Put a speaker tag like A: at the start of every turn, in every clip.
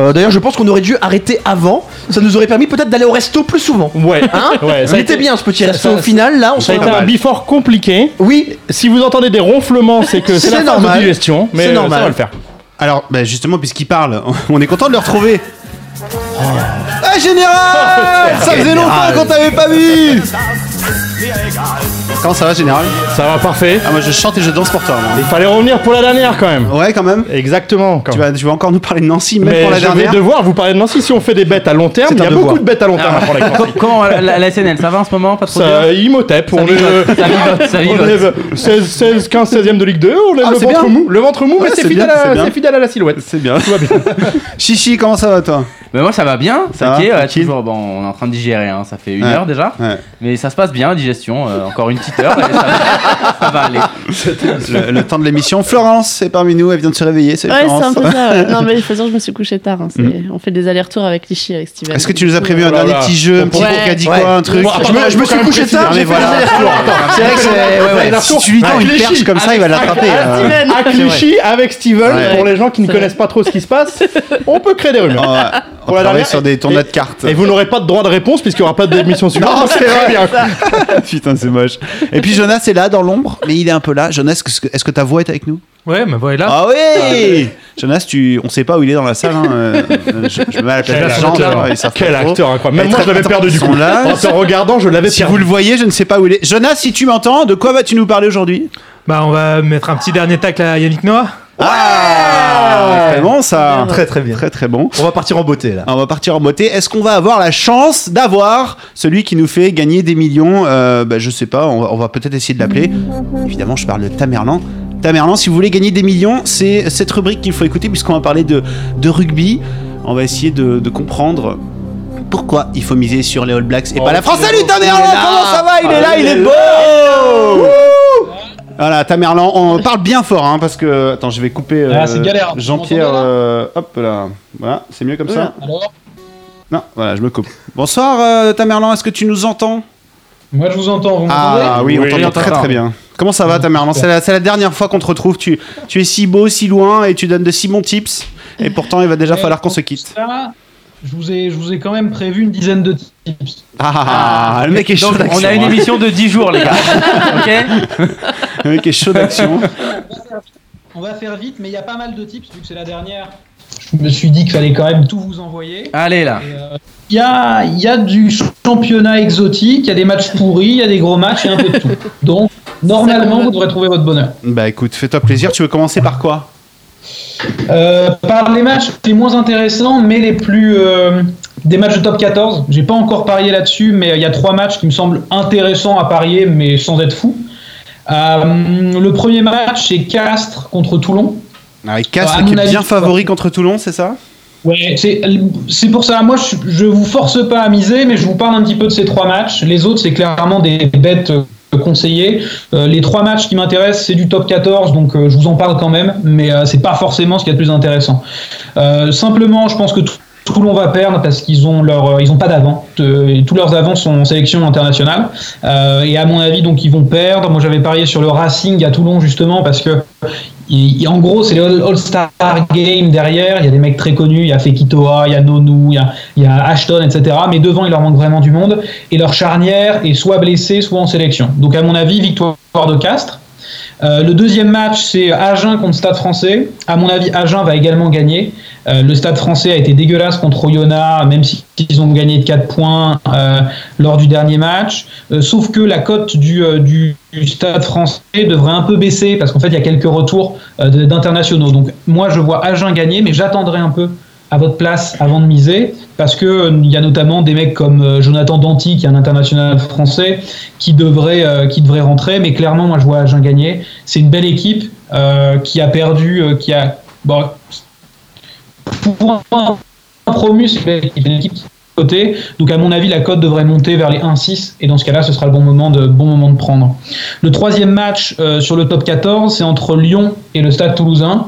A: Euh, D'ailleurs, je pense qu'on aurait dû arrêter avant. Ça nous aurait permis peut-être d'aller au resto plus souvent.
B: Ouais,
A: Hein
B: ouais
A: ça
B: a
A: était
B: été-
A: bien ce petit
B: ça-
A: resto
B: ça-
A: au final. Là, on
B: Ça
A: s'en
B: a été
A: va.
B: un before compliqué.
A: Oui,
B: Si vous entendez des ronflements, c'est que c'est
A: C'est
B: la phase de
A: normal.
B: digestion, mais
A: C'est
B: euh,
A: normal.
B: ça va le faire.
C: Alors, bah justement, puisqu'il parle, on est content de le retrouver. Ah, Général
B: Oh,
C: Ça faisait longtemps qu'on t'avait pas vu Comment ça va, Général
B: Ça va parfait.
C: Ah, moi je chante et je danse pour toi.
B: Il fallait revenir pour la dernière quand même.
C: moi. Ouais, quand même.
B: Exactement. quand
C: Tu
B: même.
C: vas, tu vas encore nous parler de Nancy, même
B: Mais
C: pour la
B: je vais
C: dernière.
B: devoir vous parler de Nancy si on fait des bêtes à long terme.
A: C'est
B: Il y
A: un
B: a
A: devoir.
B: beaucoup Ah, de bêtes à long terme à prendre avec Nancy.
D: Comment la, la- la SNL ça va en ce moment Pas trop
B: Ça,
D: bien
B: euh, Imhotep, on est,
D: vivote,
C: euh,
D: ça vivote, ça
B: on
D: vivote.
B: est 16, 16, 15, 16e de Ligue 2, on lève
C: Ah,
B: le
C: c'est
B: ventre
C: bien.
B: mou. Le ventre mou,
C: Ouais,
B: mais c'est
C: c'est
B: fidèle,
C: bien,
B: à-
C: c'est bien.
B: c'est fidèle à la silhouette.
C: C'est bien.
B: Tout va bien.
C: Chichi, comment ça va toi
D: Mais moi ça va bien,
C: Ça
D: t'inquiète,
C: va,
D: euh,
C: tranquille.
D: toujours, bon, on est en train de digérer, hein, ça fait une
C: Ouais.
D: heure déjà,
C: Ouais.
D: mais ça se passe bien, digestion, euh, encore une petite heure, et ça, va, ça va aller.
C: le, le temps de l'émission. Florence est parmi nous, elle vient de se réveiller. Salut,
E: Ouais, c'est un
C: Florence.
E: peu ça. ouais. Non, mais de toute façon, je me suis couché tard. hein, c'est- On fait des allers-retours avec Lichy, avec Steven.
C: Est-ce que tu nous as prévu un
B: Oh là
C: dernier
B: là.
C: petit jeu, un petit
E: Ouais.
C: bocadi
A: Ouais.
C: quoi, un truc
B: Bon,
A: je me, je me suis couché
C: Non,
A: tard.
C: mais
A: j'ai fait
C: voilà.
A: des allers-retours. C'est vrai que c'est. ouais, ouais.
C: Si tu lui tends une
B: Avec les
C: perche
B: chiffres.
C: comme ça, il va l'attraper. euh.
E: Steven
B: à Clichy avec Steven.
C: Ouais.
B: Pour les gens qui ne
E: C'est
B: connaissent pas trop ce qui se passe, on peut créer des rumeurs.
C: Oh, On
B: Pour la
C: travaille
B: dernière-
C: sur des
B: et-
C: tournois de cartes.
B: Et vous n'aurez pas de droit de réponse puisqu'il n'y aura pas d'émission suivante.
C: Non, c'est
B: Très bien.
C: Putain, c'est moche. Et puis Jonas est là dans l'ombre, mais il est un peu là. Jonas, est-ce que, est-ce que ta voix est avec nous
F: Ouais, ma voix est là.
C: Ah oui Jonas, tu, on sait pas où il est dans la salle. hein, euh, euh, je, je me mets à la place
B: Quel
C: des gens.
B: acteur,
C: d'ailleurs, ils savent
B: Quel
C: pas trop.
B: acteur incroyable. Même
C: Et
B: moi, je
C: attends,
B: l'avais perdu
C: ils
B: du
C: sont
B: coup.
C: là.
B: En te regardant, je l'avais
C: Si
B: perdu.
C: vous le voyez, je ne sais pas où il est. Jonas, si tu m'entends, de quoi vas-tu nous parler aujourd'hui
F: Bah, on va mettre un petit dernier tacle à Yannick Noah.
C: Ah Très bon ça
A: Très très bien.
C: Très très bon.
A: On va partir en beauté là.
C: Alors, Ah, on va partir en beauté. Est-ce qu'on va avoir la chance d'avoir celui qui nous fait gagner des millions Euh, bah, Je sais pas, on va, on va peut-être essayer de l'appeler. Évidemment, je parle de Tamerlan. Tamerlan, si vous voulez gagner des millions, c'est cette rubrique qu'il faut écouter puisqu'on va parler de, de rugby. On va essayer de, de comprendre pourquoi il faut miser sur les All Blacks et
G: Oh,
C: pas la France. Salut Tamerlan, comment ça va Il est là, il est beau Wouh voilà, Tamerlan, on parle bien fort, hein, parce que... Attends, je vais couper euh,
G: Ah, c'est galère.
C: Jean-Pierre...
G: Vous m'entendez, là hein.
C: euh, hop là, voilà, c'est mieux comme ça
G: Alors,
C: non, voilà, je me coupe. Bonsoir, euh, Tamerlan, est-ce que tu nous entends
G: moi je vous entends, vous m'entendez
C: Ah oui, on
B: Oui,
C: t'entend
B: on
C: très
B: t'entend.
C: très bien. Comment ça va, Tamerlan C'est la, c'est la dernière fois qu'on te retrouve. Tu, tu es si beau, si loin, et tu donnes de si bons tips. Et pourtant, il va déjà
G: Eh,
C: falloir qu'on se
G: pour
C: quitte.
G: ça, je vous, ai, je vous ai quand même prévu une dizaine de tips.
C: Ah, le mec est chaud
D: Donc
C: d'action.
D: on a une
C: hein.
D: émission de 10 jours les gars, ok
C: Le mec est chaud d'action.
G: On va faire vite, mais il y a pas mal de tips vu que c'est la dernière. Je me suis dit qu'il fallait quand même tout vous envoyer.
D: Allez là,
G: Et, euh, Il y, a, il y a du championnat exotique, il y a des matchs pourris, il y a des gros matchs, il y a un peu de tout. Donc, normalement, vous devrez trouver votre bonheur.
C: bah écoute, fais-toi plaisir. Tu veux commencer par quoi
G: Euh, par les matchs les moins intéressants, mais les plus. euh, des matchs de top 14. J'ai pas encore parié là-dessus, mais il y a trois matchs qui me semblent intéressants à parier, mais sans être fou. Euh, le premier match, c'est Castres contre Toulon.
C: Avec Castres
D: Bah,
G: Ah, à
C: qui
G: mon
C: est
G: avis,
C: bien
G: tu vois.
C: favori contre Toulon, c'est ça
G: Ouais, c'est c'est pour ça. Moi, je, je vous force pas à miser, mais je vous parle un petit peu de ces trois matchs. Les autres, c'est clairement des bêtes euh, conseillées. Euh, les trois matchs qui m'intéressent, c'est du top 14, donc euh, je vous en parle quand même, mais euh, c'est pas forcément ce qu'il y a de plus intéressant. Euh, simplement, je pense que Tou- Toulon va perdre parce qu'ils ont leur, ils ont pas d'avant. Euh, tous leurs avants sont en sélection internationale. Euh, et à mon avis, donc ils vont perdre. Moi, j'avais parié sur le Racing à Toulon justement parce que il- il- en gros, c'est les All- All-Star Game derrière. Il y a des mecs très connus. Il y a Fekitoa, il y a Nonu, il y a, il y a Ashton, etc. Mais devant, il leur manque vraiment du monde. Et leur charnière est soit blessée, soit en sélection. Donc, à mon avis, victoire de Castres. Euh, le deuxième match, c'est Agen contre Stade français. À mon avis, Agen va également gagner. Euh, le Stade français a été dégueulasse contre Oyonnax, même si- s'ils ont gagné de 4 points euh, lors du dernier match. Euh, sauf que la cote du, euh, du- du Stade français devrait un peu baisser parce qu'en fait, il y a quelques retours euh, de- d'internationaux. Donc, moi, je vois Agen gagner, mais j'attendrai un peu à votre place avant de miser parce que euh, il y a notamment des mecs comme euh, Jonathan Danty qui est un international français qui devrait euh, qui devrait rentrer mais clairement moi je vois Agen gagner c'est une belle équipe euh, qui a perdu euh, qui a bon pour un promu c'est une belle équipe, une équipe qui est de côté donc à mon avis la cote devrait monter vers les 1-6 et dans ce cas-là ce sera le bon moment de bon moment de prendre le troisième match euh, sur le top 14 c'est entre Lyon et le Stade Toulousain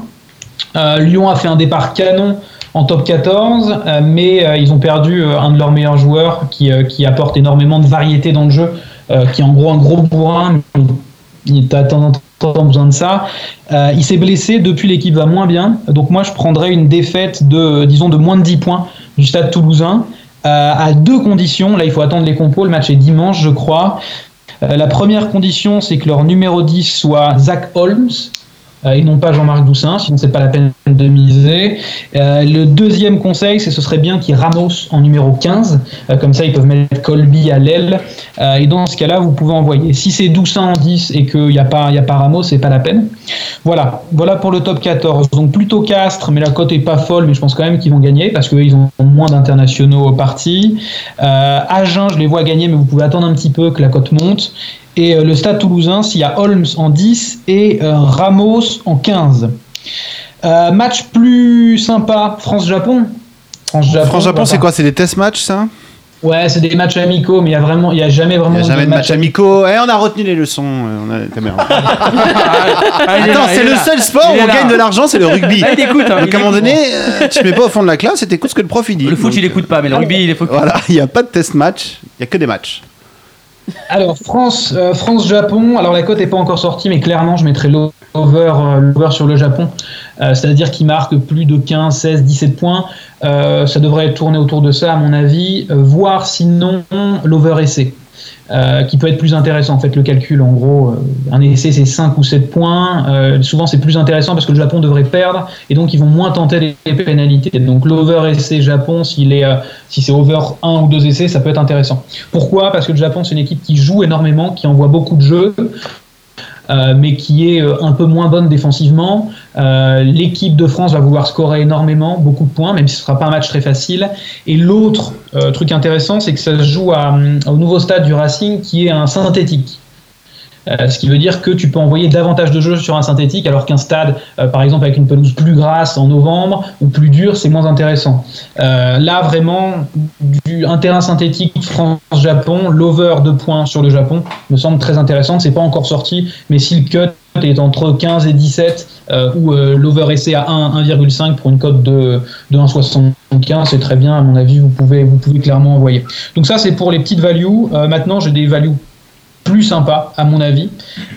G: euh, Lyon a fait un départ canon en top 14, euh, mais euh, ils ont perdu euh, un de leurs meilleurs joueurs qui, euh, qui apporte énormément de variété dans le jeu, euh, qui est en gros un gros bourrin. mais Il a de temps en temps besoin de ça. Euh, il s'est blessé, depuis l'équipe va moins bien. Donc moi je prendrais une défaite de, euh, disons, de moins de 10 points du stade toulousain. euh, à deux conditions, là il faut attendre les compos, le match est dimanche je crois. Euh, la première condition c'est que leur numéro 10 soit Zach Holmes, euh, et non pas Jean-Marc Doussin, sinon c'est pas la peine de miser. Euh, le deuxième conseil, c'est ce serait bien qu'il Ramos en numéro 15, euh, comme ça ils peuvent mettre Colby à l'aile, Euh, et dans ce cas-là, vous pouvez envoyer. Si c'est Doussin en 10 et qu'il n'y a, pas- il y a pas Ramos, c'est pas la peine. Voilà, voilà pour le top 14. Donc plutôt Castres, mais la cote est pas folle, mais je pense quand même qu'ils vont gagner parce qu'ils ont moins d'internationaux au parti. Euh, Agen, je les vois gagner, mais vous pouvez attendre un petit peu que la cote monte. Et euh, le stade toulousain, s'il y a Holmes en 10 et euh, Ramos en 15. Euh, match plus sympa, France-Japon.
D: Bah,
G: France-Japon, on
C: France-Japon,
G: va
C: c'est quoi C'est des test matchs, ça
D: Ah,
G: Ouais, c'est des matchs amicaux, mais il y a vraiment, il y a jamais
C: Il
G: vraiment
C: n'y a jamais de match
G: matchs
C: amicaux. Eh, on a retenu les leçons. euh, on a- t'as bien.
D: Ah, il est
C: Attends,
D: là, il
C: c'est
D: est
C: le
D: là.
C: seul sport où
D: Il est
C: on
D: là.
C: gagne de l'argent, c'est le rugby.
D: Ah, il écoute, hein,
C: Donc
D: il
C: à un moment
D: écoute.
C: donné, euh, tu te mets pas au fond de la classe et t'écoutes ce que le prof il dit.
D: Le foot,
C: Donc, euh,
D: il écoute pas, mais le rugby, il est focus.
C: Voilà, il n'y a pas de test match, il n'y a que des matchs.
G: Alors France, euh, France Japon. Alors la cote n'est pas encore sortie, mais clairement je mettrai l'over, euh, l'over sur le Japon. Euh, C'est-à-dire qu'il marque plus de 15, 16, 17 points. Euh, ça devrait tourner autour de ça à mon avis. Euh, voire sinon l'over essai. euh, qui peut être plus intéressant en fait le calcul en gros euh, un essai c'est 5 ou 7 points Euh, souvent c'est plus intéressant parce que le Japon devrait perdre et donc ils vont moins tenter les- les pénalités donc l'over essai Japon s'il est euh, si c'est over 1 ou 2 essais ça peut être intéressant pourquoi Parce que le Japon, c'est une équipe qui joue énormément, qui envoie beaucoup de jeux, euh, mais qui est euh, un peu moins bonne défensivement. Euh, L'équipe de France va vouloir scorer énormément, beaucoup de points, même si ce sera pas un match très facile. Et l'autre euh, truc intéressant, c'est que ça se joue à, hum, au nouveau stade du Racing, qui est un synthétique. Euh, ce qui veut dire que tu peux envoyer davantage de jeux sur un synthétique, alors qu'un stade, euh, par exemple, avec une pelouse plus grasse en novembre ou plus dure, c'est moins intéressant. Euh, là, vraiment, du, un terrain synthétique France-Japon, l'over de points sur le Japon me semble très intéressante. C'est pas encore sorti, mais si le cut est entre 15 et 17, euh, ou euh, l'over essai à 1, 1,5 pour une cote de, de 1,75, c'est très bien. À mon avis, vous pouvez, vous pouvez clairement envoyer. Donc, ça, c'est pour les petites values. Euh, maintenant, j'ai des values plus sympas, à mon avis.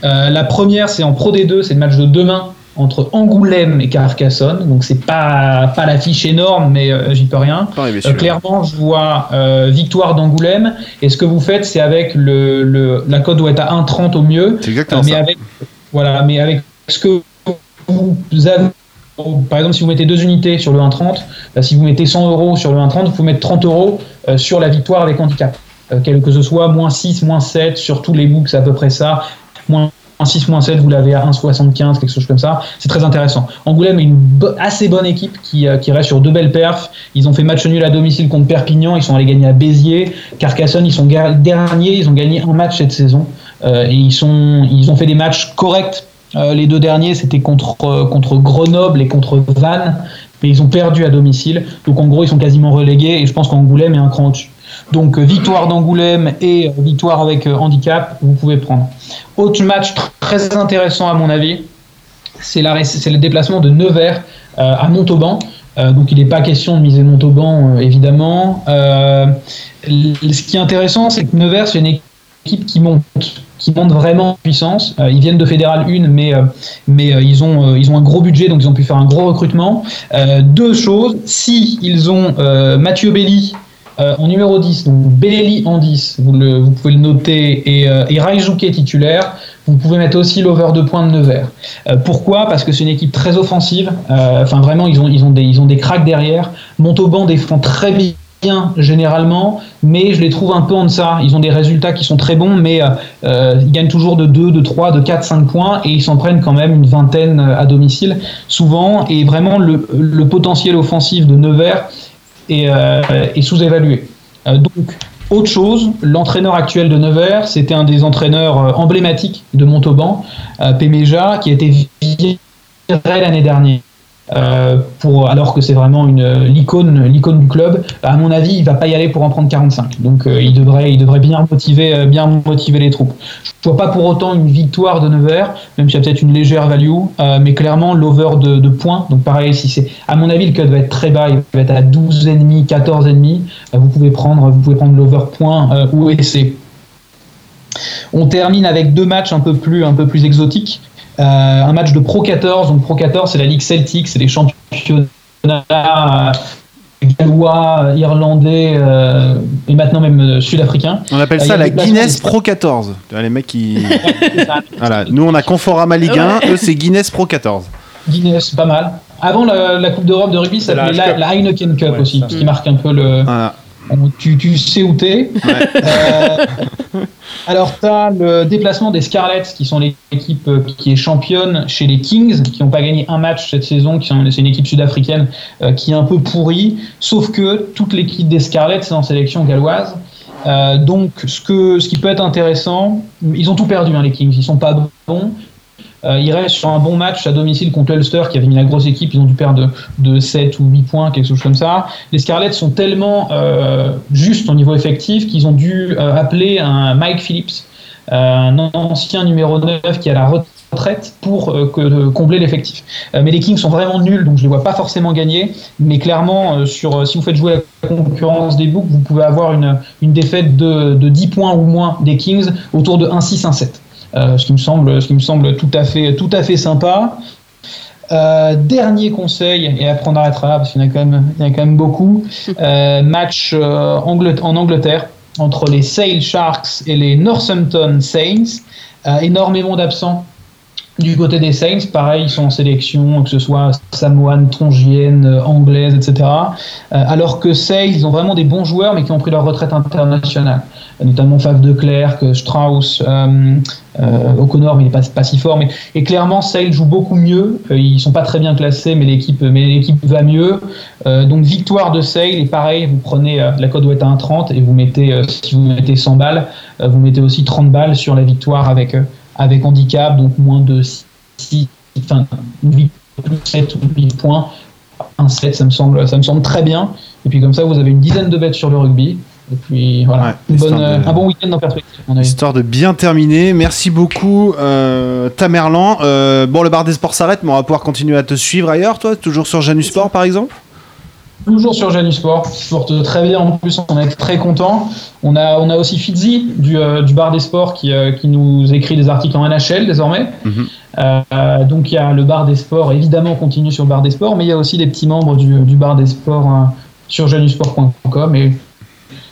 G: Euh, la première, c'est en Pro D2, c'est le match de demain entre Angoulême et Carcassonne. Donc, c'est pas, pas l'affiche énorme, mais euh, j'y peux rien.
C: Pareil, bien
G: Euh,
C: sûr.
G: clairement, je vois euh, victoire d'Angoulême. Et ce que vous faites, c'est avec le, le- la cote doit être à 1,30 au mieux,
C: C'est
G: Euh,
C: exactement
G: mais
C: ça.
G: avec voilà, mais avec ce que vous avez. Par exemple, si vous mettez deux unités sur le 1,30, euh, si vous mettez 100 euros sur le 1,30, vous pouvez mettre 30 euros euh, sur la victoire avec handicap. Euh, quel que ce soit, moins 6, moins 7, sur tous les books, c'est à peu près ça. Moins 6, moins 7, vous l'avez à 1,75, quelque chose comme ça. C'est très intéressant. Angoulême est une bo- assez bonne équipe qui, euh, qui reste sur deux belles perfs. Ils ont fait match nul à domicile contre Perpignan, ils sont allés gagner à Béziers. Carcassonne, ils sont ga- derniers, ils ont gagné un match cette saison. Euh, et ils, sont, ils ont fait des matchs corrects. Euh, les deux derniers, c'était contre, euh, contre Grenoble et contre Vannes, mais ils ont perdu à domicile. Donc en gros, ils sont quasiment relégués et je pense qu'Angoulême est un cran au-dessus. Donc euh, victoire d'Angoulême et euh, victoire avec euh, handicap, vous pouvez prendre. Autre match tr- très intéressant à mon avis, c'est la ré- c'est le déplacement de Nevers euh, à Montauban. Euh, donc il n'est pas question de miser Montauban, euh, évidemment. Euh, l- ce qui est intéressant, c'est que Nevers, c'est une équipe qui monte, qui monte vraiment en puissance. Euh, ils viennent de Fédéral 1, mais, euh, mais euh, ils, ont, euh, ils ont un gros budget, donc ils ont pu faire un gros recrutement. Euh, deux choses, si ils ont euh, Mathieu Belli euh, en numéro 10, donc Belli en 10, vous, le- vous pouvez le noter, et, euh, et Ray Jouquet titulaire, vous pouvez mettre aussi l'over de points de Nevers. Euh, pourquoi Parce que c'est une équipe très offensive. Euh, Enfin, vraiment, ils ont, ils, ont des, ils ont des cracks derrière. Montauban défend très bien généralement, mais je les trouve un peu en deçà. Ils ont des résultats qui sont très bons, mais euh, euh, ils gagnent toujours de 2, de 3, de 4, 5 points, et ils s'en prennent quand même une vingtaine euh, à domicile, souvent. Et vraiment, le, le potentiel offensif de Nevers est, euh, est sous-évalué. Euh, donc, autre chose, l'entraîneur actuel de Nevers, c'était un des entraîneurs euh, emblématiques de Montauban, euh, Péméja, qui a été viré l'année dernière. Euh, pour, alors que c'est vraiment une euh, l'icône l'icône du club, à mon avis, il va pas y aller pour en prendre 45. Donc euh, il devrait il devrait bien motiver euh, bien motiver les troupes. Je vois pas pour autant une victoire de Nevers, même s'il y a peut-être une légère value, euh, mais clairement l'over de, de points. Donc pareil, si c'est à mon avis le cut va être très bas, il va être à 12 et demi, 14 et demi. Euh, Vous pouvez prendre vous pouvez prendre l'over point euh, ou essai. On termine avec deux matchs un peu plus un peu plus exotiques. Euh, un match de Pro 14. Donc Pro 14, c'est la Ligue Celtique, c'est les championnats euh, gallois, irlandais euh, et maintenant même euh, sud-africains.
C: On appelle
G: Ah, y
C: ça
G: a
C: la
G: des places
C: Guinness
G: qui-
C: Pro 14. Tu vois, Les mecs qui. voilà, nous on a Conforama Ligue 1, eux c'est Guinness Pro 14.
G: Guinness, pas mal. Avant la, la Coupe d'Europe de rugby, ça
B: La
G: s'appelait la,
B: H-Cup.
G: la Heineken Cup
B: Ouais,
G: aussi,
B: ça.
G: ce qui marque un peu le.
C: Voilà.
G: on- Tu, tu sais où t'es.
C: Ouais.
G: Euh, alors, tu as le déplacement des Scarlets, qui sont l'équipe euh, qui est championne chez les Kings, qui n'ont pas gagné un match cette saison, qui sont- c'est une équipe sud-africaine euh, qui est un peu pourrie, sauf que toute l'équipe des Scarlets est en sélection galloise. Euh, donc, ce, que, ce qui peut être intéressant, ils ont tout perdu, hein, les Kings, ils sont pas bons. Euh, ils restent sur un bon match à domicile contre Ulster qui avait mis la grosse équipe, ils ont dû perdre de, de 7 ou 8 points, quelque chose comme ça les Scarlets sont tellement euh, justes au niveau effectif qu'ils ont dû euh, appeler un Mike Phillips, euh, un ancien numéro 9 qui est à la retraite pour euh, que- euh, combler l'effectif. Euh, mais les Kings sont vraiment nuls, donc je les vois pas forcément gagner. Mais clairement, euh, sur, euh, si vous faites jouer la concurrence des Books, vous pouvez avoir une, une défaite de, de 10 points ou moins des Kings autour de 1-6, 1-7. Euh, ce qui me semble, ce qui me semble tout à fait, tout à fait sympa. Euh, dernier conseil, et après on arrêtera parce qu'il y en a quand même, il y en a quand même beaucoup. Euh, match euh, Anglet- en Angleterre entre les Sale Sharks et les Northampton Saints. Euh, énormément d'absents du côté des Saints. Pareil, ils sont en sélection, que ce soit samoane, tongienne, euh, anglaise, etc. Euh, alors que Sale, ils ont vraiment des bons joueurs, mais qui ont pris leur retraite internationale. Euh, Notamment Fave de Klerk, Strauss, euh, euh, O'Connor, mais il n'est pas, pas si fort. Mais et clairement, Sale joue beaucoup mieux. Euh, Ils sont pas très bien classés, mais l'équipe, mais l'équipe va mieux. Euh, donc victoire de Sale. Et pareil, vous prenez euh, la cote doit être à 1,30 et vous mettez, euh, si vous mettez 100 balles, euh, vous mettez aussi 30 balles sur la victoire avec euh, avec handicap, donc moins de 6, enfin 8, 7 ou 8 points. 1,7, ça me semble, ça me semble très bien. Et puis comme ça, vous avez une dizaine de bêtes sur le rugby. Et puis voilà,
C: Ouais,
G: Une bonne,
C: histoire de-
G: euh, un bon week-end en perspective. à mon avis.
C: Histoire de bien terminer. Merci beaucoup, euh, Tamerlan. Euh, bon, le bar des sports s'arrête, mais on va pouvoir continuer à te suivre ailleurs, toi. Toujours sur Janus Sport, par exemple.
G: Toujours sur Janusport, qui se porte très bien en plus, on est très content. On a, on a aussi Fizzy du, euh, du bar des sports qui, euh, qui nous écrit des articles en NHL désormais.
C: Mhm.
G: Euh, donc il y a le bar des sports, évidemment on continue sur le bar des sports, mais il y a aussi des petits membres du, du bar des sports euh, sur janusport.com et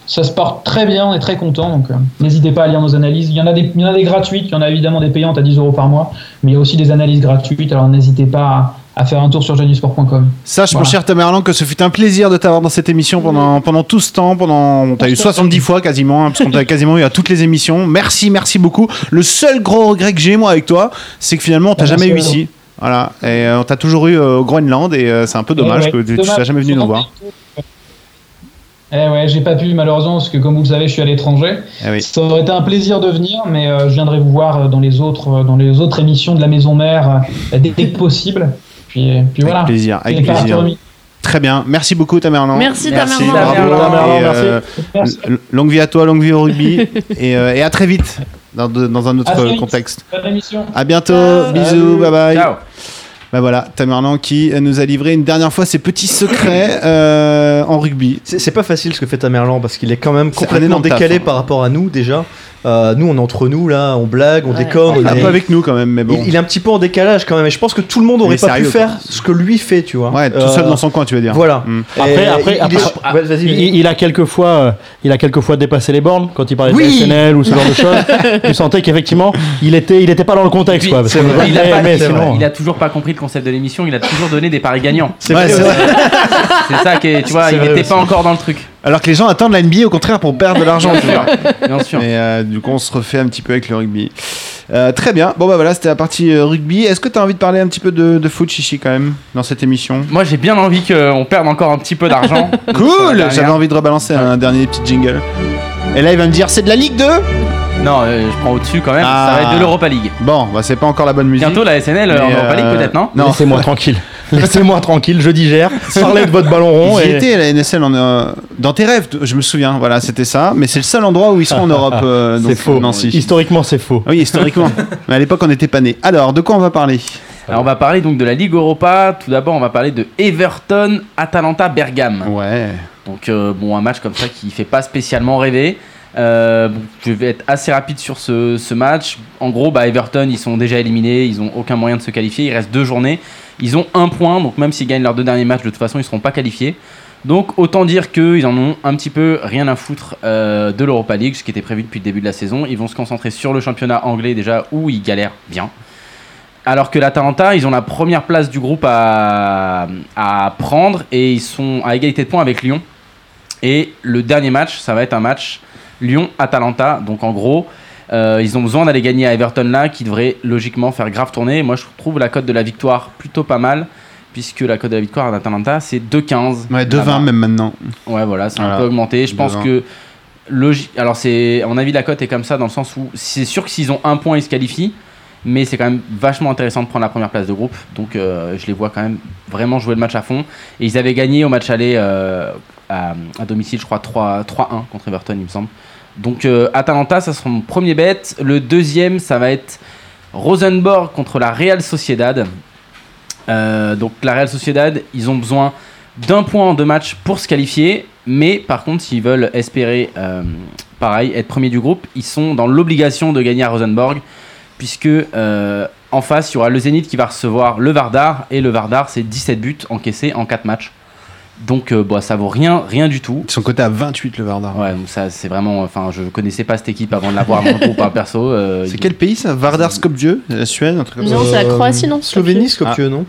G: ça se porte très bien, on est très content, donc euh, n'hésitez pas à lire nos analyses. Il y, en a des, il y en a des gratuites, il y en a évidemment des payantes à 10 euros par mois, mais il y a aussi des analyses gratuites, alors n'hésitez pas à, à faire un tour sur janusport.com.
C: Sache, mon
G: Voilà.
C: cher Tamerlan, que ce fut un plaisir de t'avoir dans cette émission pendant, pendant tout ce temps. Pendant, on t'a eu 70 fois quasiment, hein, parce qu'on t'a quasiment eu à toutes les émissions. Merci, merci beaucoup. Le seul gros regret que j'ai, moi, avec toi, c'est que finalement, on t'a
G: Ah,
C: jamais eu
G: merci,
C: ici. Voilà. Et euh, on t'a toujours eu euh, au Groenland, et euh, c'est un peu dommage
G: Eh Ouais, ouais.
C: que tu- tu
G: Dommage.
C: sois jamais venu nous voir.
G: Eh ouais, j'ai pas pu malheureusement parce que comme vous le savez, je suis à l'étranger.
C: Eh oui.
G: Ça aurait été un plaisir de venir, mais euh, je viendrai vous voir euh, dans les autres, euh, dans les autres émissions de la Maison Mère euh, dès que possible. Puis, euh, puis
C: Avec
G: voilà.
C: plaisir, avec
G: Et par
C: plaisir.
G: remis.
C: Très bien. Merci beaucoup, Tamerlan.
E: Merci, Tamerlan.
C: bravo,
B: Tamerlan,
C: et, euh,
G: Merci.
C: l- Longue vie à toi, longue vie au rugby. et, euh, et à très vite dans, de- dans un
G: À très
C: autre
G: vite. Euh,
C: contexte.
G: Bonne émission.
C: À bientôt.
E: Ciao.
C: Bisous. Bye bye.
D: Ciao.
C: Bah voilà, Tamerlan qui nous a livré une dernière fois ses petits secrets euh, en rugby.
A: C'est c'est pas facile ce que fait Tamerlan parce qu'il est quand même
C: C'est un
A: complètement
C: énorme taf,
A: décalé
C: hein.
A: par rapport à nous déjà. Euh, nous, on est entre nous là, on blague, on
E: Ouais.
A: déconne. on
C: Ah,
A: est-
C: pas avec nous quand même, mais bon.
A: il, il est un petit peu en décalage quand même. Et je pense que tout le monde
C: Il
A: aurait
C: est
A: pas
C: sérieux,
A: pu faire ce que lui fait, tu vois.
C: Ouais, tout
A: Euh,
C: seul dans son coin, tu veux dire.
A: Voilà.
C: Mm.
A: Et
B: Après, après,
A: il-
B: après,
A: il est-
B: après,
A: ouais, vas-y,
B: Il,
A: vas-y.
B: il a quelquefois, euh, il a quelquefois dépassé les bornes quand il parlait
A: Oui.
B: de SNL ou ce genre de choses. Tu sentais qu'effectivement, il était, il était pas dans le
D: Et
B: contexte,
D: puis,
B: quoi. parce
D: c'est
B: qu'on
D: vrai,
B: est
D: il, a
C: Eh,
B: pas
D: pas-
B: aimé,
D: c'est vrai,
B: sinon.
D: il a toujours pas compris le concept de l'émission, il a toujours donné des paris gagnants.
C: Ouais, c'est vrai.
D: C'est ça qui est, tu vois,
A: C'est
D: il
A: vrai
D: n'était
A: aussi.
D: pas encore dans le truc.
C: Alors que les gens attendent la NBA au contraire pour perdre de l'argent, tu vois.
D: Bien sûr.
C: Et euh, du coup, on se refait un petit peu avec le rugby. Euh, très bien. Bon, bah voilà, c'était la partie euh, rugby. Est-ce que tu as envie de parler un petit peu de, de foot, Chichi, quand même, dans cette émission
D: Moi j'ai bien envie qu'on perde encore un petit peu d'argent.
C: Cool
D: dernière.
C: J'avais envie de rebalancer un dernier petit jingle. Et là, il va me dire, c'est de la Ligue 2
D: Non, euh, je prends au-dessus quand même,
C: Ah.
D: ça va être de l'Europa League.
C: Bon, bah c'est pas encore la bonne musique.
D: Bientôt la SNL en
C: mais,
D: Europa League
C: euh,
D: peut-être, non
C: Non,
B: Laissez-moi tranquille. Laissez-moi tranquille. Je digère. Parlez de votre ballon rond.
C: J'y
B: et-
C: étais à la NSL en, euh, dans tes rêves, je me souviens, voilà, c'était ça. Mais c'est le seul endroit où ils sont en Europe, euh, donc
B: C'est faux.
C: Nancy. Ah
B: Historiquement, c'est faux.
C: Oui, historiquement. Mais à l'époque, on n'était pas nés. Alors, de quoi on va parler
D: Alors on va parler donc de la Ligue Europa. Tout d'abord, on va parler de Everton, Atalanta, Bergame.
C: Ouais.
D: Donc euh, bon, un match comme ça qui fait pas spécialement rêver. Euh, bon, je vais être assez rapide sur ce, ce match. En gros, bah, Everton, ils sont déjà éliminés, ils ont aucun moyen de se qualifier. Il reste deux journées. Ils ont un point, donc même s'ils gagnent leurs deux derniers matchs, de toute façon, ils seront pas qualifiés. Donc autant dire qu'ils en ont un petit peu rien à foutre euh, de l'Europa League, ce qui était prévu depuis le début de la saison. Ils vont se concentrer sur le championnat anglais déjà, où ils galèrent bien. Alors que l'Atalanta, ils ont la première place du groupe à, à prendre et ils sont à égalité de points avec Lyon. Et le dernier match, ça va être un match Lyon-Atalanta. Donc en gros, euh, ils ont besoin d'aller gagner à Everton là, qui devrait logiquement faire grave tourner. Moi, je trouve la cote de la victoire plutôt pas mal, puisque la cote de la victoire d'Atalanta, c'est 2,15.
C: Ouais, de
D: Là-bas.
C: 20 même maintenant.
D: Ouais, voilà, c'est
C: Voilà.
D: un peu augmenté. Je pense
C: Devant.
D: que. Logi Alors, c'est, à mon avis, la cote est comme ça, dans le sens où c'est sûr que s'ils ont un point, ils se qualifient. Mais c'est quand même vachement intéressant de prendre la première place de groupe. Donc, euh, je les vois quand même vraiment jouer le match à fond. Et ils avaient gagné au match aller euh, à, à domicile, je crois, 3 3-1 contre Everton, il me semble. Donc, euh, Atalanta, ça sera mon premier bet. Le deuxième, ça va être Rosenborg contre la Real Sociedad. Euh, donc, la Real Sociedad, ils ont besoin d'un point en deux matchs pour se qualifier. Mais par contre, s'ils veulent espérer, euh, pareil, être premier du groupe, ils sont dans l'obligation de gagner à Rosenborg. Puisque euh, en face, il y aura le Zénith qui va recevoir le Vardar. Et le Vardar, c'est 17 buts encaissés en 4 matchs. Donc, euh, bah, ça vaut rien, rien du tout.
C: Ils sont cotés à 28, le Vardar.
D: Ouais, donc ça, c'est vraiment. Enfin, je connaissais pas cette équipe avant de la voir dans le groupe, hein, perso. euh,
C: C'est quel pays ça Vardar Skopje La Suède, un truc comme ça
E: Non, c'est la Croatie, non
A: Slovénie,
B: Ah,
A: Scopieux, non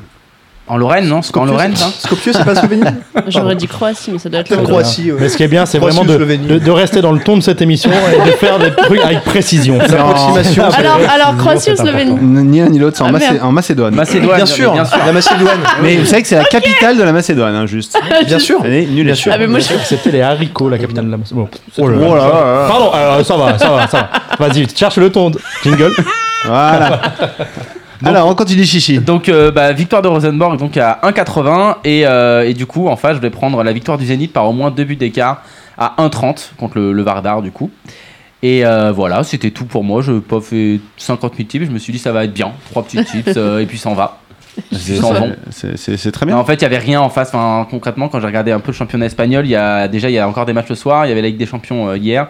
D: En Lorraine, non C'est en Lorraine,
B: hein.
D: ça
A: Scopieux, c'est pas Slovénie
E: J'aurais dit Croatie, mais ça doit être
A: La
E: la
A: Croatie, ouais.
B: Mais ce qui est bien, c'est
A: Croatie
B: vraiment
A: ou
B: de,
A: Slovénie
B: de- de rester dans le ton de cette émission et de faire des trucs avec précision. Ah,
A: C'est approximation.
E: Alors, alors Croatie ou
B: C'est important.
E: Slovénie
C: N- Ni l'un ni l'autre, c'est en,
E: Ah,
C: Macé-
E: merde.
C: en Macédoine.
D: Macédoine,
A: Bien sûr,
D: bien sûr.
A: la Macédoine.
C: mais vous savez que c'est la capitale de la Macédoine, hein, juste.
A: Bien sûr.
C: Elle est nulle à
A: Bien sûr.
E: Ah, mais moi, je-
B: C'était les haricots, la capitale de la Macédoine. Oh
C: Oh là là.
B: Pardon, alors, ça va, ça va, ça va. Vas-y, cherche le ton. Jingle.
C: Voilà. Alors, on continue Chichi.
D: Donc euh, bah, victoire de Rosenborg donc à 1,80 et, euh, et du coup en face je vais prendre la victoire du Zénith par au moins deux buts d'écart à 1,30 contre le, le Vardar du coup. Et euh, voilà, c'était tout pour moi. Je n'ai pas fait 50 000 tips. Je me suis dit, ça va être bien. Trois petits tips euh, et puis ça en va.
C: C'est-
D: s'en vont.
C: c'est- C'est c'est très
D: Mais
C: bien.
D: en fait, il n'y avait rien en face. Enfin, concrètement, quand j'ai regardé un peu le championnat espagnol, il y a, déjà, il y a encore des matchs le soir. Il y avait la Ligue des Champions euh, hier.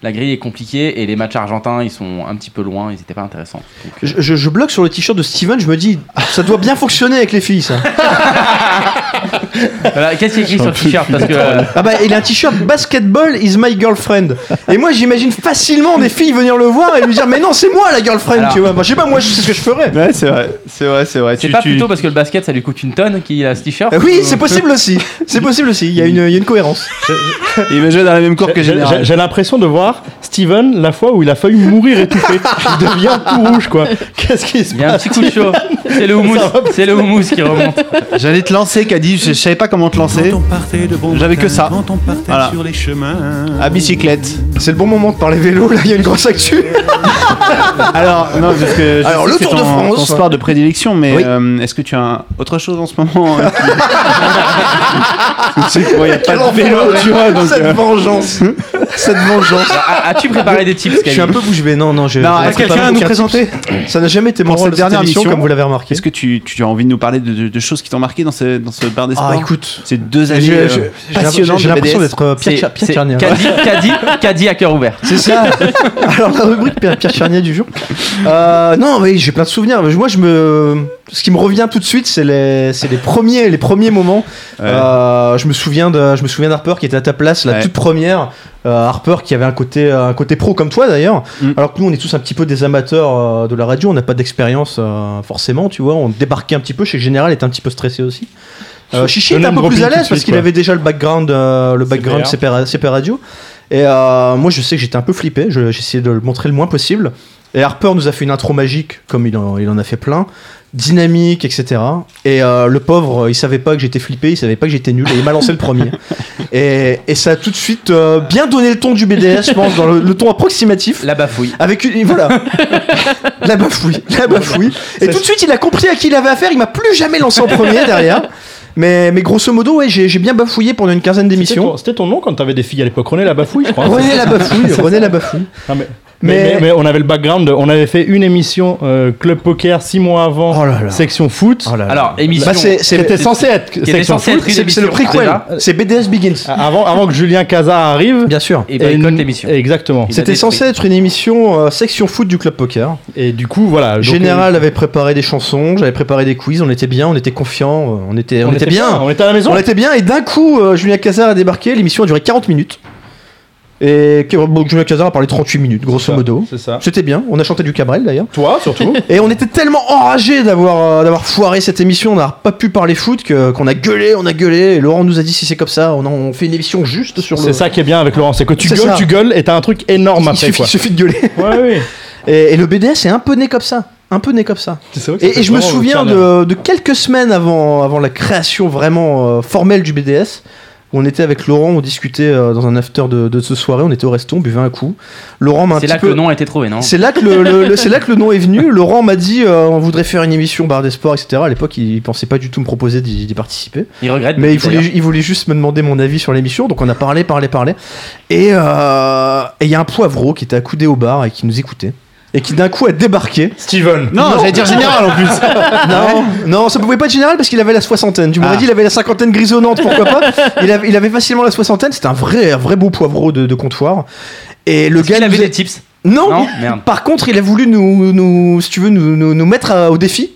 D: La grille est compliquée et les matchs argentins, ils sont un petit peu loin. Ils n'étaient pas intéressants. Donc, euh,
A: Je, je- je bloque sur le t-shirt de Steven, je me dis, ça doit bien fonctionner avec les filles, ça.
D: voilà, qu'est-ce qui est écrit sur le t-shirt Parce que. euh,
A: Ah bah, il a un t-shirt basketball is my girlfriend. Et moi, j'imagine facilement des filles venir le voir et lui dire, mais non, c'est moi la girlfriend,
D: Alors.
A: tu vois. Moi, je sais pas, moi, je sais ce que je ferais.
C: Ouais, c'est vrai, c'est vrai, c'est vrai.
D: C'est
C: Tu-
D: pas
C: tu-
D: plutôt parce que le basket ça lui coûte une tonne qu'il a ce t-shirt
B: Euh,
A: Ah Oui, c'est possible aussi. C'est possible aussi. Il y a une, il y a une cohérence.
C: Il me jette dans la même cour que
B: J'ai-
C: Général.
B: j'ai- J'ai l'impression de voir Steven la fois où il a failli mourir étouffé. Il devient tout rouge, quoi. Qu'est-ce qui se
D: Il y a un
B: passe
D: petit coup de chaud. C'est le houmous, c'est le houmous qui remonte.
C: J'allais te lancer, Caddy. Je, je je savais pas comment te lancer. J'avais que ça. Voilà. À bicyclette.
A: C'est le bon moment de parler vélo, là, il y a une grosse actu.
C: Alors, non, parce que je
A: Alors,
C: sais
A: le
C: que c'est
A: Tour de
C: ton-
A: France.
C: ton sport de prédilection, mais euh, est-ce que tu as un- autre chose en ce moment euh, qui- Tu sais qu'il n'y a pas de vélo, tu vois. donc,
A: Cette
C: euh,
A: vengeance. Cette vengeance.
D: Ah, As-tu préparé des tips,
A: Je suis un
D: Camille
A: peu bouche bée. Non, non, je.
C: Non,
A: je
C: est-ce
A: vais
C: quelqu'un à
A: pas vous
C: nous
A: faire
C: présenter
A: tips. Ça n'a jamais été mon
C: cette
A: rôle de cette
C: dernière
A: dernière émission,
C: émission
A: comme vous l'avez remarqué.
C: Est-ce que tu, tu as envie de nous parler de, de- de choses qui t'ont marqué dans ce, dans ce bar des
A: Ah,
C: sports
A: écoute.
C: Ces deux
A: j'ai-
C: années
A: j'ai-
C: euh,
A: j'ai- J'ai
C: passionnantes
A: j'ai
C: de
A: l'impression
C: BDS.
A: d'être euh, Pierre
D: C'est-
A: Cha- Pierre
D: c'est
A: Tchernia.
D: Caddy, Caddy, Caddy à cœur ouvert.
A: C'est ça. Alors la rubrique Pierre, Pierre Charnier du jour. Euh, non, oui, j'ai plein de souvenirs. Moi, je me, ce qui me revient tout de suite, c'est les, c'est les premiers, les premiers moments. Euh, je me souviens de, je me souviens d'Harper qui était à ta place, la
C: Ouais.
A: toute première. Euh, Harper qui avait un côté, un côté pro comme toi d'ailleurs.
C: Mm.
A: Alors que nous, on est tous un petit peu des amateurs euh, de la radio. On n'a pas d'expérience euh, forcément, tu vois. On débarquait un petit peu. Chez Général était un petit peu stressé aussi. Euh, Chichi
B: Le
A: était un
B: nombre
A: peu plus
B: revient
A: à
B: tout de
A: l'aise
B: suite,
A: parce qu'il
B: quoi.
A: avait déjà le background, euh, le background
B: CPR.
A: CP, Radio. Et euh, moi, je sais que j'étais un peu flippé. je- J'essayais de le montrer le moins possible. Et Harper nous a fait une intro magique, comme il en, il en a fait plein, dynamique, etc. Et euh, le pauvre, il savait pas que j'étais flippé, il savait pas que j'étais nul, et il m'a lancé le premier. Et, et ça a tout de suite euh, bien donné le ton du BDS, je pense, dans le, le ton approximatif.
D: La bafouille.
A: Avec une. Voilà. la bafouille. La bafouille. Et tout de suite, il a compris à qui il avait affaire. Il m'a plus jamais lancé en premier derrière. Mais, mais grosso modo, ouais, j'ai j'ai bien bafouillé pendant une quinzaine
B: C'était
A: d'émissions.
B: ton, c'était ton nom quand t'avais des filles à l'époque. René la bafouille, je crois.
A: René la bafouille. René la bafouille.
B: Non, mais,
A: Mais-
B: mais, mais- mais on avait le background. On avait fait une émission euh, Club Poker six mois avant,
A: Oh là là.
B: section foot.
D: Alors, émission.
A: Bah, c'est- c'est-
B: C'était censé être
D: était
B: section
D: censé
B: foot.
D: être une
A: C'est c'est le
D: émission,
A: préquel.
D: déjà.
A: C'est BDS Begins.
B: Ah, Avant, avant que Julien Cazard arrive.
A: Bien sûr.
D: Et boycott
B: une-
D: l'émission.
B: Exactement.
D: Il a
A: C'était
D: détruit.
A: censé être une émission euh, section foot du club poker.
B: Et du coup, voilà. donc,
A: Général avait préparé des chansons, j'avais préparé des quiz, on était bien, on était confiant, on était,
B: euh,
A: on était bien.
B: On était à la maison.
A: On était bien et d'un coup, euh, Julien Cazard a débarqué, l'émission a duré 40 minutes. Et que- bon, Julien Cazard a parlé 38 minutes, grosso modo.
B: C'est ça.
A: C'était bien, on a chanté du Cabrel d'ailleurs.
B: Toi, surtout.
A: Et on était tellement enragés d'avoir euh, d'avoir foiré cette émission, on n'a pas pu parler foot, que- qu'on a gueulé, on a gueulé. Et Laurent nous a dit si c'est comme ça, on, en- on fait une émission juste sur le.
B: C'est ça qui est bien avec Laurent, c'est que tu
A: C'est
B: gueules,
A: ça.
B: tu gueules et t'as un truc énorme
A: Il
B: après
A: suffit,
B: quoi.
A: il suffit de gueuler.
B: Ouais, ouais.
A: Et, et le BDS est un peu né comme ça. Un peu né comme ça.
B: C'est vrai que ça
A: Et,
B: fait
A: et je me
B: vraiment
A: souviens
B: Turner.
A: de, de quelques semaines avant, avant la création vraiment euh, formelle du BDS, où on était avec Laurent, on discutait euh, dans un after de, de ce soirée, on était au resto, on buvait un coup. Laurent m'a un
D: C'est
A: petit
D: là que
A: peu...
D: le nom hein. a été trouvé, non
A: C'est là, que le, le- le- c'est là que le nom est venu. Laurent m'a dit euh, on voudrait faire une émission bar des sports, etc. À l'époque, il, il pensait pas du tout me proposer d'y, d'y participer.
D: Il regrette.
A: Mais il
D: d'ailleurs.
A: voulait, il voulait juste me demander mon avis sur l'émission, donc on a parlé, parlé, parlé. Et euh, et il y a un poivreau qui était accoudé au bar et qui nous écoutait. Et qui d'un coup a débarqué.
B: Steven.
C: Non, j'allais dire général en plus.
A: Non, non, ça pouvait pas être général parce qu'il avait la soixantaine. Tu m'aurais
C: Ah.
A: dit il avait la cinquantaine grisonnante, pourquoi pas il avait, il avait facilement la soixantaine. C'était un vrai, un vrai beau poivreau de, de comptoir. Et le
D: Est-ce
A: gars
D: qu'il
A: nous
D: avait
A: a-
D: des tips.
A: non,
D: Non,
A: il-
D: merde.
A: par contre, il a voulu nous, nous si tu veux, nous, nous, nous mettre à- au défi.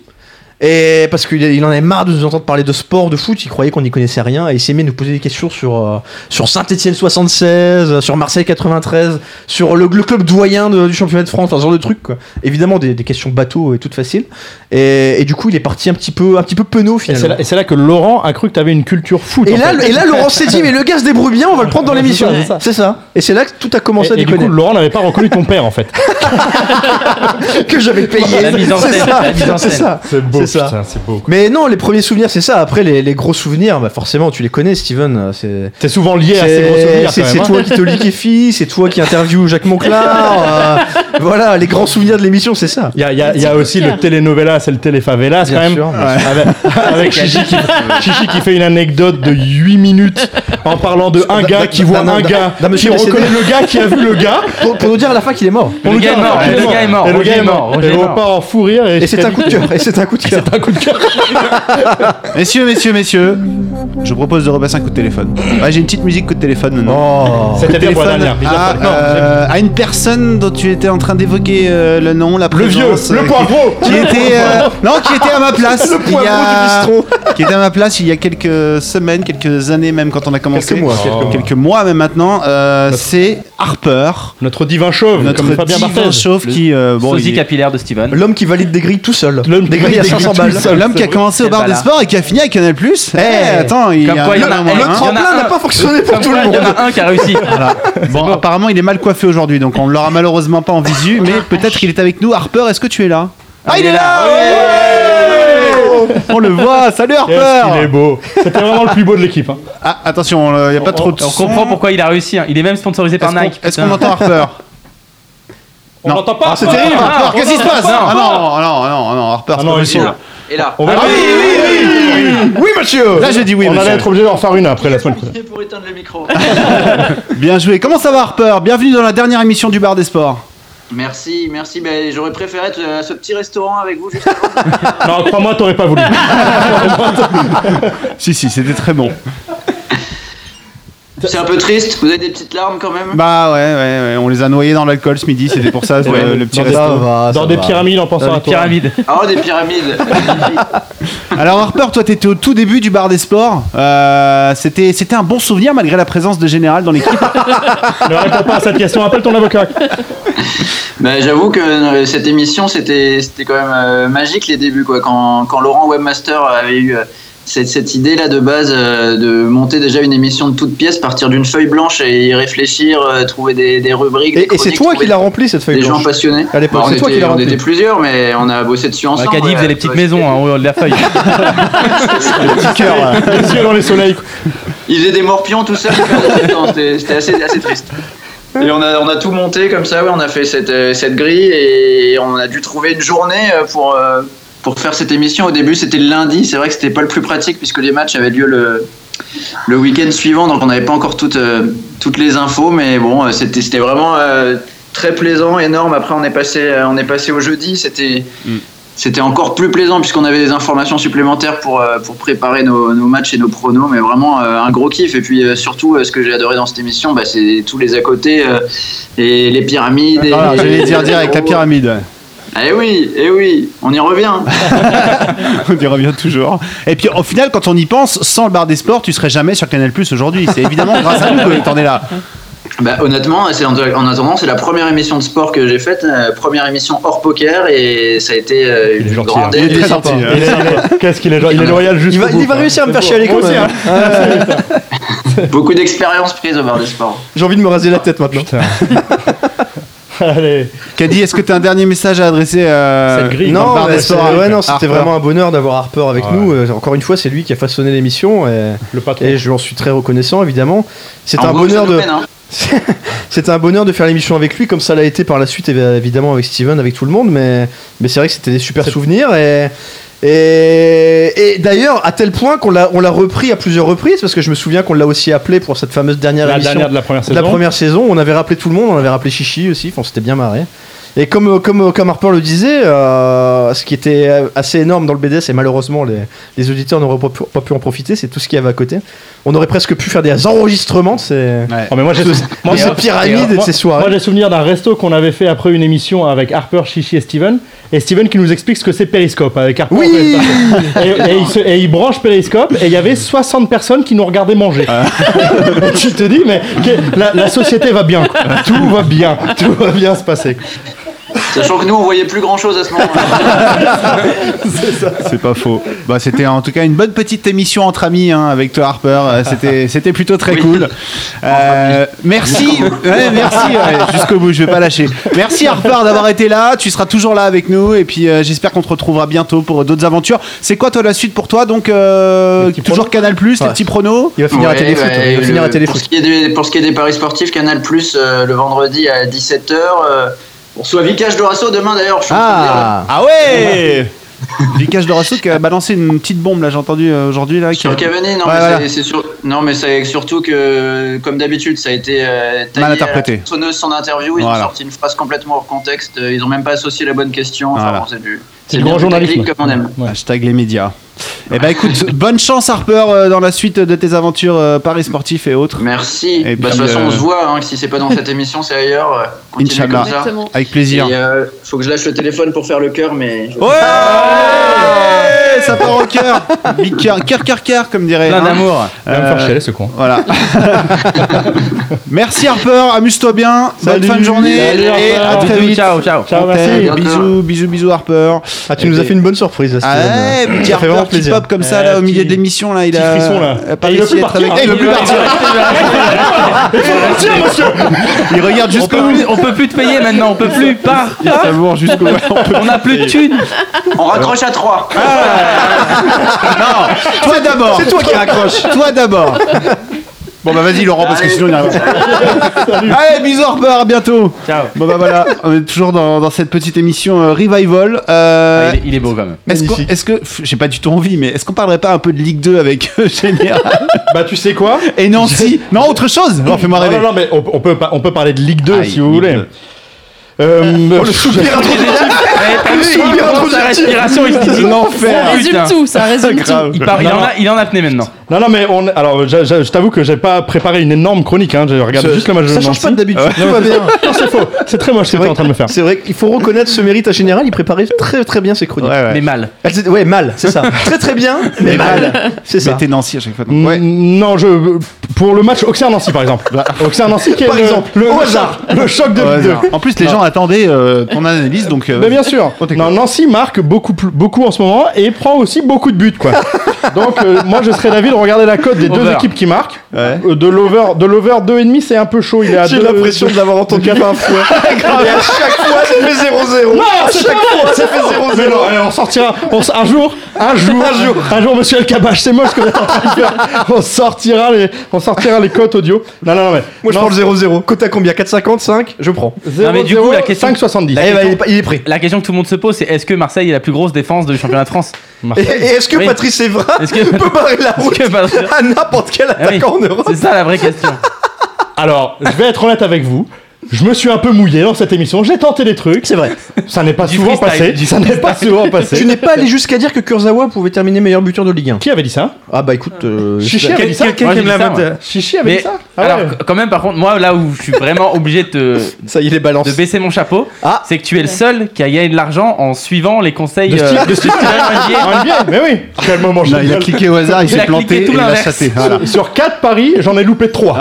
A: Et parce qu'il il en avait marre de nous entendre parler de sport, de foot, il croyait qu'on n'y connaissait rien et il s'est mis à nous poser des questions sur, euh, sur Saint-Etienne 76, euh, sur Marseille 93, sur le, le club doyen de- du championnat de France, enfin, ce genre de trucs. quoi. Évidemment, des, des questions bateaux et toutes faciles. Et, et du coup, il est parti un petit peu, un petit peu penaud
B: Et c'est là,
A: finalement.
B: et c'est là que Laurent a cru que t'avais une culture foot.
A: Et
B: en
A: là,
B: fait.
A: le- et là, Laurent s'est dit, mais le gars se débrouille bien, on va le prendre dans
B: Ouais, c'est
A: l'émission.
B: ça, c'est ça.
A: C'est ça. Et c'est là que tout a commencé à
B: Et- et du
A: déconner.
B: coup, Laurent n'avait pas reconnu ton père en fait.
A: que j'avais payé.
D: La mise en
A: C'est
D: scène,
A: ça,
D: la mise en
A: c'est
D: scène.
A: ça.
B: C'est beau,
A: C'est ça.
B: putain, c'est beau. quoi.
A: Mais non, les premiers souvenirs, c'est ça. Après, les, les gros souvenirs, bah forcément, tu les connais, Steven. euh, C'est
B: T'es souvent lié à ces gros
A: c'est
B: souvenirs.
A: c'est-
B: quand
A: c'est
B: même, hein.
A: toi qui te liquéfie, c'est toi qui interview Jacques Monclar. euh, voilà, les grands souvenirs de l'émission, c'est ça.
B: Il y a, il y a- il y a aussi le télénovelas et le téléfavelas
A: Bien
B: quand même.
A: sûr, bien
B: Avec, avec Chichi, qui, Chichi qui fait une anecdote de 8 minutes en parlant de un
A: D'un-
B: gars
A: d'un-
B: qui voit
A: d'un-
B: un
A: d'un-
B: gars
A: d'un
B: qui
A: monsieur décédé.
B: reconnaît le gars qui a vu le gars.
A: Pour, pour nous dire à la fin qu'il est mort.
B: On
D: Le
B: lui
D: gars
B: dit,
D: est mort,
B: ah, il
D: le gars est mort,
B: Et le
D: Roger
B: gars
D: est
B: est
D: mort,
B: mort.
D: Roger
B: Et
D: est
B: on
D: mort.
B: part en fou rire.
A: Et c'est un coup de cœur. Et c'est un coup de cœur.
B: un coup de cœur.
C: Messieurs, messieurs, messieurs, je propose de repasser un coup de téléphone. Ouais, j'ai une petite musique coup de téléphone maintenant.
A: Oh.
B: C'était bien pour la dernière.
C: à,
B: Non,
C: euh, à une personne dont tu étais en train d'évoquer euh, le nom, la
B: Le vieux,
C: présence, euh,
B: le
C: qui-
B: poivreau.
C: qui était euh, non qui était à ma place
A: Le
C: il y a-
A: poivreau du
C: qui était à ma place il y a quelques semaines quelques années même quand on a commencé
A: Quelques mois,
C: quelques,
A: quelques
C: mois même maintenant euh, c'est Harper
B: Notre divin chauve,
C: notre
B: comme Fabien
C: divin
B: Barthez.
C: chauve
D: Le
C: qui euh, bon
D: Sosie
C: il-
D: capillaire de Steven.
A: L'homme qui valide des grilles tout seul.
B: L'homme
A: des
B: qui
A: grilles à
B: valide des
A: 500 balles.
B: grilles tout seul.
C: l'homme qui a commencé au
D: Quel
C: bar des
D: ballard.
C: sports et qui a fini à Canal Plus
A: Eh,
C: attends il
D: comme quoi, il y en a un,
C: moins,
D: hein.
A: Le tremplin n'a pas fonctionné pour
D: Comme
A: tout le
D: quoi, Il y en
A: monde.
D: a un qui a réussi.
C: Voilà. Bon, apparemment, il est mal coiffé aujourd'hui, donc on ne l'aura malheureusement pas en visu, mais peut-être qu'il est avec nous. Harper, est-ce que tu es là Ah, il est là
A: On le voit, salut
B: Qu'est-ce qu'il
A: Harper
B: est beau. C'était vraiment le plus beau de l'équipe. hein.
C: Ah, attention, il n'y a pas trop de
D: On
C: son.
D: comprend pourquoi il a réussi. hein. Il est même sponsorisé par
C: Est-ce qu'on-
D: Nike.
C: Est-ce
D: putain.
C: qu'on entend Harper
B: On
C: Non.
B: n'entend pas.
C: Ah, c'est
B: Harper.
C: terrible,
D: Ah,
C: Harper. Qu'est-ce qui se passe
D: non,
C: Ah non, non, non, non, Harper,
B: Ah
C: c'est
B: non,
C: pas
B: il
C: possible.
B: faut.
D: Et là.
B: On va
D: Ah oui, oui, oui, oui.
A: Oui, monsieur
C: Là, j'ai dit oui,
B: on allait
C: monsieur.
B: être obligé d'en faire une après la semaine prochaine.
H: pour éteindre le micro.
C: Bien joué. Comment ça va, Harper Bienvenue dans la dernière émission du Bar des Sports.
H: merci, merci. Ben, J'aurais préféré être à ce petit restaurant avec vous juste avant.
B: Non, crois-moi, t'aurais pas voulu.
C: Si, si, c'était très bon.
H: C'est un peu triste, vous avez des petites larmes quand même.
C: Bah ouais, ouais, ouais, on les a noyés dans l'alcool ce midi, c'était pour ça le-
D: Ouais,
C: le petit
A: dans des-
C: resto.
A: va,
B: Dans
A: ça
B: des
A: va.
B: pyramides en pensant
D: Dans
B: à
D: les
B: toi.
D: pyramides.
H: Oh, des pyramides
C: Alors Harper, toi t'étais au tout début du bar des sports. Euh, c'était c'était un bon souvenir malgré la présence de Général dans l'équipe.
B: Ne réponds pas à cette question, appelle ton avocat.
H: Ben, J'avoue que euh, cette émission, c'était c'était quand même euh, magique les débuts. Quoi. Quand, quand Laurent Webmaster avait eu euh, cette, cette idée-là de base euh, de monter déjà une émission de toutes pièces, partir d'une feuille blanche et y réfléchir, euh, trouver des, des rubriques. des
A: Et, et c'est
H: chroniques,
A: toi
H: trouver
A: qui l'as rempli cette
H: Des
A: feuille
H: gens
A: blanche.
H: passionnés.
A: À l'époque,
H: Bah, on
A: c'est toi
H: était-
A: qui l'as
H: On
A: rempli.
H: était plusieurs, mais on a bossé dessus ensemble. euh, bah,
D: Cadi
H: ouais.
D: faisait les petites maisons hein, en haut de la feuille.
C: Petit cœur.
A: euh,
C: là.
B: Les yeux dans les soleils.
H: Il faisait des morpions, tout ça. Non, C'était c'était assez, assez triste. Et on a, on a tout monté comme ça, ouais, on a fait cette, euh, cette grille et on a dû trouver une journée euh, pour, euh, pour faire cette émission. Au début, c'était le lundi. C'est vrai que c'était pas le plus pratique puisque les matchs avaient lieu le, le week-end suivant, donc on n'avait pas encore toutes, euh, toutes les infos. Mais bon, euh, c'était c'était vraiment euh, très plaisant, énorme. Après, on est passé, euh, on est passé au jeudi. C'était. C'était encore plus plaisant puisqu'on avait des informations supplémentaires pour, euh, pour préparer nos, nos matchs et nos pronos, mais vraiment euh, un gros kiff. Et puis euh, surtout, euh, ce que j'ai adoré dans cette émission, bah, c'est tous les à côté euh, et les pyramides. Et,
A: Ah,
C: Voilà, j'allais dire direct la pyramide. ouais.
H: Eh oui, eh oui, on y revient.
C: On y revient toujours. Et puis au final, quand on y pense, sans le bar des sports, tu serais jamais sur Canal Plus aujourd'hui. C'est évidemment grâce à nous que t'en es là.
H: Bah, honnêtement, c'est en, en attendant, c'est la première émission de sport que j'ai faite, euh, première émission hors poker, et ça a été euh,
B: Il est
H: une
B: gentil,
H: grande
B: hein.
H: aide.
C: Il est très
A: sympa.
C: gentil. hein.
B: Il est- il est- Qu'est-ce qu'il est gentil, Il est loyal juste.
A: Il va,
B: au bout,
A: il va
B: quoi.
A: réussir à me faire
B: C'est
A: chialer quand
B: beau. Moi
A: même.
B: aussi,
H: Beaucoup d'expérience prise au bar des sports.
A: J'ai envie de me raser la tête maintenant.
B: hein. Allez.
C: Caddy, est-ce que tu as un dernier message à adresser euh,
B: Cette grille,
C: dans le
A: Non,
C: bar
A: mais
C: des
A: c'est-
C: sports
A: ouais, non, c'était
C: Harper
A: vraiment un bonheur d'avoir Harper avec
B: Ouais.
A: nous. Euh, Encore une fois, c'est lui qui a façonné l'émission et,
B: Le patron.
A: et je lui en suis très reconnaissant évidemment. C'est
H: En
A: un
H: gros,
A: bonheur
H: ça nous
A: de
H: peine, hein.
A: c'est un bonheur de faire l'émission avec lui comme ça l'a été par la suite évidemment avec Steven, avec tout le monde mais mais c'est vrai que c'était des super souvenirs et et, et d'ailleurs à tel point qu'on l'a on l'a repris à plusieurs reprises parce que je me souviens qu'on l'a aussi appelé pour cette fameuse dernière
B: La
A: émission
B: dernière de la première
A: de la
B: saison.
A: première saison. On avait rappelé tout le monde, on avait rappelé Chichi aussi, enfin, on s'était bien marré. Et comme, comme, comme Harper le disait, euh, ce qui était assez énorme dans le BDS, et malheureusement les, les auditeurs n'auraient pas, pu- pas pu en profiter, c'est tout ce qu'il y avait à côté. On aurait presque pu faire des enregistrements de ces,
C: Ouais.
B: Oh, mais moi, j'ai-
A: de
B: moi,
A: ces
B: j'ai-
A: pyramides et de
B: moi-
A: ces
B: Moi
A: soirées.
B: j'ai souvenir d'un resto qu'on avait fait après une émission avec Harper, Chichi et Steven. Et Steven qui nous explique ce que c'est Periscope avec Harper.
A: Oui
B: on fait ça. et, et il se- et il branche Periscope et il y avait 60 personnes qui nous regardaient manger. Et tu te dis, mais que- la, la société va bien. quoi. Tout va bien. Tout va bien se passer.
H: Sachant que nous, on voyait plus grand chose à ce moment-là.
C: C'est pas faux. Bah, c'était en tout cas une bonne petite émission entre amis hein, avec toi Harper. Euh, C'était, c'était plutôt très cool. Euh, merci, Ouais, merci ouais, jusqu'au bout. Je vais pas lâcher. Merci Harper d'avoir été là. Tu seras toujours là avec nous et puis euh, j'espère qu'on te retrouvera bientôt pour d'autres aventures. C'est quoi toi la suite pour toi Donc euh,
B: Les petits
C: toujours Canal Plus, les
A: Ouais.
C: petits pronos.
A: Il va finir à
H: Ouais,
A: téléfoot.
H: bah,
A: il va
H: le-
A: finir à
H: pour,
A: téléfoot.
H: ce qui est des, pour ce qui est des paris sportifs, Canal Plus euh, le vendredi à 17h. Euh, on reçoit Vicage Dorasso demain d'ailleurs. je suis en train de dire,
A: Ah
C: Ah ouais Vicage Dorasso qui a balancé une petite bombe là. J'ai entendu euh, aujourd'hui là. qui-
H: Sur Cavani, non,
C: Ouais,
H: mais
C: voilà.
H: c'est- c'est sur- non, mais c'est surtout que, comme d'habitude, ça a été euh, taillé
C: Mal
H: à la
C: interprété.
H: tronçonneuse, son interview, ils
C: Voilà.
H: ont sorti une phrase complètement hors contexte, euh, ils ont même pas associé la bonne question. Enfin,
C: Voilà.
H: bon, c'est du,
B: C'est le
H: bien
B: grand
H: du
B: journalisme.
H: technique comme on aime.
B: Ouais.
C: Hashtag les médias. Eh ben écoute, bonne chance Harper euh, dans la suite de tes aventures euh, paris sportifs et autres.
H: Merci.
C: Et
H: Bah, de
C: puis,
H: toute façon,
C: euh,
H: on se voit. hein, que si c'est pas dans cette émission, c'est ailleurs. euh, Continuez
C: Inch'Allah.
H: comme ça.
E: Exactement.
C: Avec plaisir.
H: Et, euh, faut que je lâche le téléphone pour faire le cœur, mais.
C: Ouais Ça part au cœur Big cœur, cœur, cœur, cœur, comme dirait.
D: Plein
C: hein.
D: d'amour. Euh,
B: Il va me faire chialer ce con.
C: Voilà. Merci Harper, amuse-toi bien.
B: Salut.
C: Bonne fin de journée.
B: Salut,
C: et à
B: Harper.
C: très
D: Bisous,
C: vite.
D: Ciao, ciao.
B: Ciao, merci.
C: Bisous, bisous, bisous, bisous Harper.
A: Ah, tu nous as fait une bonne surprise. là,
C: Ah
A: Steven.
C: ouais, petit
A: hein. Ça fait
C: Harper
A: vraiment
C: qui
A: plaisir.
C: pop comme ça
B: Euh,
C: là au milieu
B: petit-
C: de l'émission là, il
B: petit
C: a
B: frisson, là.
C: il a pas
B: Et il veut
C: réussi
B: plus
C: à être
B: partir.
C: avec- Eh, il veut plus partir. Il regarde
D: On
C: jusqu'au
D: peut,
C: bout.
D: plus, on peut plus te payer maintenant, on peut plus, pars
C: Il s'avoure jusqu'au bout.
D: On n'a plus de thunes
H: On raccroche à 3.
C: non, toi d'abord.
H: C'est toi qui raccroches.
C: Toi d'abord. Bon bah vas-y Laurent parce que sinon il y a... Allez bisous, au revoir, à bientôt. Ciao. Bon bah voilà, on est toujours dans, dans cette petite émission euh, revival. Euh,
D: Ah, il est- il est beau, quand même.
C: Est-ce qu'on- est-ce que pff, j'ai pas du tout envie, mais est-ce qu'on parlerait pas un peu de Ligue 2 avec euh, Général
B: Bah tu sais quoi
C: Et Nancy Non autre chose. Alors, fais-moi
B: Non,
C: rêver.
B: non, non, mais on, on peut, pas- on peut parler de Ligue 2
C: Aïe,
B: si vous
C: Ligue
B: voulez.
C: 2.
B: Euh,
C: Oh, le soupir
D: Eh, respiration, il se dit
B: L'enfer.
D: Ça résume Putain. tout, ça résume
B: Grave.
D: tout. Il part- il
B: Non,
D: en a-
B: non.
D: il en a pneus maintenant.
B: Non, non, mais on. Alors, j'a- j'a- je t'avoue que j'ai pas préparé une énorme chronique, hein. J'ai regardé
A: Ça-
B: juste le match de
A: ça change
B: Nancy.
A: pas d'habitude,
B: Ouais.
A: tout va bien.
B: Non, c'est faux. C'est très moche ce que t'es en train de me faire.
A: C'est vrai qu'il faut reconnaître ce mérite à Général, il préparait très très bien ses chroniques.
D: Mais mal.
A: Elles étaient- ouais, mal, c'est ça. très très bien, mais, mal. C'est ça.
C: Mais t'es Nancy à chaque fois.
B: Mm, Non, je pour le match Auxerre-Nancy par exemple. Auxerre-Nancy qui est
A: Par
B: le,
A: exemple,
B: le,
A: au
B: le
A: hasard.
B: choc- le choc de
C: Au
B: Ligue 2.
C: hasard. En plus les
B: Non.
C: gens attendaient euh, ton analyse donc. euh,
B: Mais Bah, bien sûr.
C: t'es
B: Non, Nancy marque beaucoup, plus- beaucoup en ce moment et prend aussi beaucoup de buts, quoi. Donc, euh, moi, je serais d'avis de regarder la cote des deux
D: Over.
B: équipes qui marquent.
C: Ouais.
B: Euh, de l'over, de l'over 2,5, c'est un peu chaud. Il est à
A: J'ai
B: deux-
A: l'impression de l'avoir entendu 20 fois. Et à chaque fois, ça fait 0-0.
B: Non,
A: à
B: c'est
A: chaque
B: pas
A: fois, ça fait
B: Mais
A: 0-0.
B: non, allez, on sortira. On s- un jour, un jour, un jour, un jour, monsieur El Kabach, c'est moche ce que vous êtes en train de faire. On sortira les, on sortira les cotes audio. Non, non, non, mais.
A: Moi, je
B: non,
A: prends le 0-0. Cote à combien 4,55 Je prends.
D: Non, mais du coup, la question-
B: 5,70.
D: La
A: Eh ben, il, est
D: question-
A: pas- il est prêt.
D: La question que tout le monde se pose, c'est est-ce que Marseille est la plus grosse défense du championnat de France
A: Et, et est-ce que
D: Oui.
A: Patrice Evra
D: Est-ce que-
A: peut barrer la route
D: que Patrice-
A: à n'importe quel
D: Ah oui,
A: attaquant en Europe
D: C'est ça la vraie question.
B: Alors, je vais être honnête avec vous. Je me suis un peu mouillé dans cette émission. J'ai tenté des trucs.
A: C'est vrai.
B: Ça n'est pas
D: Du
B: souvent
D: freestyle,
B: passé.
D: du
B: Ça n'est pas souvent
A: Tu
B: passé.
A: n'es pas allé jusqu'à dire que Kurzawa pouvait terminer meilleur buteur de Ligue 1.
B: Qui avait dit ça
A: Ah bah écoute, euh,
B: Chichi
A: je-
B: avait dit ça
D: Quelqu'un qui aime la mode.
B: Chichi avait
D: Mais
B: dit ça
D: alors,
B: Ah ouais.
D: qu- quand même, par contre, moi, là où je suis vraiment obligé de, te-
A: ça y est, les balances.
D: de baisser mon chapeau,
A: Ah.
D: c'est que tu es le seul qui a gagné de l'argent en suivant les conseils
B: De
D: euh,
B: Steve- de Steve
D: Steven Rogier.
B: En NBA, Ah, mais oui. Quel moment
C: Non, bah, il a
B: génial.
C: cliqué au hasard, il,
D: Il a
C: s'est
D: cliqué
C: planté et
D: tout
C: il a
D: l'inverse.
C: chassé. Voilà.
B: Sur 4 paris, j'en ai loupé 3.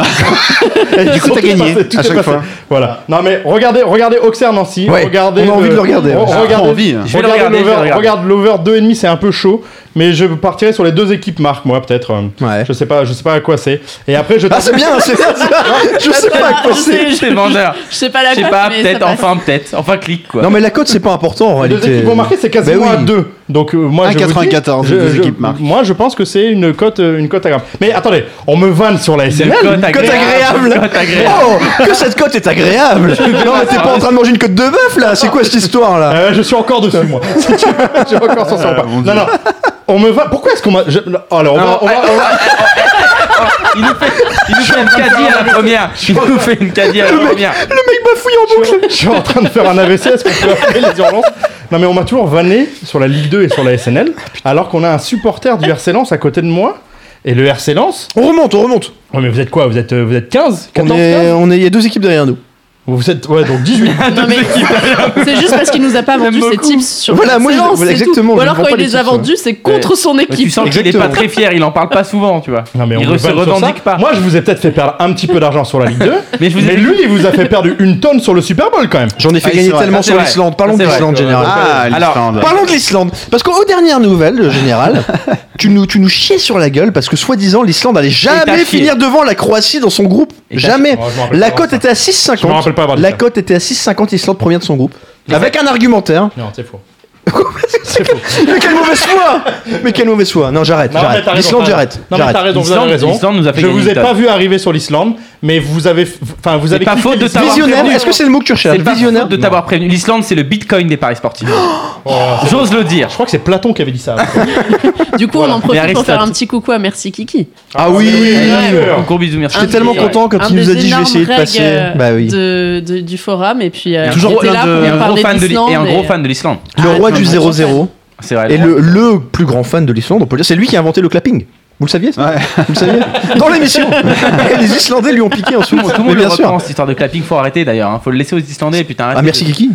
C: Et du coup, t'as gagné,
B: tout
C: à
B: est
C: chaque
B: passé.
C: fois.
B: Voilà. Non mais regardez, regardez Auxerre Nancy.
A: Ouais,
B: regardez
A: on a envie de le regarder, ouais.
B: re-
C: Ah,
B: regardez,
C: envie.
D: Je vais le
B: regardez
D: regarder, je vais le
B: l'over.
D: regarder.
B: Regarde l'over 2,5, c'est un peu chaud, mais je partirai sur les deux équipes marques moi peut-être.
A: Ouais.
B: Je sais pas, je sais pas à quoi c'est. Et après je
A: Ah c'est bien, c'est bien. c'est bien. Je sais pas à quoi c'est.
D: Oh, C'est vendeur.
E: Je sais pas Ah, la
D: Je sais
E: cote,
D: pas,
E: mais
D: peut-être,
E: ça passe.
D: enfin, peut-être. Enfin, clique quoi.
A: Non mais la cote c'est pas important en
B: Les deux
A: réalité.
B: équipes vont marquer, c'est quasiment
A: Bah oui.
B: à 2. Donc euh, moi, je vous dis,
C: 1,94, les deux
B: je-
C: équipes marquent.
B: Moi, je pense que c'est une cote, euh, une cote agréable. Mais attendez, on me vanne sur la SNL.
D: cote
A: Cote agréable.
D: Cote agréable.
A: Oh, que cette cote est agréable. Non mais t'es pas en train de manger une cote de bœuf là. C'est quoi cette histoire là
B: Euh, je suis encore dessus, moi. Si tu veux, je suis encore sur
C: Ah,
B: ça. non, non. On me va. Pourquoi est-ce qu'on m'a. je- Alors, ah, on va. on va- on va-
D: Oh, Il nous fait, il nous fait une caddie à la première. Il nous fait une caddie à la première.
A: Le mec bafouille en boucle.
B: ah, je suis en train de faire un AVC. Est-ce qu'on peut appeler les urgences Non, mais on m'a toujours vanné sur la Ligue 2 et sur la
C: Ah,
B: SNL, alors qu'on a un supporter du RC Lens à côté de moi. Et le RC Lens.
A: On remonte, on remonte.
B: Ouais, mais vous êtes quoi Vous êtes, euh, vous êtes 15
A: On
B: 14
A: est,
B: 15
A: on est, il y a deux équipes derrière nous.
B: Vous êtes. Ouais, donc 18.
E: Non, mais c'est juste parce qu'il nous a pas vendu ses tips sur
A: Voilà, moi, je-
E: Excellence,
A: voilà,
E: c'est tout.
A: exactement,
E: Ou
A: je
E: alors
A: vends
E: quand
A: pas
E: il
A: les
E: les a
A: tips,
E: vendus, c'est contre son
D: Ouais, Tu
E: équipe.
D: sens qu'il est pas
A: Exactement.
D: très fier, il en parle pas souvent, tu vois.
B: Non, mais on
D: il
B: me
D: re- se
B: vanne sur
D: revendique
B: ça.
D: pas.
B: Moi, je vous ai peut-être fait perdre un petit peu d'argent sur la Ligue 2.
D: Mais je vous ai
B: mais
D: dit-
B: lui, il vous a fait perdre une tonne sur le Super Bowl quand même.
A: J'en ai fait
C: Ah,
A: gagner
C: c'est vrai,
A: tellement
D: ça,
A: sur
D: c'est vrai.
A: l'Islande. Parlons
D: Ça,
A: de
D: c'est
A: l'Islande,
D: vrai.
A: général.
C: Ah,
D: Alors,
C: l'Islande.
A: Parlons de l'Islande, parce qu'aux dernières nouvelles, général, tu nous, tu nous chiais sur la gueule parce que soi-disant l'Islande allait
D: t'as
A: jamais
D: chié.
A: finir devant la Croatie dans son groupe.
D: Et t'as
A: jamais.
B: chié. Oh, je m'en rappelle
A: la
B: pas
A: cote
B: ça.
A: était à
B: Je m'en
A: 6,50.
B: rappelle pas avoir dit
A: la
B: ça.
A: cote était à 6,50, l'Islande première de son groupe. Avec un argumentaire.
B: Non, c'est faux.
A: C'est mais quelle mauvaise foi Mais quelle mauvaise foi Non, j'arrête,
B: Non, mais
A: j'arrête.
B: t'as raison,
A: L'Islande,
B: t'as-
A: j'arrête.
B: Non, mais
A: j'arrête.
B: t'as raison, vous
D: L'Islande-
B: avez raison.
D: l'Islande nous a fait
B: Je
D: gagner
B: vous ai
D: une
B: pas
D: tonne.
B: vu arriver sur l'Islande, mais vous avez. Enfin, vous avez.
D: pas
B: cliqué
D: faute de
B: l'Islande.
D: t'avoir
A: Visionnaire, est-ce que c'est le mot que tu recherches
D: C'est pas
A: Visionnaire
D: faute de t'avoir prévenu. L'Islande, c'est le bitcoin des paris sportifs. J'ose le dire.
B: Je crois que c'est Platon qui avait dit ça.
E: Du coup, on en profite pour
D: Aristote.
E: faire un petit coucou à Merci Kiki.
A: Ah oui,
B: bien sûr.
D: Gros bisous, merci.
A: J'étais tellement
E: des-
A: content quand
E: un
A: il nous a
E: des
A: dit je vais
E: énormes
A: essayer de
E: regs,
A: passer.
E: euh,
A: Bah oui.
E: de- de- du forum et puis euh,
D: Toujours
E: il était
D: plein
E: là
D: de-
E: pour
D: un gros
E: parler
D: fan de l'I-
E: d'Islande
D: et un gros
E: et-
D: fan de l'Islande.
A: Le
E: Ah,
A: roi
E: non,
A: du
E: mais-
A: 0-0
D: C'est vrai.
A: est le, le plus grand fan de l'Islande, on peut le dire. C'est lui qui a inventé le clapping. Vous le saviez ça
C: Ouais.
A: Vous le saviez Dans l'émission Et Les Islandais lui ont piqué en
D: Tout le monde, tout le
A: Mais
D: monde le
A: bien sûr.
D: reprend, cette histoire de clapping, faut arrêter d'ailleurs. hein. Faut le laisser aux Islandais, putain.
A: Ah
D: arrêtez.
A: merci Kiki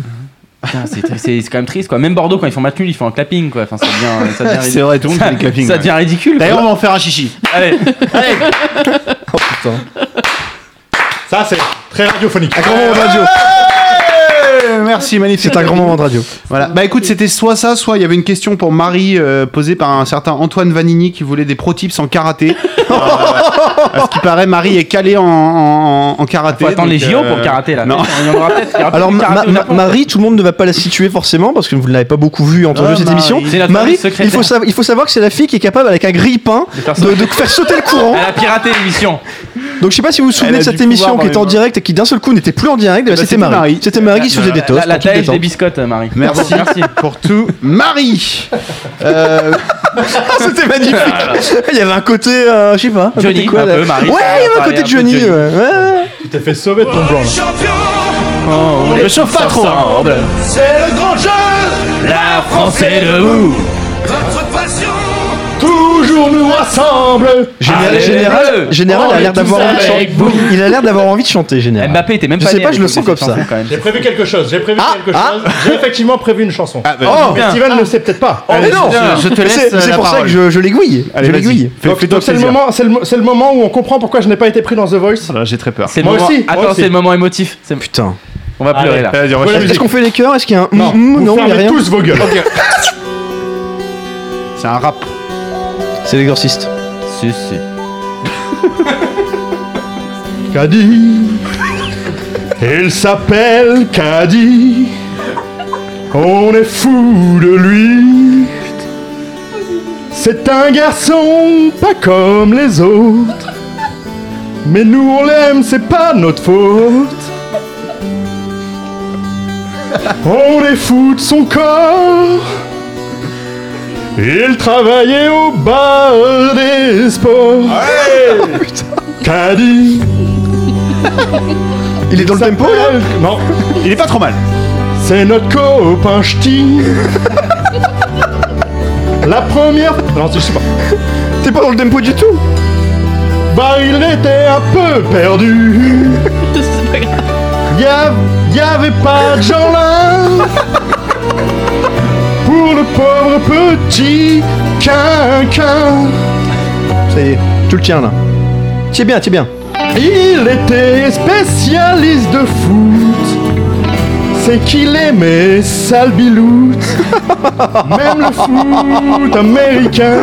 D: Putain, C'est tri- c'est- c'est quand même triste quoi. Même Bordeaux, quand ils font match nul, ils font un clapping quoi. Enfin, ça devient, ça devient
C: C'est vrai, tout le monde fait des clappings,
D: Ça
C: ouais.
D: devient ridicule.
C: D'ailleurs, on va en faire un chichi.
D: Allez, allez.
A: Oh putain.
D: Ah,
B: Ça, c'est très radiophonique.
A: Un grand moment de radio.
C: merci, magnifique.
A: C'est un grand moment de radio.
C: Voilà. Bah écoute, c'était soit ça, soit il y avait une question pour Marie euh, posée par un certain Antoine Vanini qui voulait des pro tips en karaté. Euh, à ce qui paraît, Marie est calée en, en- en karaté.
B: Faut attendre les
C: donc,
B: JO
C: euh,
B: pour karaté là.
C: Non.
B: Il y en aura peut-être- il y aura
A: Alors,
B: peut-être du
A: Ma-
B: karaté au
A: Ma-
B: Japon.
A: Marie, tout le monde ne va pas la situer forcément parce que vous ne l'avez pas beaucoup vue et entendu
C: Ah,
A: cette
C: Marie.
A: émission.
B: C'est notre
A: Marie,
B: secrétaire.
A: il faut, sav- il faut savoir que c'est la fille qui est capable, avec un grille-pain,
B: faire
A: de, de faire sauter le courant.
B: Elle a piraté l'émission.
A: Donc, je sais pas si vous vous souvenez
C: Elle a
A: de cette
C: du pouvoir
A: émission
C: dans
A: qui
C: les
A: était en
C: mains.
A: direct et qui d'un seul coup n'était plus en direct. eh ben,
C: Bah,
A: c'était
C: c'était
A: Marie.
C: Marie.
A: C'était Marie qui se faisait des toasts.
B: La, la
A: en toute
B: tâche des
A: détente.
B: biscottes, euh, Marie.
C: Merci.
B: Merci.
C: Pour tout, Marie. Euh,
A: Ah, C'était magnifique. Il y avait un côté, euh, je sais pas. un côté
B: Johnny,
A: quoi,
B: un
A: là.
B: peu, Marie,
A: Ouais,
B: ça
A: il y avait un
B: parlait
A: côté
B: un peu de
A: Johnny.
B: Johnny.
A: ouais, ouais.
I: Tu t'es fait sauver de ton plan là.
D: Oh,
B: On ne chauffe pas trop.
E: C'est le grand jeu
B: La France est debout.
E: Votre passion
I: Toujours nous rassemble
A: Général,
D: Ah.
B: Allez,
A: général,
B: allez,
A: général
I: on
A: a
I: est
A: l'air d'avoir
I: tous
A: envie de chanter.
I: avec vous.
A: Il a l'air d'avoir envie de chanter, général.
B: Mbappé était même
A: Je
B: pas
A: sais
B: né
A: pas,
B: à
A: je le
B: l'époque
A: sens
B: de
A: comme
B: cette
A: ça.
B: chanson, quand même.
I: J'ai prévu quelque chose, j'ai prévu
A: Ah,
I: quelque
A: ah.
I: chose. J'ai effectivement prévu une chanson.
C: ah, bah,
A: Oh,
B: bien.
I: Steven ne sait peut-être
D: Oh,
I: pas.
B: euh,
C: allez,
A: non,
C: je, je te
A: Ah, Mais
C: laisse.
A: C'est
C: euh,
A: c'est
C: la
A: pour ça que
C: parole.
A: je je l'aiguille.
C: Allez,
A: Je
C: vas-y.
A: l'aiguille.
C: Fais-
I: Donc-
C: Fais-toi
I: donc c'est le
C: plaisir.
I: moment, c'est le, mo- c'est le moment où on comprend pourquoi je n'ai pas été pris dans The Voice.
C: Voilà, J'ai très peur.
B: C'est le
I: Moi
B: moment-
I: aussi, moi
B: Attends,
I: aussi.
B: c'est le moment émotif. C'est-
A: Putain.
B: On va pleurer
I: Allez.
B: là.
C: Vas-y, refais-
I: Voilà,
A: Est-ce
I: musique.
A: qu'on fait les cœurs Est-ce qu'il y a un
I: Non,
A: Mm, mm,
I: vous
A: non, il n'y a
I: fermez
A: rien.
I: tous vos gueules.
C: C'est un rap.
A: C'est l'exorciste.
B: Si, si.
I: Caddy. Il s'appelle Caddy. On est fou de lui. C'est un garçon pas comme les autres. Mais nous on l'aime, c'est pas notre faute. On est fou de son corps. Il travaillait au bar des sports. Caddy.
A: Il est dans le tempo là
I: Non,
C: Il est pas trop mal.
I: c'est notre copain ch'ti. La première. Non, je sais pas.
A: T'es pas dans le tempo du tout
I: Bah, il était un peu perdu.
J: C'est pas grave.
I: Y, av- y avait pas de gens là. Pour le pauvre petit quinquin.
A: Ça y est, tu le tiens là. Tiens bien, tiens bien.
I: Il était spécialiste de foot. C'est qu'il aimait sale biloute. Même le foot américain.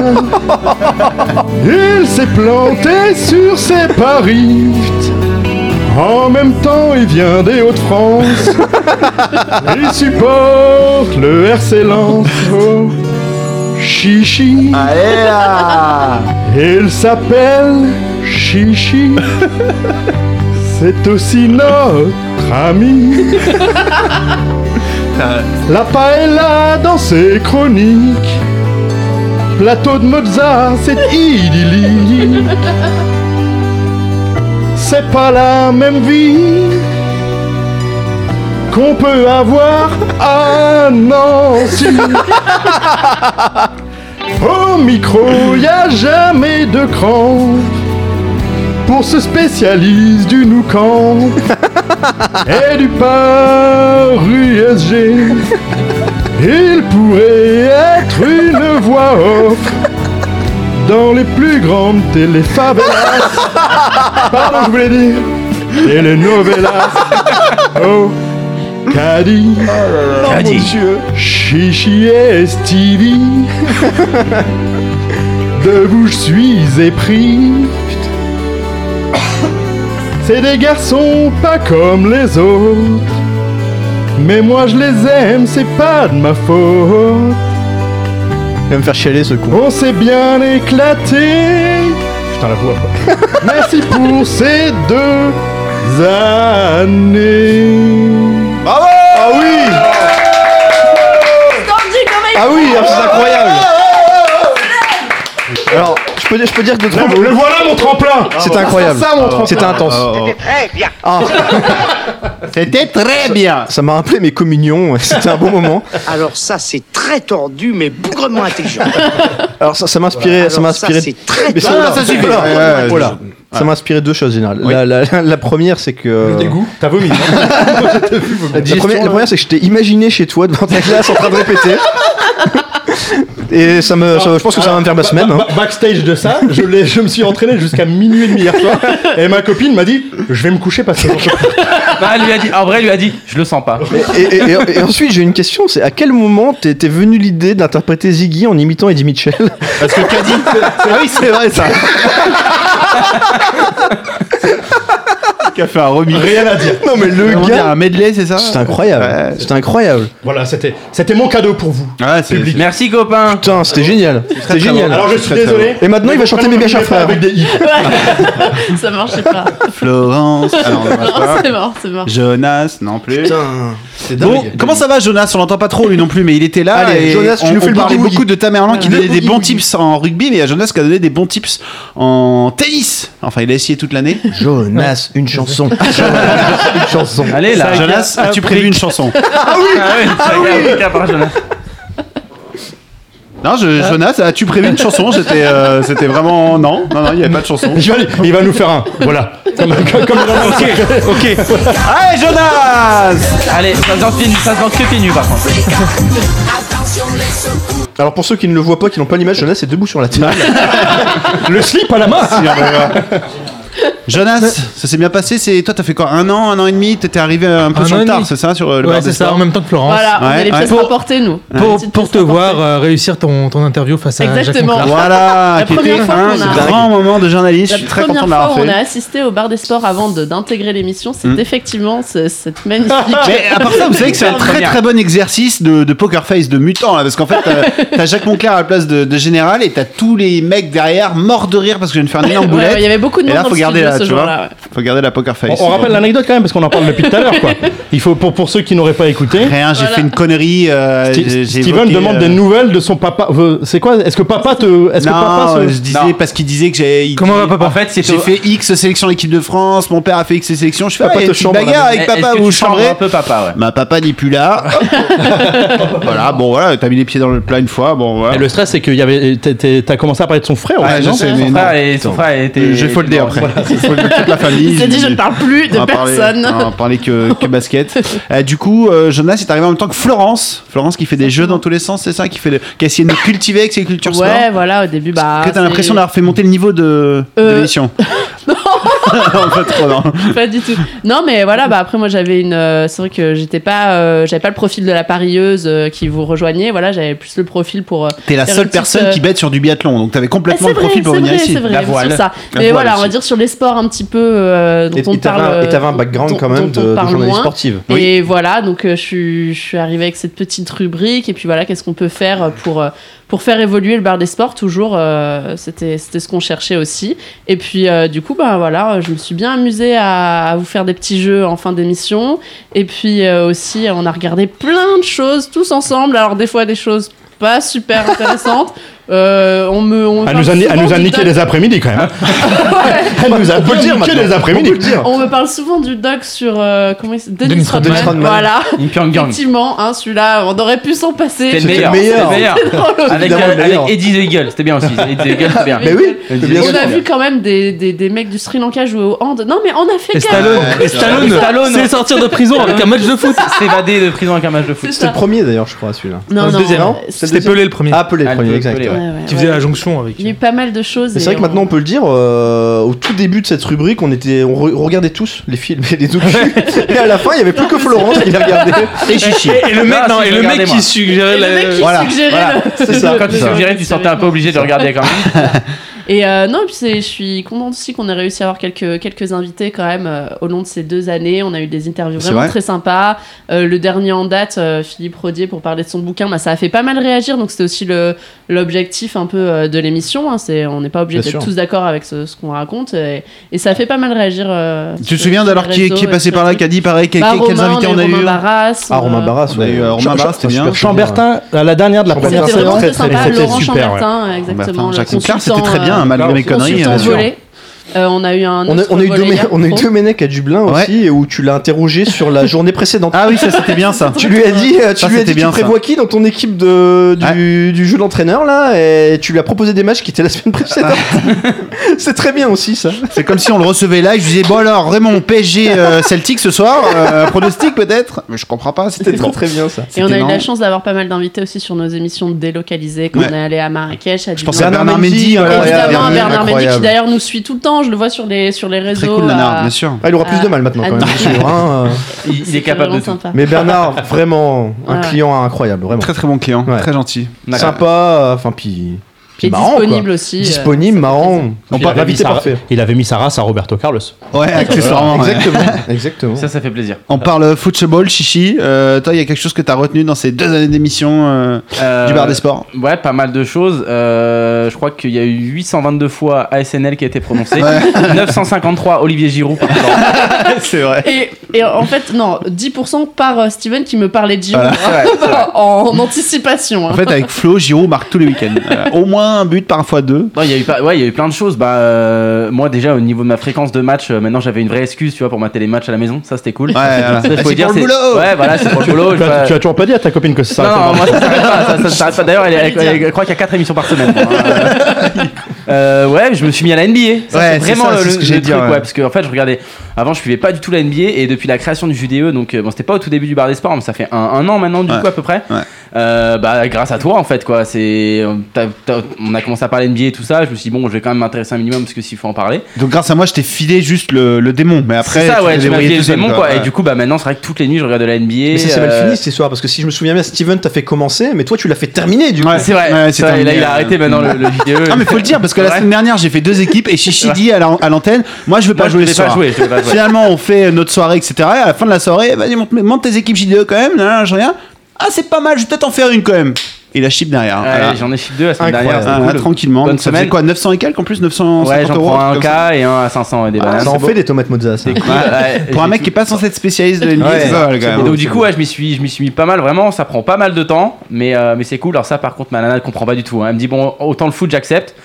I: Il s'est planté sur ses paris. En même temps, il vient des Hauts-de-France. Il supporte le RC Lens. Oh, chichi. Il s'appelle Chichi. C'est aussi notre ami. La paella dans ses chroniques. Plateau de Mozart, c'est idyllique. C'est pas la même vie qu'on peut avoir à Nancy. Au micro, y a jamais de cran. Pour ce spécialiste du Noucan et du Paris SG, il pourrait être une voix off dans les plus grandes téléfavelas. Pardon, je voulais dire telenovelas. Oh, Caddy. Oh, Chichi et Stevie, de vous je suis épris. C'est des garçons pas comme les autres, mais moi je les aime, c'est pas de ma faute.
A: Il va me faire chialer ce con.
I: On s'est bien éclaté. Putain, la voix. quoi. Merci pour ces deux années.
A: Bravo Ah oui Ah oui, ah, c'est incroyable Alors, je peux, dire- je peux dire que notre
I: Ah Le, le voilà mon tremplin.
B: Ah,
C: Ah,
A: C'était incroyable.
I: Ça, mon tremplin.
A: C'était intense. Ah,
C: Oh, C'était très bien.
A: ça m'a rappelé mes communions. C'était un bon moment.
E: Alors ça, c'est très tordu, mais bougrement intelligent.
A: Alors ça, ça m'a inspiré,
E: Voilà.
A: ça m'a
E: Alors ça,
A: inspiré.
E: c'est très
A: Mais
E: drôle.
C: Ah, ça suffit.
A: Voilà.
C: Ouais, ouais, ouais,
A: Voilà.
C: je-
A: Ça m'a inspiré deux choses générales. La, la- la première, c'est
I: ah,
A: que
I: T'as vomi.
B: hein.
A: La, première, la première, c'est que je t'ai imaginé chez toi devant ta classe en train de répéter. Et ça me, ça- je pense que ça va me faire ma semaine.
B: Ah,
A: hein.
B: Bah, Backstage de ça, je, l'ai- je me suis entraîné jusqu'à minuit et demi hier soir. Et ma copine m'a dit Je vais me coucher parce que j'en peux plus.
D: Non, Bah, elle lui a dit, en vrai, elle lui a dit, je le sens pas.
A: Et, et- et- et ensuite, j'ai une question c'est à quel moment t'es t'es venu l'idée d'interpréter Ziggy en imitant Eddie Mitchell
C: Parce que Caddy.
A: Ah oui, c'est vrai ça
C: Qui a fait un remix.
B: Rien à dire.
A: Non, mais le
B: Vraiment
A: gars.
B: dire
C: un medley, c'est ça
A: C'était incroyable. C'était incroyable.
B: Voilà, c'était c'était mon cadeau pour vous.
C: Ah
B: public.
D: Merci, copain.
A: Putain, c'était génial. C'était
B: très
A: génial.
B: bon. Alors, je suis Très, très désolé. bon.
A: Et maintenant, il va
B: Mais
A: chanter
B: vraiment,
A: Bébé
B: je
A: Chat
B: l'ai fait
A: Frère.
B: avec des i.
E: ça marchait pas.
C: Florence. Ah non, on va
E: Non,
C: pas.
E: c'est mort, c'est mort.
C: Jonas, non plus.
A: Putain, c'est
C: Bon, comment ça va, Jonas On l'entend pas trop lui non plus, mais il était là.
A: Allez,
C: et
A: Jonas, tu
C: on,
A: nous fais
C: on
A: le
C: parlait
A: boogie-woogie.
C: beaucoup de Tamerlan qui
A: Le
C: donnait des bons
A: boogie-woogie.
C: tips en rugby, mais il y a Jonas qui a donné des bons tips en tennis. Enfin, il a essayé toute l'année.
A: Jonas, une chanson. une chanson.
D: Allez, là.
C: Jonas, as-tu prévu une chanson
A: Ah oui
D: Ah oui,
A: Ah oui
D: à part Jonas.
C: Non, je- Jonas, as-tu prévu une chanson C'était euh, c'était vraiment. Non, non, non, il n'y avait pas de chanson.
B: Je vais aller- Il va nous faire un. Voilà. Comme, comme- comme dans-
D: Ok.
C: Allez, Jonas
D: Allez, ça se danse pieds nus, ça se danse que pieds nus, par contre.
A: Alors, pour ceux qui ne le voient pas, qui n'ont pas l'image, Jonas est debout sur la table.
B: Le slip à la main.
C: Jonas, ça s'est bien passé. C'est toi, t'as fait quoi Un an, un an et demi T'étais arrivé un peu
F: Un
C: sur
F: an
C: le
F: et
C: tard,
F: demi.
C: c'est ça, sur euh, le
F: Ouais,
C: bar des
F: c'est ça,
C: sports
F: en même temps que Florence.
E: Voilà, on
C: Ouais,
E: a les
C: ouais.
E: pièces
C: Pour-
E: rapportées, nous.
F: Pour,
E: Petite
F: pour
E: pièce
F: te voir
E: rapportée.
F: euh, réussir ton, ton interview face à
E: Exactement.
F: Jacques Monclar.
C: Voilà,
E: La
C: qui était
E: première fois
C: un
E: qu'on a-
C: grand moment de journaliste.
E: La
C: Je suis très
E: première
C: content de
E: fois
C: l'avoir
E: où on
C: fait.
E: a assisté au bar des sports avant de- d'intégrer l'émission, c'est
C: Mm.
E: effectivement ce- cette magnifique.
C: Mais à part ça, vous savez que c'est un très
D: Première.
C: très bon exercice de, de poker face, de mutant, là, parce qu'en fait, t'as- t'as Jacques Monclar à la place de, de Général et t'as tous les mecs derrière morts de rire parce que je viens de faire une énorme
E: Ouais,
C: boulette.
E: ouais, il y avait beaucoup de
C: Et là,
E: monde dans
C: faut
E: le
C: garder
E: studio
C: là,
E: ce
C: tu vois.
E: jour-là, ouais.
C: Faut garder la poker face.
B: On, on rappelle l'anecdote quand même parce qu'on en parle depuis tout à l'heure. quoi. Il faut pour, pour ceux qui n'auraient pas écouté.
C: Rien, j'ai
E: Voilà.
C: fait une connerie. euh,
B: Sti-
C: j'ai- j'ai
B: Steven
C: évoqué,
B: demande
C: euh,
B: des nouvelles de son papa. Euh, C'est quoi Est-ce que papa te. Est-ce que papa
C: Non,
B: se-
C: je disais
D: Non.
C: parce qu'il disait que j'ai. il
F: Comment
C: dit-
F: va papa
D: En fait, c'est
C: J'ai
D: au-
C: fait X sélection équipe de France, mon père a fait X sélection, je fais
B: Papa
C: pas
B: te
C: une petite
B: chambre à la
C: bagarre
D: Eh,
C: avec
D: est-ce
C: papa
D: que
C: ou
D: tu chambres
C: chambré.
D: un peu papa, ouais.
C: Ma papa n'est plus là. voilà, bon voilà, t'as mis les pieds dans le plat une fois, bon voilà.
B: Et le stress, c'est que y avait- t'es- t'es- t'as commencé à parler de son frère.
C: Ouais,
B: en fait,
C: je
B: non
C: sais, mais
D: Son
C: non.
D: frère, et, son frère était.
C: J'ai foldé
D: était-
C: après.
D: Voilà.
C: J'ai foldé toute la famille.
E: Il s'est dit, je ne parle plus
C: On
E: de
C: va parler-
E: personne.
C: on va parler que, que basket. Euh, du coup, euh, Jonas est arrivé en même temps que Florence. Florence qui fait des jeux dans tous les sens, c'est ça qui, fait le- qui a essayé de nous cultiver avec ses cultures sport.
E: Ouais, voilà, au début, bah.
C: Que t'as
E: c'est-
C: l'impression d'avoir fait monter le niveau de, de
E: Euh.
C: l'émission. non, pas trop, non.
E: pas du tout. Non, mais voilà, bah après moi j'avais une. euh, c'est vrai que j'étais pas, euh, j'avais pas le profil de la parieuse euh, qui vous rejoignait. Voilà, j'avais plus le profil pour. euh,
C: T'es la
E: faire
C: seule
E: une petite,
C: personne
E: euh,
C: qui bête sur du biathlon, donc t'avais
E: ah,
C: complètement
E: c'est
C: le
E: vrai, c'est
C: profil pour venir
E: vrai,
C: ici.
E: c'est vrai,
D: La
E: bien sûr,
D: voile.
E: ça.
C: La
E: mais
C: voile
E: voilà, on va
C: aussi.
E: dire sur les sports un petit peu euh, dont
A: Et
E: on
A: et t'avais
E: parle.
A: un- et
E: euh,
A: t'avais un background
E: dont-
A: quand même
E: dont on
A: de, de
E: parle
A: journaliste
E: moins.
A: sportive.
E: Et voilà, donc euh, je, suis, je suis arrivée avec cette petite rubrique. Et puis voilà, qu'est-ce qu'on peut faire pour, euh, pour faire évoluer le bar des sports Toujours, euh, c'était c'était ce qu'on cherchait aussi. Et puis euh, du coup, ben voilà, je me suis bien amusée à, à vous faire des petits jeux en fin d'émission. Et puis euh, aussi, on a regardé plein de choses tous ensemble. Alors des fois, des choses pas super intéressantes. Euh, on me, on me
B: Elle
E: parle
B: nous a, ni- elle
E: souvent
B: nous a
E: du
B: niqué
E: doc-
B: les après-midi quand
F: hein.
B: même.
E: Ouais.
B: Elle nous a
A: On peut le
B: bien
A: dire
B: niqué
A: maintenant.
B: les après-midi.
A: On peut le
F: Ah,
A: dire.
E: On me parle souvent du doc sur euh, comment il s- Denis,
F: Denis
E: Rodman.
A: Rodman.
E: Voilà.
D: Une Pyongyang.
E: Effectivement, hein, celui-là, on aurait pu s'en passer.
D: C'était le meilleur.
A: C'était le Ah, meilleur.
D: C'était le meilleur. Avec,
A: Évidemment, le
D: euh,
A: meilleur.
D: avec Eddie the Eagle, c'était bien aussi. Eddie the Eagle, c'était bien.
A: Mais oui,
D: Eddie the
A: bien
D: Eagle,
E: On
A: sûr.
E: a vu quand même des, des, des mecs du Sri Lanka jouer au hand. Non, mais on a fait
F: Et
E: gaffe.
F: Stallone,
C: Ouais,
F: et Stallone,
D: c'est Stallone.
F: c'est sortir de prison avec un match de foot.
D: S'évader de prison avec un match de foot.
E: C'est
A: C'était
E: ça.
A: le premier d'ailleurs, je crois, celui-là.
E: Non, euh,
F: le
E: non.
F: deuxième,
A: non
E: ouais,
A: C'est
F: C'était Pelé le premier.
A: Appelé le
D: Ah,
A: premier,
D: le
A: exact.
D: Pelé, ouais.
E: ouais, hein. ouais,
F: qui
E: ouais.
F: faisait la jonction avec.
E: Il y a eu pas mal de choses.
A: Mais c'est vrai
E: et
A: que maintenant on peut le dire, euh, au tout début de cette rubrique, on était, on re- regardait tous les films et les docus, et à la fin il y avait plus que Florence qui les regardait.
F: Et, et le mec,
D: Ah,
F: non,
D: si,
F: et le mec
D: regardez-moi.
F: qui suggérait
E: Et le mec qui
F: la.
E: suggérait
D: voilà.
E: le-
A: C'est ça.
D: Quand tu suggérais, tu sortais un peu obligé de regarder quand même.
E: Et euh, non, et puis c'est- je suis contente aussi qu'on ait réussi à avoir quelques, quelques invités quand même euh, au long de ces deux années. On a eu des interviews
C: C'est
E: vraiment
C: vrai.
E: très sympas. Euh, le dernier en date, euh, Philippe Rodier, pour parler de son bouquin, bah, ça a fait pas mal réagir. Donc c'était aussi le- l'objectif un peu euh, de l'émission. hein. C'est- On n'est pas obligé
A: Bien
E: d'être
A: sûr.
E: tous d'accord avec ce, ce qu'on raconte. Et, et ça a fait pas mal réagir. euh,
C: Tu
E: sur-
C: te souviens
E: sur
C: d'alors
E: les
C: qui,
E: réseaux
C: qui est
E: et
C: passé
E: sur
C: par là,
E: Twitter.
C: qui a dit pareil, quel-
E: Bah,
C: quels
E: Romain,
C: invités on a
E: Romain
C: eu euh
E: Barras,
A: Ah, Romain
E: euh,
A: Barras,
C: on a eu, euh, Romain Barras, c'était bien.
B: Chambertin, à la dernière de la
E: C'était
B: première
A: Barras,
E: vraiment
B: saison,
E: très
A: très,
E: sympa.
B: c'était
E: Laurent
B: super. ouais.
E: Chambertin, exactement.
C: Jacques
E: le
C: Monclar, c'était
E: consultant,
C: très bien,
E: euh,
C: malgré mes
E: consultant
C: conneries. euh,
E: volé. Euh, on a eu un.
A: On a,
E: autre
A: on a eu
E: volet
A: Domé-
E: hier,
A: on a eu
E: pro.
A: Domenech à Dublin aussi, et où tu l'as interrogé sur la journée précédente.
C: Ah oui, ça c'était bien ça.
A: Tu lui as dit, euh, tu
C: Ça,
A: lui as
C: c'était
A: dit,
C: bien,
A: tu prévois qui dans ton équipe de, du, du jeu d'entraîneur là, et tu lui as proposé des matchs qui étaient la semaine précédente. c'est très bien aussi ça.
C: C'est comme si on le recevait là, et je lui disais bon alors Raymond PSG euh, Celtic ce soir, euh, pronostic peut-être Mais je comprends pas, c'était
A: très très bien ça.
E: Et on a eu la chance d'avoir pas mal d'invités aussi sur nos émissions délocalisées quand
C: Ouais.
E: on est allé à Marrakech. À
C: Je pensais à Bernard Mendy,
E: Évidemment,
C: voilà,
E: à
C: Bernard
E: Bernard Mendy qui
C: incroyable.
E: d'ailleurs nous suit tout le temps. Je le vois sur les, sur les réseaux. euh,
A: cool, Bernard,
E: à-
A: bien sûr. Ah, il aura plus
E: à-
A: de mal maintenant,
E: à
A: quand même,
E: Dublin.
A: bien sûr, hein, euh.
D: Il, il est capable de
E: vraiment
D: tout.
E: sympa.
A: Mais Bernard, vraiment un
E: Ouais.
A: client incroyable, vraiment.
C: Très très bon client,
A: très
C: gentil,
D: D'accord.
A: sympa, euh, enfin puis, puis
E: Et
A: marrant,
E: disponible
A: quoi.
E: aussi, euh,
A: Disponible, marrant.
B: Il
A: Puis
B: avait mis
A: invité
B: sa-
A: parfait.
B: il avait mis sa race à Roberto Carlos.
C: Ouais, accessoirement. hein, ouais.
A: Exactement, exactement.
D: Ça, ça fait plaisir.
C: On parle football, chichi. Euh, toi, il y a quelque chose que t'as retenu dans ces deux années d'émission euh,
D: Euh,
C: du bar des sports
D: Ouais, pas mal de choses. Euh, je crois qu'il y a eu 822 fois ASNL qui a été prononcé. 953 Olivier Giroud par temps.
C: C'est vrai.
E: Et, et en fait, non, 10% par euh, Steven qui me parlait de Giroud
C: Voilà. Ouais, c'est vrai.
E: en anticipation. hein.
C: En fait, avec Flo, Giroud marque tous les week-ends. Voilà. au moins un but, parfois deux.
D: Non, il y a eu pas- ouais, il y a eu plein de choses. Bah, euh, moi déjà au niveau de ma fréquence de match, euh, maintenant j'avais une vraie excuse, tu vois, pour mater les matchs à la maison. Ça c'était cool.
C: voilà.
D: Ça, je
C: C'est
D: pouvais
C: pour le boulot.
D: Ouais, voilà, c'est pour le boulot.
B: Tu,
D: je-
B: as, tu as toujours pas dit à ta copine que ça.
D: Non, non,
B: s'arrête
D: moi
B: pas.
D: ça s'arrête pas. ça- ça s'arrête pas. D'ailleurs, elle, elle- elle- elle croit qu'il y a 4 émissions par semaine. Euh, ouais, je me suis mis à la NBA. Ça,
C: Ouais,
D: c'est
C: c'est
D: vraiment
C: ça,
D: le,
C: c'est ce que
D: le
C: j'allais
D: truc,
C: dire, ouais.
D: ouais, parce que en fait, je regardais. Avant, je suivais pas du tout la NBA et depuis la création du JDE, donc euh, bon, c'était pas au tout début du bar des sports, mais ça fait un, un an maintenant, du
C: Ouais.
D: coup à peu près.
C: Ouais.
D: Euh, bah, grâce à toi en fait quoi. C'est on- t'as- t'as- on a commencé à parler NBA et tout ça. Je me suis dit bon, je vais quand même m'intéresser un minimum parce que s'il faut en parler.
C: Donc, grâce à moi, je t'ai filé juste le, le démon. Mais après,
D: c'est ça
C: tu
D: ouais,
C: t'es
D: tu m'as
C: débrouillé
D: filé
C: tout
D: le
C: seul,
D: démon
C: quoi.
D: quoi. Et
C: Ouais.
D: du coup, bah maintenant, c'est vrai que toutes les nuits, je regarde de la NBA.
A: Mais ça, c'est
D: euh,
A: mal fini ces soirs parce que si je me souviens bien, Steven t'a fait commencer, mais toi tu l'as fait terminer du coup.
C: Ouais,
D: C'est vrai.
C: ouais,
D: Ça, et là,
C: terminé,
D: il a
C: euh,
D: arrêté maintenant le, E, le JDE.
C: Ah mais faut le dire parce que la
D: Ouais.
C: semaine dernière j'ai fait deux équipes et Chichi dit à la- à l'antenne moi je veux pas
D: Moi, je
C: jouer
D: vais
C: ce
D: pas
C: soir.
D: jouer, je vais pas jouer.
C: Finalement on fait euh, notre soirée etc. À la fin de la soirée vas-y monte, monte tes équipes JDE quand même nan, nan, je reviens. Ah c'est pas mal je vais peut-être en faire une quand même. Et la chip derrière. hein.
D: Ouais,
C: Ah, voilà.
D: J'en ai chip 2 la semaine
C: Incroyable.
D: dernière. c'était
C: Ah,
D: cool.
C: tranquillement.
D: Bonne
C: Donc ça
D: semaine.
C: faisait quoi 900 et quelques en plus 950
D: Ouais, j'en
C: euros,
D: prends un
C: comme ça. Ah,
D: K et un à 500 et des bananes.
A: ça en fait des tomates mozza. ça.
D: C'est cool.
C: Ouais.
D: Ouais,
C: Pour un
D: j'ai
C: mec qui est pas censé être spécialiste de NBA,
D: Ouais.
C: c'est pas mal, quand
D: Et
C: même.
D: donc du coup, ouais, je m'y suis, je m'y suis mis pas mal. Vraiment, ça prend pas mal de temps, mais euh, mais c'est cool. Alors ça, par contre, ma nana ne comprend pas du tout. hein. Elle me dit bon, autant le foot, j'accepte.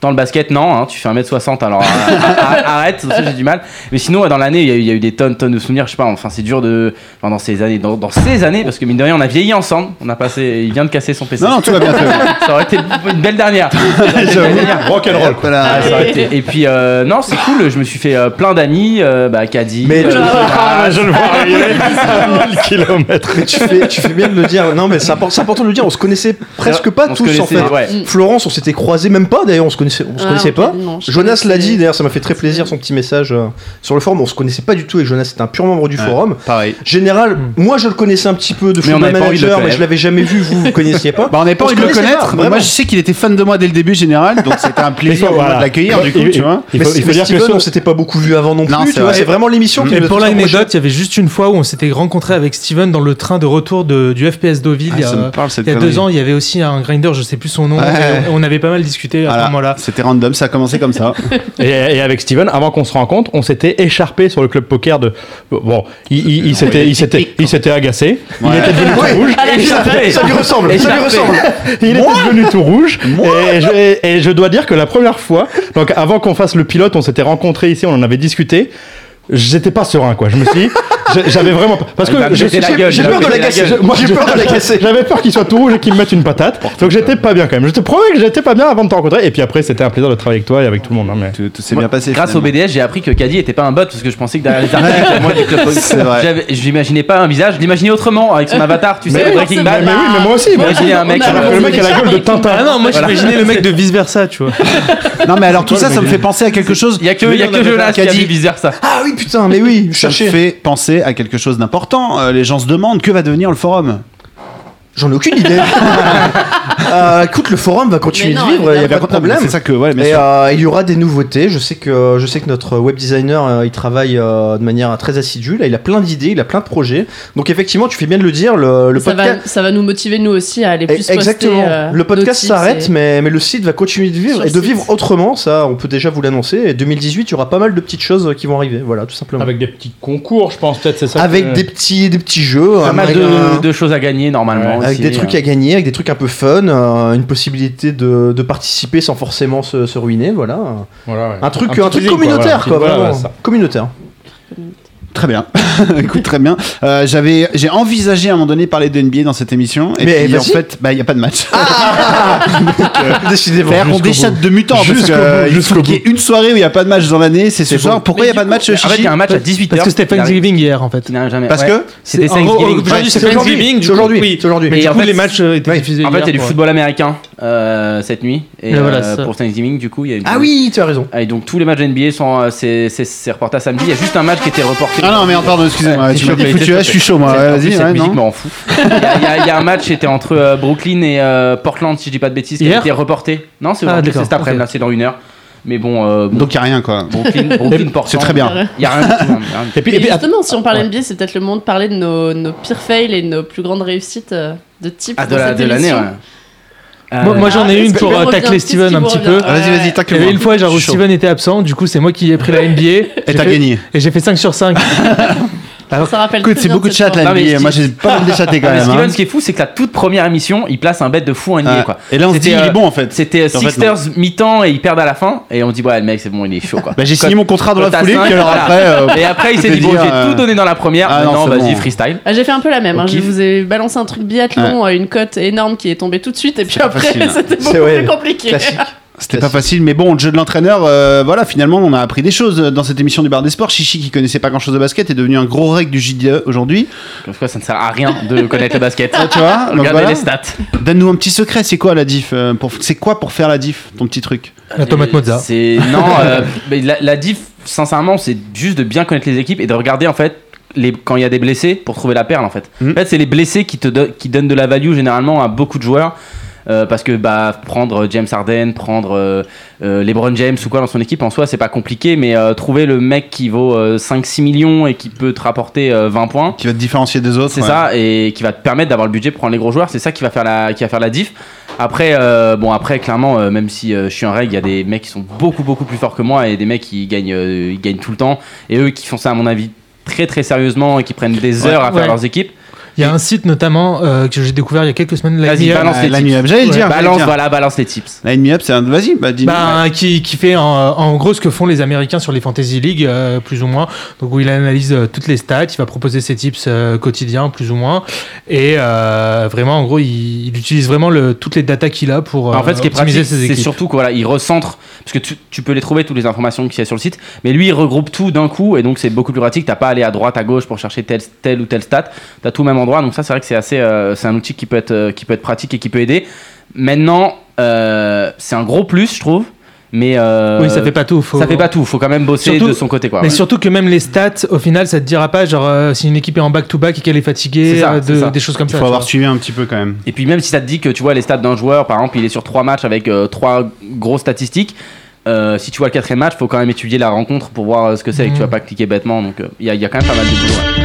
D: Autant le basket, non, hein, tu fais 1m60, alors euh, ar- arrête, ça, j'ai du mal. Mais sinon, ouais, dans l'année, il y, a eu- il y a eu des tonnes, tonnes de souvenirs, je sais pas, enfin, c'est dur de. Enfin, dans ces années, dans, dans ces années, parce que mine de rien, on a vieilli ensemble, on a passé. Il vient de casser son PC.
C: Non, non, tout va bien, tout va
D: ça aurait été une belle dernière. Ça aurait été une belle dernière.
B: Rock'n'roll.
C: Voilà.
D: Ah, ça aurait été- Et puis, euh, non, c'est cool, je me suis fait euh, plein d'amis, euh, bah, Caddy.
A: Mais
D: euh,
A: tu-
B: Ah, je le vois arriver à 1000 km.
A: Mais tu fais, tu fais bien de le dire. Non, mais c'est impor- c'est important de le dire. On se connaissait presque pas
D: on se
A: tous en
D: connaissait,
A: fait.
E: Mm.
D: ouais.
A: Florence, on s'était croisés même pas d'ailleurs. On se connaissait, on se
E: Ouais,
A: connaissait
E: on
A: pas.
E: connaît- Ah, non, je
A: Jonas l'a
E: connaissais-
A: dit d'ailleurs. Ça m'a fait très plaisir son petit message euh, sur le forum. On se connaissait pas du tout et Jonas est un pur membre du forum.
C: Pareil.
A: Général, moi je le connaissais un petit peu de
D: Mais on
A: football
D: avait pas envie de le
A: manager, mais je
D: connaître.
A: l'avais jamais vu. Vous vous connaissiez pas.
C: Bah on n'avait pas
A: On
C: envie de
A: se
C: le
A: connaissait
C: connaître.
A: pas,
C: mais moi
A: vraiment.
C: je sais qu'il était fan de moi dès le début général, donc c'était un plaisir
B: voilà.
C: de l'accueillir du coup,
B: Il-
C: tu vois.
B: il
A: Mais
B: faut, il faut
A: mais
B: dire que
A: Steven,
B: ce-
A: on s'était pas beaucoup vu avant non plus.
C: Non,
A: tu
C: c'est
A: vois,
C: vrai.
A: c'est vraiment l'émission qui
F: Et
A: nous a
F: pour
A: tous
F: l'anecdote,
A: rapprochés.
F: il y avait juste une fois où on s'était rencontré avec Steven dans le train de retour de, du FPS Deauville.
C: Ah,
F: il y a,
C: ça me parle, cette
F: il y a
C: connerie.
F: deux ans, il y avait aussi un grinder, je sais plus son nom.
C: Ouais.
F: et on avait pas mal discuté à
C: Voilà.
F: ce moment-là.
C: C'était random, ça a commencé comme ça.
B: Et, et avec Steven, avant qu'on se rencontre, on s'était écharpé sur le club poker de. Bon, il, il- il s'était, il s'était, il s'était agacé. Il était devenu tout rouge.
D: Écharpé.
A: Ça lui ressemble. Ça lui
D: Écharpé.
A: ressemble.
B: Il était devenu tout rouge. Et je, et- et je dois dire que la première fois, donc avant qu'on fasse le pilote, on s'était rencontrés ici, on en avait discuté. J'étais pas serein, quoi. Je me suis dit, je- j'avais vraiment pas. Parce
D: Il va
B: que
D: me
B: je-
D: péter la gueule,
B: j'ai
D: il va
B: peur
D: me
B: de la
D: péter la
B: casser.
D: gueule.
B: Moi,
A: J'ai
B: j'ai
A: peur de la casser.
B: J'avais peur qu'il soit tout rouge et qu'il me mette une patate. Donc j'étais pas bien quand même. Je te promets que j'étais pas bien avant de te rencontrer. Et puis après, c'était un plaisir de travailler avec toi et avec tout le monde. hein, mais...
C: Tout, tout s'est bien passé.
D: Grâce au
C: finalement.
D: BDS, j'ai appris que Caddy était pas un bot parce que je pensais que derrière les articles, moi, du club poker,
C: C'est vrai.
D: j'avais- je l'imaginais pas un visage, je l'imaginais autrement avec son avatar, tu sais,
E: oui,
D: Breaking
E: forcément.
D: Bad.
B: Eh, Mais oui, mais moi aussi. moi.
D: Imaginez un mec.
E: On a-
B: Alors que le mec a la gueule de Tintin.
F: Ah non, moi j'imaginais le mec de vice versa, tu vois.
C: Non mais alors tout ça, ça me fait penser à quelque chose.
D: Il y a que,
C: Mais
D: il y a
C: on
D: que
C: avait
D: Jonas qui a
C: Caddy.
D: vu bizarre ça.
A: Ah oui, putain, mais oui,
C: Ça me
A: cherchez.
C: fait penser à quelque chose d'important. Euh, les gens se demandent que va devenir le forum.
A: J'en ai aucune idée. Euh, écoute, le forum va continuer
E: Mais non,
A: de vivre, il n'y a
E: évidemment.
A: pas de problème.
C: C'est ça que ouais, bien
A: Et
C: sûr.
A: euh, il y aura des nouveautés. Je sais que je sais que notre web designer euh, il travaille euh, de manière très assidue. Là, il a plein d'idées, il a plein de projets. Donc effectivement, tu fais bien de le dire. Le, le
E: ça,
A: podcast, Eh,
E: va, ça va nous motiver nous aussi à aller plus poster.
A: exactement.
E: euh,
A: le
E: nos
A: podcast
E: tips
A: s'arrête,
E: et-
A: mais mais le site va continuer de vivre
E: Sur
A: et
E: le
A: de
E: site.
A: vivre autrement. Ça, on peut déjà vous l'annoncer. Et 2018, il y aura pas mal de petites choses qui vont arriver. Voilà, tout simplement. Avec,
B: Avec des petits concours, je pense, peut-être, c'est ça. euh, que-
A: des petits des petits jeux.
D: Pas
A: un
D: mal
A: mag- un-
D: de, de choses à gagner normalement.
B: Ouais.
A: euh, avec
D: aussi,
A: des trucs
D: euh.
A: à gagner, avec des trucs un peu fun, euh, une possibilité de, de participer sans forcément se, se ruiner, voilà.
I: Voilà, ouais.
A: Un truc,
I: Un
A: un
I: petit
A: truc
I: feeling, quoi,
A: communautaire,
I: voilà,
A: quoi,
I: un petit- voilà,
A: vraiment.
I: voilà, ça.
A: Communautaire.
C: Très bien. Écoute, très bien. Euh, j'avais, j'ai envisagé à un moment donné parler de NBA dans cette émission. Et
A: Mais
C: puis, en
A: vas-y.
C: fait, bah, il n'y a pas de match.
A: Décidément.
C: Faire qu'on
A: Jusqu'au
C: déchatte
A: bout.
C: de mutants. Parce
A: Jusqu'au
C: que
A: bout,
C: il
A: jusqu'au
C: faut qu'il y ait une soirée où il n'y a pas de match dans l'année. C'est ce
A: C'est
C: soir.
A: beau.
C: Pourquoi il n'y a pas de match
D: En fait, il y a un match à 18h.
F: Parce que c'était Thanksgiving hier en fait.
A: Parce que
D: C'était
F: C'est- en gros,
D: Thanksgiving.
F: Aujourd'hui
D: Ouais,
F: c'est
D: c'est aujourd'hui.
F: Thanksgiving.
A: C'est aujourd'hui.
F: Oui,
A: C'est aujourd'hui.
F: Mais
D: Et
F: du
D: en
F: coup
D: fait,
F: les matchs euh, étaient diffusés
D: En fait, il y a
F: hier,
D: du
F: quoi.
D: football américain euh, cette nuit. Et
F: Là, voilà,
D: euh,
F: ça.
D: pour Thanksgiving, du coup, il y a une-
A: Ah oui, tu as raison.
D: Ah, Et donc tous les matchs NBA sont euh, c'est c'est- c'est reporté à samedi. Il y a juste un match qui était reporté.
C: Ah non, mais pardon, excusez-moi.
D: Ouais,
C: Tu
D: s'il
C: m'as
D: te plaît,
C: foutu
D: s'il
C: là,
D: te
C: je
D: plaît.
C: suis chaud, moi.
D: Cette- en
C: Vas-y,
D: plus,
C: ouais,
D: cette
C: non.
D: musique m'en fout. Il y, a- il y a- il y a un match, c'était entre euh, Brooklyn et euh, Portland, si je dis pas de bêtises, qui a
F: Hier
D: été reporté. Non, c'est
F: Ah,
D: aujourd'hui,
F: d'accord,
D: c'est cet après-midi, là, c'est dans une heure. Mais bon, euh, bon,
C: Donc, il n'y a rien, quoi.
D: Brooklyn, Brooklyn, Portland.
C: C'est très bien.
D: Il y a rien du tout, hein, il y a rien du tout.
F: Et puis, et
E: Mais
F: puis,
E: justement, si on parle NBA, c'est peut-être le moment de parler de nos, nos pires fails et nos plus grandes réussites euh, de type
D: Ah, de
E: dans
D: la-
E: cette
D: de l'année,
E: émission.
D: ouais. Euh,
F: Moi, moi, j'en
E: Ah,
F: ai une
E: qu'est-ce
F: pour
E: qui
F: euh,
E: vous
F: tacler
E: revient
F: Steven un
E: Qu'est-ce
F: petit
E: qui vous
F: peu.
E: revient
C: Vas-y, vas-y,
E: Ouais.
C: tac.
F: Il y avait une fois, genre, où
C: Chaud.
F: Steven était absent, du coup, c'est moi qui ai pris la NBA. Et
C: Et t'as gagné.
F: Et j'ai fait 5 sur 5.
E: On s'en rappelle
C: Écoute,
E: très
C: c'est
E: bien
C: beaucoup de
E: cette
C: chat,
E: soirée.
C: là,
D: Non, mais
C: NBA.
D: Steve-
C: Moi, j'ai pas mal déchatté quand
D: Ah, mais
C: même.
D: Steven,
C: hein.
D: ce qui est fou, c'est que la toute première émission, il place un bête de fou en NBA.
C: Ah,
D: quoi.
C: et là, on se
D: C'était,
C: dit, il est
D: euh,
C: bon, en fait.
D: C'était
C: En fait,
D: Sixers mi-temps et ils perdent à la fin. Et on dit, ouais, le mec, c'est bon, il est chaud. Quoi.
C: Bah, j'ai signé mon contrat dans
D: Quand
C: la
D: t'as
C: foulée,
D: cinq,
C: puis alors
D: voilà.
C: après. euh,
D: Et après, il s'est
C: je
D: dit,
C: vais
D: bon,
C: dire,
D: j'ai
C: euh,
D: tout donné dans la première.
C: ah non,
D: Maintenant,
C: c'est
D: vas-y,
C: bon.
D: freestyle.
E: Ah, j'ai fait un peu la même, hein.
C: Ok.
E: je vous ai balancé un truc biathlon, euh, une cote énorme qui est tombée tout de suite, et puis
C: C'est pas
E: après
C: facile.
E: c'était beaucoup
A: C'est- ouais,
E: plus compliqué.
A: Classique.
C: C'était pas facile, mais bon, le jeu de l'entraîneur, euh, voilà, finalement, on a appris des choses euh, dans cette émission du Bar des Sports. Chichi, qui connaissait pas grand chose de basket, est devenu un gros règle du JDE aujourd'hui.
D: Comme quoi, ça ne sert à rien de connaître le basket.
C: Tu vois donc
D: Regardez
C: voilà.
D: les stats.
C: Donne-nous un petit secret, c'est quoi la diff euh, pour... C'est quoi pour faire la diff, ton petit truc
F: La tomate mozza.
D: C'est non, euh, mais la, la diff, sincèrement, c'est juste de bien connaître les équipes et de regarder en fait les, quand il y a des blessés pour trouver la perle en fait.
C: Mhm.
D: En fait, c'est les blessés qui te don- qui donnent de la value généralement à beaucoup de joueurs. euh, parce que bah, prendre James Harden, prendre euh, euh, LeBron James ou quoi dans son équipe en soi, c'est pas compliqué, mais euh, trouver le mec qui vaut euh, 5-6 millions et qui peut te rapporter euh, 20 points,
C: qui va te différencier des autres
D: c'est
C: ouais.
D: ça, et qui va te permettre d'avoir le budget pour prendre les gros joueurs. C'est ça qui va faire la, qui va faire la diff. Après, euh, bon, après, clairement, euh, même si euh, je suis un règle, il y a des mecs qui sont beaucoup, beaucoup plus forts que moi et des mecs qui gagnent, euh, ils gagnent tout le temps. Et eux qui font ça, à mon avis, très, très sérieusement et qui prennent des heures à faire
F: Ouais.
D: leurs équipes.
F: Il y a un site notamment euh, que j'ai découvert il y a quelques semaines, la
D: Vas-y,
F: NBA,
D: balance
C: Euh,
D: les
C: Line
D: tips.
C: Me Up, j'allais le dire. j'allais le
D: Balance,
C: dire.
D: voilà, balance les tips.
C: Line Me Up, c'est un. Vas-y, bah dis-nous.
F: bah, qui, qui fait en, en gros ce que font les Américains sur les Fantasy League, euh, plus ou moins. Donc, où il analyse euh, toutes les stats, il va proposer ses tips euh, quotidiens, plus ou moins. Et euh, vraiment, en gros, il, il utilise vraiment le, toutes les datas qu'il a pour euh,
D: en fait, ce qui est
F: optimiser
D: pratique,
F: ses
D: c'est
F: équipes.
D: surtout que voilà, il recentre parce que tu, tu peux les trouver toutes les informations qu'il y a sur le site, mais lui il regroupe tout d'un coup et donc c'est beaucoup plus pratique. T'as pas à aller à droite à gauche pour chercher telle, telle ou telle stat. T'as tout au même endroit, donc ça c'est vrai que c'est assez, euh, c'est un outil qui peut être, euh, qui peut être pratique et qui peut aider. Maintenant, euh, c'est un gros plus, je trouve, mais euh,
F: oui, ça fait pas tout. Faut...
D: ça fait pas tout. Faut quand même bosser
F: Surtout-
D: de son côté, quoi.
F: Mais
D: Ouais.
F: surtout que même les stats, au final, ça te dira pas, genre, euh, si une équipe est en back-to-back et qu'elle est fatiguée,
D: C'est ça,
F: euh,
D: c'est
F: de-
D: ça.
F: des choses comme
C: Il
F: ça.
C: faut
F: tu
C: avoir
F: vois.
C: suivi un petit peu quand même.
D: Et puis même si ça te dit que tu vois les stats d'un joueur, par exemple, il est sur trois matchs avec euh, trois grosses statistiques. euh, si tu vois le quatrième match, faut quand même étudier la rencontre pour voir euh, ce que c'est et que tu vas pas cliquer bêtement. Donc euh, il y, a- y a quand même pas mal de boulot. hein. ouais.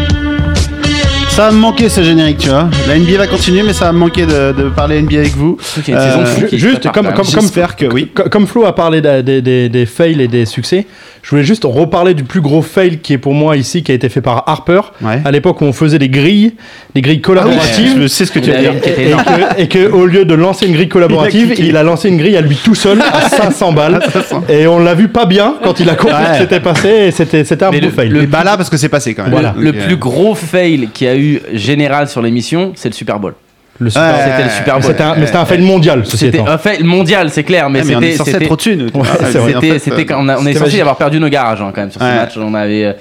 C: Ça va me manquer ce générique, tu vois. La NBA va continuer, mais ça va me manquer de, de parler NBA avec vous.
D: Surtout qu'il y a une
C: Euh,
D: saison de fou qui se
I: Juste,
D: prépare
I: comme,
D: quand même.
I: comme, comme,
C: J'espère que oui.
I: co- comme Flo a parlé des, des, des- des fails et des succès, je voulais juste reparler du plus gros fail qui est pour moi ici, qui a été fait par Harper,
C: Ouais. Ah
I: à l'époque où on faisait des grilles, des grilles collaboratives.
C: je sais ce que tu
D: Il
C: vas
D: y en
C: dire.
D: a une qui était
I: et,
D: énorme.
I: que, et que au lieu de lancer une
C: Il
I: grille
C: a
I: collaborative,
C: cliqué.
I: il a, lancé une grille à lui tout seul à 500 balles. et on l'a vu pas bien quand il a compris
C: Ouais.
I: ce qui s'était passé. Et c'était c'était un
D: Mais
I: beau fail.
C: Le bah là, parce que c'est passé quand même.
D: Voilà.
C: Donc,
D: Le
C: euh,
D: plus gros fail qu'il y a eu général sur l'émission, c'est le Super Bowl.
I: Le
C: ouais,
I: Super-
D: c'était le Super
I: Mais
D: Bowl.
I: c'était un, mais c'était un fail mondial, ceci
D: C'était
I: étant.
D: un fail mondial, c'est clair, mais
C: ah, mais on est
D: c'était.
C: censé
D: c'était-
C: être au-dessus, nous. Ah,
I: c'est
C: c'est-
I: vrai.
C: en
D: C'était,
C: fait,
D: c'était
C: euh,
D: quand on, a- on est
I: c'était
D: censé
I: magique.
D: avoir perdu nos garages hein, quand même sur ce
C: Ouais.
D: match. On avait, euh,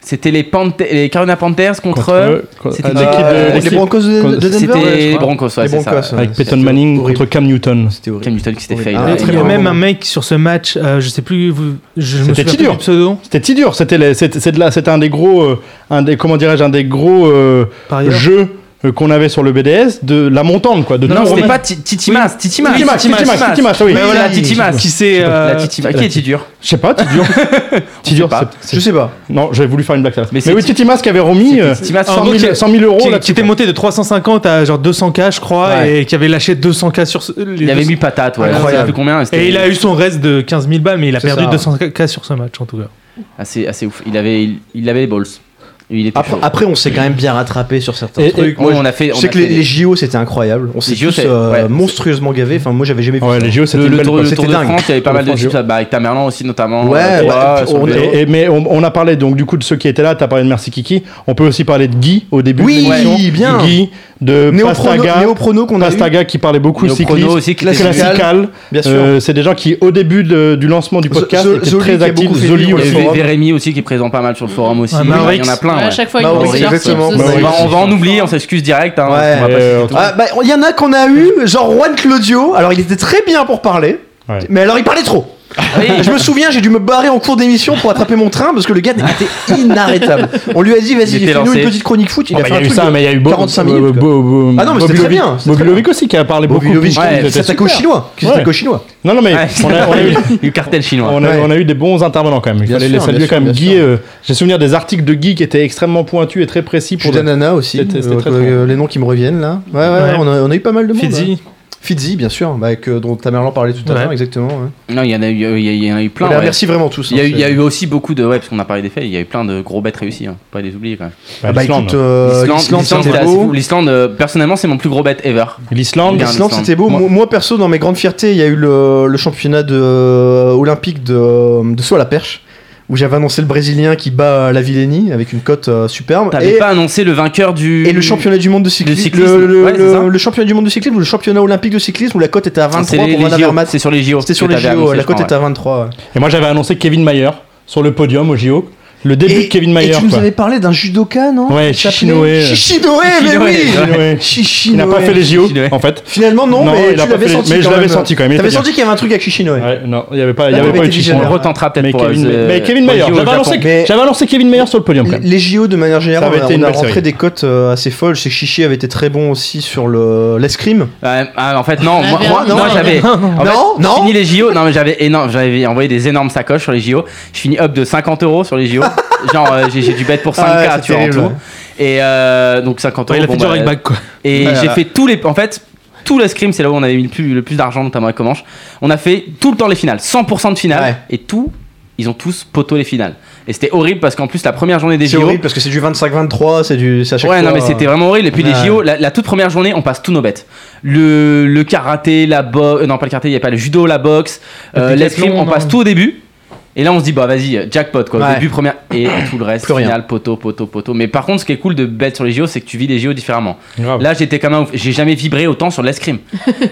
D: c'était les, Panthe- les Carolina Panthers contre,
I: Contre- contre-
D: c'était-
I: euh, l'équipe de-
A: Euh, les
I: l'équipe-
A: Broncos de, de Denver
D: c'était
A: ouais, je
D: les
A: crois.
D: Broncos, ouais,
A: Les
D: c'est ça.
A: Broncos, ouais.
I: Avec Peyton Manning
A: horrible.
I: contre Cam Newton.
A: C'était horrible.
D: Cam Newton qui s'était
A: Oui.
D: fail.
A: Ah,
D: là,
A: très
F: Il y a
D: énorme.
F: même un mec sur ce match, euh, je sais plus, vous- je me
I: C'était
F: souviens
I: qui
F: plus
I: dur
F: du pseudo.
I: C'était si dur. C'était les- c'est- c'est de là- c'était un des gros, euh, un des comment dirais-je, un des gros euh,
F: Par ailleurs.
I: jeux euh, qu'on avait sur le BDS de la montante quoi. De
D: Non,
I: tout
D: non, c'était
I: remettre.
D: pas Ti- Titimas. Titimas.
I: Titimas, Titimas, Titimas, oui.
D: Mais voilà,
I: Oui,
D: Titimas.
F: Qui c'est
D: La
F: euh,
D: Titimas. Qui est Tidur
I: Je sais pas, Tidur. Tidur,
D: pas.
I: c'est-
A: Je sais pas.
I: non, j'avais voulu faire une blague là.
D: Mais
I: Mais,
D: c'est
I: oui,
D: Ti-
I: Titimas qui avait remis
D: c'était
I: euh,
D: Titimas,
I: 100
F: en
I: 000,
F: gros, qui-
I: 100 000 euros
F: qui,
I: là.
F: qui était monté de 350 à genre 200K, je crois,
D: Ouais.
F: et qui avait lâché 200K sur ce- les
D: Il avait
F: 200.
D: mis patate, ouais.
F: Incroyable.
D: Je sais plus combien. c'était-
F: Et il a eu son reste de 15 000 balles, mais il a
I: C'est
F: perdu
I: ça.
F: 200K sur ce match en tout cas.
D: Assez, assez ouf. Il avait, il, il avait les balls. Il était
A: Après,
D: chaud.
A: après, on s'est quand même bien rattrapé sur certains
D: Et- et-
A: trucs.
D: on a fait-
A: je
D: on
A: sais
D: a
A: que
D: fait
A: les,
D: des-
A: les JO c'était incroyable. On s'est
D: Les JO,
A: tous
D: c'est-
A: euh,
D: ouais.
A: monstrueusement gavé. Enfin, moi j'avais jamais vu. ça.
D: le, le tour, le
A: C'était
D: tour de
A: dingue.
D: France, il y avait pas
A: Le
D: mal de
A: tour de
D: choses bah, avec Tamerlan aussi notamment.
A: Ouais,
D: euh, toi,
A: bah,
D: euh, sur
A: on-
D: le vélo.
B: Et- et- mais on, on a parlé donc du coup de ceux qui étaient là, t'as parlé de Merci Kiki, on peut aussi parler de Guy au début
A: Oui,
B: de l'émission,
A: bien.
B: Guy, de
A: Néoprono-
B: Euh, Pastaga,
A: Néoprono qu'on a eu.
B: Pastaga qui parlait beaucoup de
D: Néoprono
B: cyclisme,
D: aussi qui était
B: classical,
A: génial. Bien sûr.
B: Euh, c'est des gens qui au début de- du lancement du
A: Zo-
B: podcast
A: Zo-
B: étaient
A: Zoli qui
B: très
A: a
B: actifs,
A: beaucoup fait
B: Zoli
A: vivre
B: au
A: les
D: Il y
B: forum.
D: avait Jérémy aussi qui est présent pas mal sur le forum aussi.
F: Ah,
D: il y
F: Maurix.
D: en a plein.
E: Ouais,
D: ouais.
E: à chaque fois, il
A: Bah,
E: nous
A: oui,
E: dit ça,
A: exactement.
E: ça,
D: On
E: ça,
D: va-
E: ça.
D: on va en oublier, on s'excuse direct. hein,
A: Ouais.
D: parce qu'on va pas
B: Euh,
D: citer tout.
A: Ah, bah, Il y en a qu'on a eu, genre Juan Claudio. Alors il était très bien pour parler,
B: Ouais.
A: mais alors il parlait trop. Je me souviens, j'ai dû me barrer en cours d'émission pour attraper mon train parce que le gars était inarrêtable. On lui a dit,
D: Il
A: vas-y,
D: était
A: fais-nous
D: lancé.
A: une petite chronique foot. Il
B: Oh,
A: a
B: bah,
A: fait
B: il
A: un
B: y a eu
A: truc
B: ça,
A: de
B: mais il y a eu beaucoup.
A: 45 minutes. quoi.
B: Ah
A: Ah non, mais c'était très bien, c'était
B: Bobilovic aussi qui a parlé beaucoup.
A: Bobilovic,
B: plus,
D: ouais,
B: c'était
A: qui s'attaque aux
B: super.
A: Chinois. Qui s'attaque aux Chinois.
B: Non, non, mais on a- on a eu-
D: Du cartel chinois.
B: On a,
A: Ouais.
B: on a eu des bons intervenants quand même. Il
A: Bien
B: fallait
A: sûr,
B: les saluer
A: bien
B: quand
A: sûr,
B: même.
A: bien
B: Guy,
A: sûr.
B: euh, j'ai souvenir des articles de Guy qui étaient extrêmement pointus et très précis pour. des-
A: Judanana aussi,
B: C'était- c'était
A: euh,
B: très
A: euh,
B: fort.
A: les noms qui me reviennent là. Ouais, ouais, ouais, on, a, on a eu pas mal de monde.
F: Fidzi.
A: hein. Fidzi, bien sûr, bah, que, dont Tamerlan parlait tout à
F: Ouais.
A: l'heure, exactement. ouais.
D: Non, il y en a eu, il y a- il y en a eu plein.
A: on les
D: ouais.
A: remercie vraiment tous.
D: Il y, a
A: hein,
D: eu, il y a
A: c'est-
D: eu aussi beaucoup de. Ouais, parce qu'on a parlé des faits, il y a eu plein de gros bêtes réussies. Hein. Faut Pas les oublier quand même.
B: Bah,
A: Bah
B: l'Islande.
A: écoute, euh,
D: L'Islande,
A: l'Islande c'était
D: l'Islande, c'était assez fou.
A: beau.
D: L'Islande, euh, personnellement, c'est mon plus gros bet ever.
A: Bah,
B: L'Islande.
D: Regarde.
A: L'Islande c'était beau.
D: Moi-
A: Moi, moi, perso, dans mes grandes fiertés, il y a eu le, le championnat de, euh, olympique de, de saut à la perche. Où j'avais annoncé le Brésilien qui bat la Villénie avec une cote euh, superbe.
D: T'avais
A: Et,
D: pas annoncé le vainqueur du.
A: et le championnat du monde de cyclisme.
D: Le cyclisme,
A: le, le-
D: ouais, c'est
A: le-
D: ça.
A: le championnat du monde de cyclisme ou le championnat olympique de cyclisme où la cote était à
D: Ah, C'est
A: 23
D: les,
A: pour
D: les
A: Van
D: JO,
A: Avermaet.
D: C'est sur les JO.
A: C'était sur
D: que
A: les
D: t'avais
A: JO,
D: annoncé,
A: la
D: je
A: cote
D: crois,
A: était à 23. ouais.
B: Et moi j'avais annoncé Kevin Mayer sur le podium aux JO. Le début de Kevin Mayer.
A: tu nous
B: quoi.
A: avais parlé d'un judoka, non
B: Ouais,
A: Il s'appelait-
B: Chichinoé.
A: Chichinoé, mais
D: Chichinoé,
A: oui
B: Chichinoé.
A: Chichinoé.
B: Il n'a pas fait les JO
D: Chichinoé.
B: en fait.
A: Finalement, non,
B: Non, il
A: mais
B: a
A: tu
B: pas
A: l'avais
B: fait les-
A: senti.
B: mais je
A: quand
B: l'avais
A: même.
B: senti quand même, il
A: T'avais
B: était
A: senti qu'il y avait un truc avec Chichinoé.
B: Ouais, non, il n'y avait pas, il y
A: Là,
B: avait
A: t'avais
B: pas eu
A: été
B: Chichinoé.
D: On
A: visionnaire.
D: le retentera peut-être
B: Mais
D: pour.
B: Kevin,
D: euh,
B: mais Kevin
D: pour
B: Mayer,
D: les JO au
B: j'avais
D: Japon.
B: annoncé,
A: Mais-
B: j'avais annoncé Kevin Mayer sur le podium quand même.
A: Les JO de manière
B: Ça
A: générale,
B: avait
A: on a,
B: été une
A: on a
B: belle
A: rentré
B: série.
A: des cotes euh, assez folles. Je sais que Chichi avait été très bon aussi sur le l'escrime.
D: Ouais, ah, en fait, non,
B: Bah,
D: moi,
E: avait
D: moi-
E: un-
D: moi,
E: non,
D: j'avais. en fait,
A: Non, non.
D: Je finis les JO. Non, mais j'avais énorme, j'avais envoyé des énormes sacoches sur les JO. Je finis up de 50 euros sur les JO. Genre, euh, j'ai j'ai dû bet pour 5K,
A: Ah ouais, c'est
D: tu vois, en
A: terrible,
D: tout.
A: ouais. Ah
D: Et euh, donc 50 euros.
F: il a
D: bon,
F: fait du
D: bah,
F: right back quoi.
D: Et
A: Voilà.
D: j'ai fait tous les. En fait, tout l'escrime, c'est là où on avait mis le plus, le plus d'argent, notamment avec Comanche. On a fait tout le temps les finales, 100% de finales.
A: Ouais.
D: Et tout, ils ont tous poteau les finales. Et c'était horrible parce qu'en plus, la première journée des
A: C'est
D: JO.
A: horrible parce que c'est du 25-23, c'est du. c'est à chaque
D: Ouais, non,
A: fois, euh,
D: mais c'était vraiment horrible. Et puis
A: Ouais.
D: les JO, la, la toute première journée, on passe tous nos bêtes. Le, le karaté, la boxe. Non, pas le karaté, il n'y a pas le judo, la boxe, euh, l'escrime, on passe tout au début. Et là, on se dit, bah vas-y, euh, jackpot quoi.
A: Ouais.
D: Début, première. Et tout le reste,
A: Plus rien.
D: finale, poteau, poteau, poteau. Mais par contre, ce qui est cool de bête sur les JO, c'est que tu vis les JO différemment.
B: Grave.
D: Là, j'étais quand même. ouf. J'ai jamais vibré autant sur l'escrime.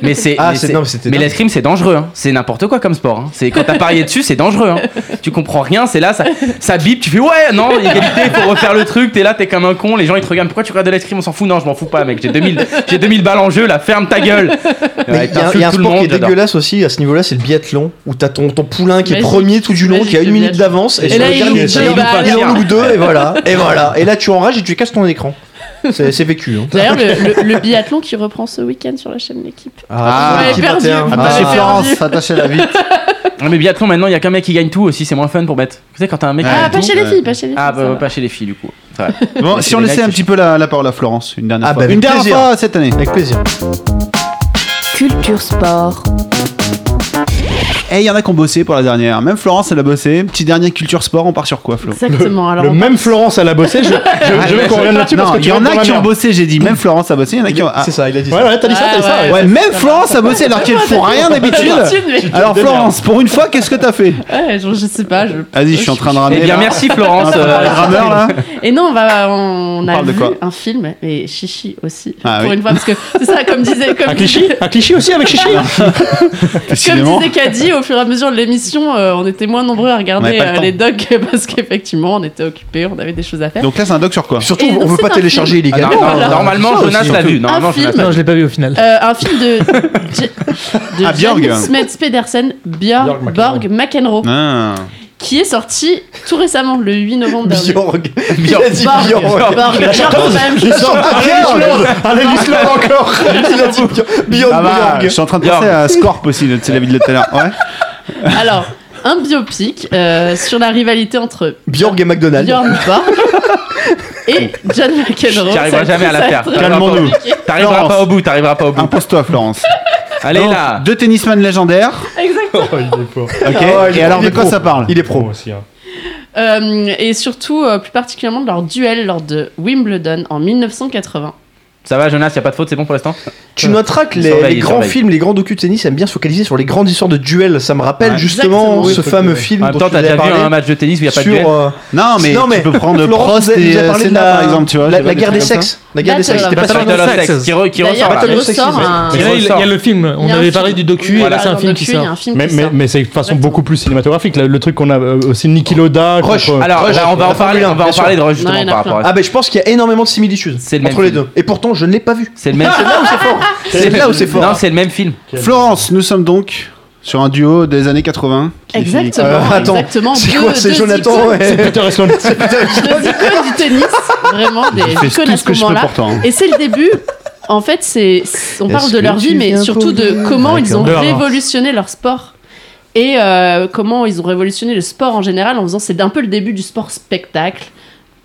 D: Mais c'est.
A: Ah,
D: mais
A: c'est-
D: c'est-
A: non, mais c'était
D: mais
A: dingue.
D: l'escrime, c'est dangereux. hein. C'est n'importe quoi comme sport. hein. C'est quand t'as parié dessus, c'est dangereux. hein. Tu comprends rien. C'est là, ça, ça bip. Tu fais ouais, non, égalité, faut refaire le truc. T'es là, t'es comme un con. Les gens, ils te regardent. Pourquoi tu regardes de l'escrime On s'en fout. Non, je m'en fous pas, mec. J'ai 2000, j'ai 2000 balles en jeu. Là, ferme ta gueule.
A: Mais
D: Ouais,
A: il y a-
D: t'insultes
A: il y a un
D: tout le
A: sport qui est
D: monde, j'adore.
A: dégueulasse aussi à ce niveau-là, c'est le biathlon, où t'as ton, ton poulain qui est
E: Magique.
A: premier tout du long,
E: Magique,
A: qui a une
E: le
A: minute
E: biathlon.
A: d'avance, et,
E: Et
A: sur
E: là,
A: le
E: il
A: dernier,
E: loupe
A: il
E: deux
A: en
E: balles.
A: loupe deux, et voilà, et voilà. Et là, tu enrages et tu casses ton écran. C'est c'est vécu. Hein.
E: D'ailleurs, le, le- le biathlon qui reprend ce week-end sur la chaîne L'équipe.
A: Ah,
E: Ouais,
A: qui
E: perdu.
A: 21.
E: Ah,
C: Attachez
E: j'ai
C: Florence,
E: perdu.
C: attachez la vie.
D: Non, mais biathlon, maintenant, il y a qu'un mec qui gagne tout aussi. C'est moins fun pour bête. Tu sais, quand t'as un mec. qui
E: Ah,
D: gagne
E: pas
D: tout-
E: chez les filles, pas chez les filles.
D: Ah,
E: ça
D: bah,
E: va.
D: pas chez les filles, du coup. C'est vrai.
C: Bon,
D: Mais
C: si
D: c'est
C: on
D: des
C: laissait
D: mecs
C: un
D: qui-
C: petit peu la, la parole à Florence, une dernière
A: Ah,
C: fois.
A: bah,
C: une
A: avec
C: dernière
A: plaisir.
C: fois cette année.
A: Avec plaisir.
K: Culture sport.
C: Et il Eh, y en a qui ont bossé pour la dernière. Même Florence, elle a bossé. Petit dernier culture sport, on part sur quoi, Flo Ah,
E: Exactement. Alors,
B: Le même Florence, elle a bossé. Je, je- Ah, je veux qu'on revienne là-dessus
C: Non,
B: parce que
C: il
B: tu
C: y
B: vas
C: en
B: pour la
C: a qui ont
B: merde.
C: bossé, j'ai dit. Même Florence a bossé, il y en a qui ont. ah.
A: C'est ça, il a dit
B: Ouais,
A: ça.
B: ouais, t'as dit ça, t'as dit ça.
E: Ouais,
B: ouais.
C: Ouais, même Florence a bossé alors qu'elle font rien d'habitude.
E: D'habitude, mais-
C: Alors Florence, pour une fois, qu'est-ce que t'as fait
E: ouais, genre, je sais pas. Je...
C: Vas-y, je suis en train de ramener.
D: Eh bien,
C: là,
D: merci,
C: un
D: Florence. euh,
C: rameur, là.
E: Et non, on, va, on, a
C: parle de
E: vu
C: quoi
E: un film, et Chichi aussi,
C: Ah
E: pour
C: oui.
E: une fois, parce que c'est ça, comme disait, comme
B: Un cliché Un cliché aussi avec Chichi
E: Comme
C: Décidément.
E: disait Caddy, au fur et à mesure de l'émission, euh, on était moins nombreux à
C: On avait
E: regarder
C: pas le
E: euh,
C: temps.
E: les docs parce qu'effectivement, on était occupés, on avait des choses à faire.
C: Donc là, c'est un doc sur quoi
A: Surtout,
E: Et
A: on
E: donc,
A: veut
E: c'est
A: pas
E: un
A: télécharger
D: Ah, non,
A: illégalement.
D: non,
E: Voilà.
D: Normalement, Jonas l'a vu. Normalement,
E: Un
D: Jonas
E: film.
F: Non, je l'ai pas vu au final.
E: Euh, un film de, de
C: Ah, Björk.
E: Jens Smets Pedersen,
B: Björk
E: Björn
B: McEnroe.
E: Borg McEnroe,
C: Ah.
E: qui est sorti tout récemment, le 8 novembre dernier.
A: Bjorg. Il a dit
E: Björk. Björk.
A: Bjorg.
E: Björk, même.
A: Allez, l'Islande encore Il a dit Bjorg.
C: Ah bah, je suis en train de penser
D: Björk.
C: à Scorp aussi, c'est la ville de tout à l'heure. Ouais.
E: Alors, un biopic euh, sur la rivalité entre
A: Bjorg et McDonald's.
E: Björn Borg et John McEnroe.
D: J'y arriverai
E: Ça-
D: jamais à la
E: ça-
D: faire.
C: Calmons-nous.
D: T'arriveras
C: Florence.
D: pas au bout, t'arriveras pas au bout.
C: Impose-toi, Florence.
D: Allez
C: Donc,
D: là
C: Deux tennisman légendaires.
E: Exactement.
C: Ok. Et alors, de quoi ça parle
A: Il est pro.
B: aussi.
E: Euh, et surtout, euh, plus particulièrement, de leur duel lors de Wimbledon en 1980.
D: Ça va, Jonas, y a pas de faute, c'est bon pour l'instant
A: Tu noteras que
D: Il
A: les,
D: surveille,
A: les
D: il
A: grands
D: surveille.
A: films, les grands docu-tennis aiment bien se focaliser sur les grandes histoires de duels. Ça me rappelle
D: Ouais.
A: justement
D: Exactement. Oui,
A: ce
D: faut
A: fameux
D: que-
A: film.
D: En même
A: dont
D: temps,
A: tu
D: t'as
A: avais
D: déjà vu hein,
A: parlé
D: un match de tennis où y a pas de
A: sur,
D: duel
A: euh,
C: Non, mais tu peux prendre Prost
A: vous avez
C: et,
A: déjà
C: euh,
A: parlé de
C: Senna, par exemple, tu vois,
A: la,
C: j'ai
A: la
C: vu
A: guerre
C: des
A: des
C: trucs comme
A: sexes. La guerre des
E: Battle
A: sexes.
E: of
F: C'était pas
D: Battle
F: Battle
D: of
F: of
D: Sex,
F: Sex.
D: qui, re- qui
E: D'ailleurs,
D: ressort là.
E: Battle of
A: Battle of
E: Sex,
A: Sex,
E: un-
F: Il y a- il y a le film,
E: il
F: on
E: y a un
F: avait parlé
E: film.
F: du docu, et là
E: Voilà,
F: c'est un
E: dans
F: film
E: le
F: qui
E: cul, il y a
F: sort.
E: un film
I: Mais,
E: qui
I: mais,
E: sort.
I: mais c'est de façon beaucoup plus cinématographique. Le, le truc qu'on a euh, aussi Niki Loda.
A: Rush.
I: contre-
D: Alors,
A: Rush,
D: là, on va en
A: la
D: parler,
A: Formule un,
D: on va en
A: bien
D: parler de Rush,
E: Non, il y
D: justement
E: en a
D: par rapport à
A: Ah
D: ça.
A: ben je pense qu'il y a énormément de similitudes
D: C'est le même
A: entre les
D: film.
A: deux. Et pourtant je ne l'ai pas vu.
D: C'est le même film.
A: Ah, C'est là où c'est fort.
D: Non, c'est le même film.
C: Florence, nous sommes donc sur un duo des années 80. qui-
E: Exactement.
A: Euh, attends,
E: exactement.
A: C'est
E: Deux-
A: quoi C'est
E: deux
A: Jonathan
E: icônes-
A: ouais.
I: Peter Eslund.
E: deux icônes du tennis, vraiment des
C: J'ai
E: icônes
C: fait
E: à
C: tout ce
E: ce
C: que je peux
E: moment-là.
C: pour toi. hein.
E: Et c'est le début. En fait, c'est on parle
A: Est-ce
E: de
A: que
E: leur
A: tu
E: vie, mais
A: viens
E: surtout
A: pour
E: de
A: nous
E: comment ils ont
F: D'accord.
E: révolutionné leur sport et euh, comment ils ont révolutionné le sport en général en faisant c'est un peu le début du sport spectacle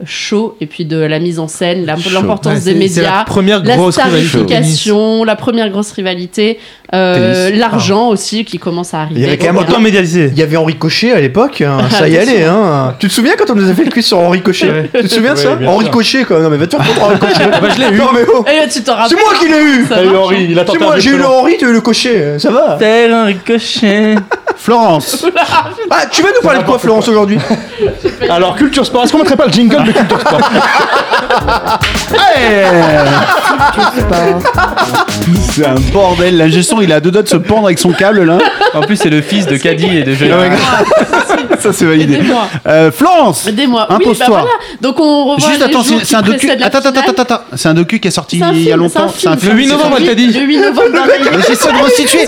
E: show et puis de la mise en scène, la-
C: Show.
E: l'importance
F: Ouais,
E: des
F: c'est- c'est la
E: médias,
F: première
E: la,
F: grosse rivalité au tennis.
E: starification, la première grosse rivalité, euh,
I: Tennis.
E: l'argent aussi qui commence à arriver.
A: Il y avait quand même
E: etc.
A: autant
I: Autant médialisé.
A: Il y avait Henri Cocher à l'époque,
E: Ah,
A: hein, ça y allait. Hein. Tu te souviens quand on nous a fait le quiz sur Henri Cocher
I: Ouais.
A: Tu te souviens de
I: Ouais,
A: ça
I: bien
A: Henri
I: sûr.
A: Cocher quoi, non mais va te faire contre Henri Cocher. je l'ai eu. Non mais oh,
E: Et là, tu t'en
A: c'est
E: rappelles.
A: moi qui l'ai eu
E: ça
I: T'as eu
E: marche,
I: Henri,
E: hein.
I: il a
A: C'est
I: tenté un
A: moi,
I: peu
A: j'ai eu
I: plus
A: le
I: long.
A: Henri, tu as eu le Cocher, ça va
D: Tel un ricochet.
C: Florence,
A: Ah, tu vas nous parler de quoi Florence aujourd'hui
I: Alors, Culture Sport, est-ce qu'on mettrait pas le jingle de Culture Sport
C: c'est un bordel. La gestion, il a deux doigts de se pendre avec son câble là.
D: En plus, c'est le fils de Caddy et de
C: Ah
D: Jonas.
C: ouais, Ça c'est validé.
E: Aidez-moi.
C: Euh, Florence,
E: Aidez-moi. Oui, bah
C: Impose-toi.
E: voilà. Donc on revoit
C: juste
E: les jours
C: attends, c'est
E: qui
C: c'est un docu.
E: précèdent la
C: Attends, attends,
E: finale.
C: attends, attends. C'est un docu qui est sorti
E: C'est un
C: il y a
E: film,
C: longtemps.
E: c'est un film.
F: Le 8 novembre, elle t'a dit.
E: Le 8 novembre, dernier.
C: Mais J'essaie de restituer.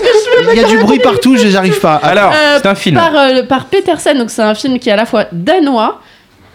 C: Il y a du bruit partout, je- j'arrive pas. Alors,
D: Alors,
E: Euh,
D: c'est un film.
E: Par, euh, par Petersen, donc c'est un film qui est à la fois danois,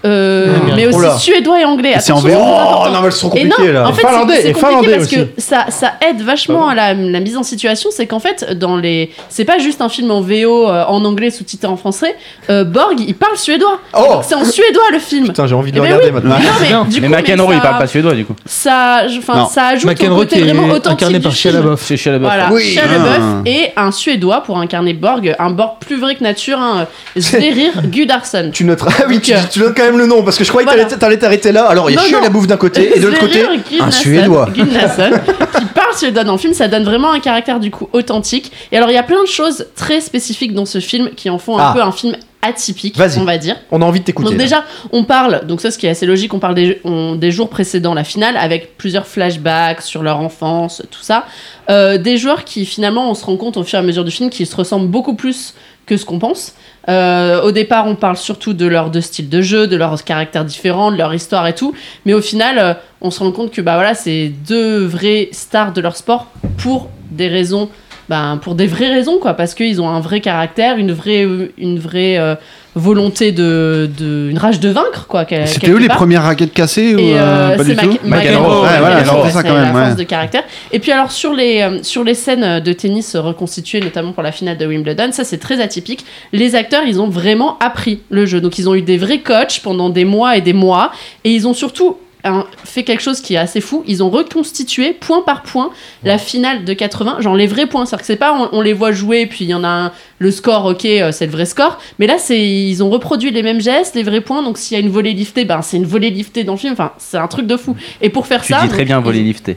E: euh, mais aussi
A: Oula.
E: suédois et anglais.
C: Et c'est en
E: Attention,
C: VO.
E: c'est très
A: Oh
E: important.
A: non mais elles sont
E: Et non,
A: compliquées là
E: en fait,
I: Finlandais,
E: c'est- c'est
I: et
E: compliqué
I: finlandais
E: parce
I: aussi.
E: que ça, ça aide vachement à la, la mise en situation. C'est qu'en fait, dans les, c'est pas juste un film en VO euh, en anglais sous-titré en français. euh, Borg, il parle suédois.
A: Oh.
E: Donc c'est en suédois le film.
I: hein,
A: Putain j'ai envie de le
E: Eh ben
A: regarder
E: oui.
A: maintenant.
E: Non, mais, du
D: Mais
E: coup, mais
D: McEnroe, il
E: ça-
D: parle pas suédois du coup.
E: Ça, je- enfin,
C: Non.
E: ça ajoute au
F: McEnroe
E: côté
F: qui
E: vraiment
F: est
E: authentique
F: incarné
E: du
F: par Shia
E: film.
F: LaBeouf.
D: C'est Shia LaBeouf.
E: Voilà,
A: Oui.
E: Shia LaBeouf
C: Ah.
E: et un Suédois pour incarner Borg, un Borg plus vrai que nature, hein, Sverrir Gudarson.
A: Tu noteras, ah oui, tu,
E: Donc, euh,
A: tu notes quand même le nom parce que je croyais
E: voilà.
A: que t'allais- t'allais t'arrêter là. Alors il y a
E: Non,
A: Chieux
E: non.
A: la bouffe d'un côté et de l'autre côté.
E: Sverrir Gudarson-
A: Suédois.
E: Gudarson, qui parle suédois dans le film, ça donne vraiment un caractère du coup authentique. Et alors il y a plein de choses très spécifiques dans ce film qui en font un
A: Ah.
E: peu un film atypique,
A: Vas-y.
E: on va dire.
A: On a envie de t'écouter.
E: Donc
A: là.
E: déjà, on parle, donc ça ce qui est assez logique, on parle des, on- des jours précédents la finale avec plusieurs flashbacks sur leur enfance, tout ça. Euh, des joueurs qui finalement on se rend compte au fur et à mesure du film qu'ils se ressemblent beaucoup plus que ce qu'on pense. Euh, au départ on parle surtout de leurs deux styles de jeu, de leurs caractères différents, de leur histoire et tout. Mais au final euh, on se rend compte que bah voilà c'est deux vrais stars de leur sport pour des raisons... Ben, pour des vraies raisons quoi parce qu'ils ont un vrai caractère une vraie une vraie euh, volonté de, de- une rage de vaincre quoi quel-
C: c'était
E: quelque
C: eux les
E: part.
C: premières raquettes cassées ou
E: et
C: euh,
E: euh,
C: pas
E: c'est
C: du tout
E: Mac- Mac-
D: McEnroe,
E: McEnroe,
D: ouais,
E: ouais,
D: voilà,
E: ouais,
D: c'est
E: ouais,
C: ça
E: ouais,
C: quand même,
E: la force
C: ouais.
E: de caractère et puis alors sur les euh, sur les scènes euh, de tennis euh, reconstituées notamment pour la finale de Wimbledon ça c'est très atypique les acteurs ils ont vraiment appris le jeu donc ils ont eu des vrais coachs pendant des mois et des mois et ils ont surtout hein, fait quelque chose qui est assez fou ils ont reconstitué point par point la finale de 80 genre les vrais points c'est-à-dire que c'est pas on, on les voit jouer puis il y en a un le score, ok, euh, c'est le vrai score. Mais là, c'est ils ont reproduit les mêmes gestes, les vrais points. Donc s'il y a une volée liftée, ben c'est une volée liftée dans le film. Enfin, c'est un truc de fou. Et pour faire
D: Tu
E: ça,
D: dis très bien voler lifté.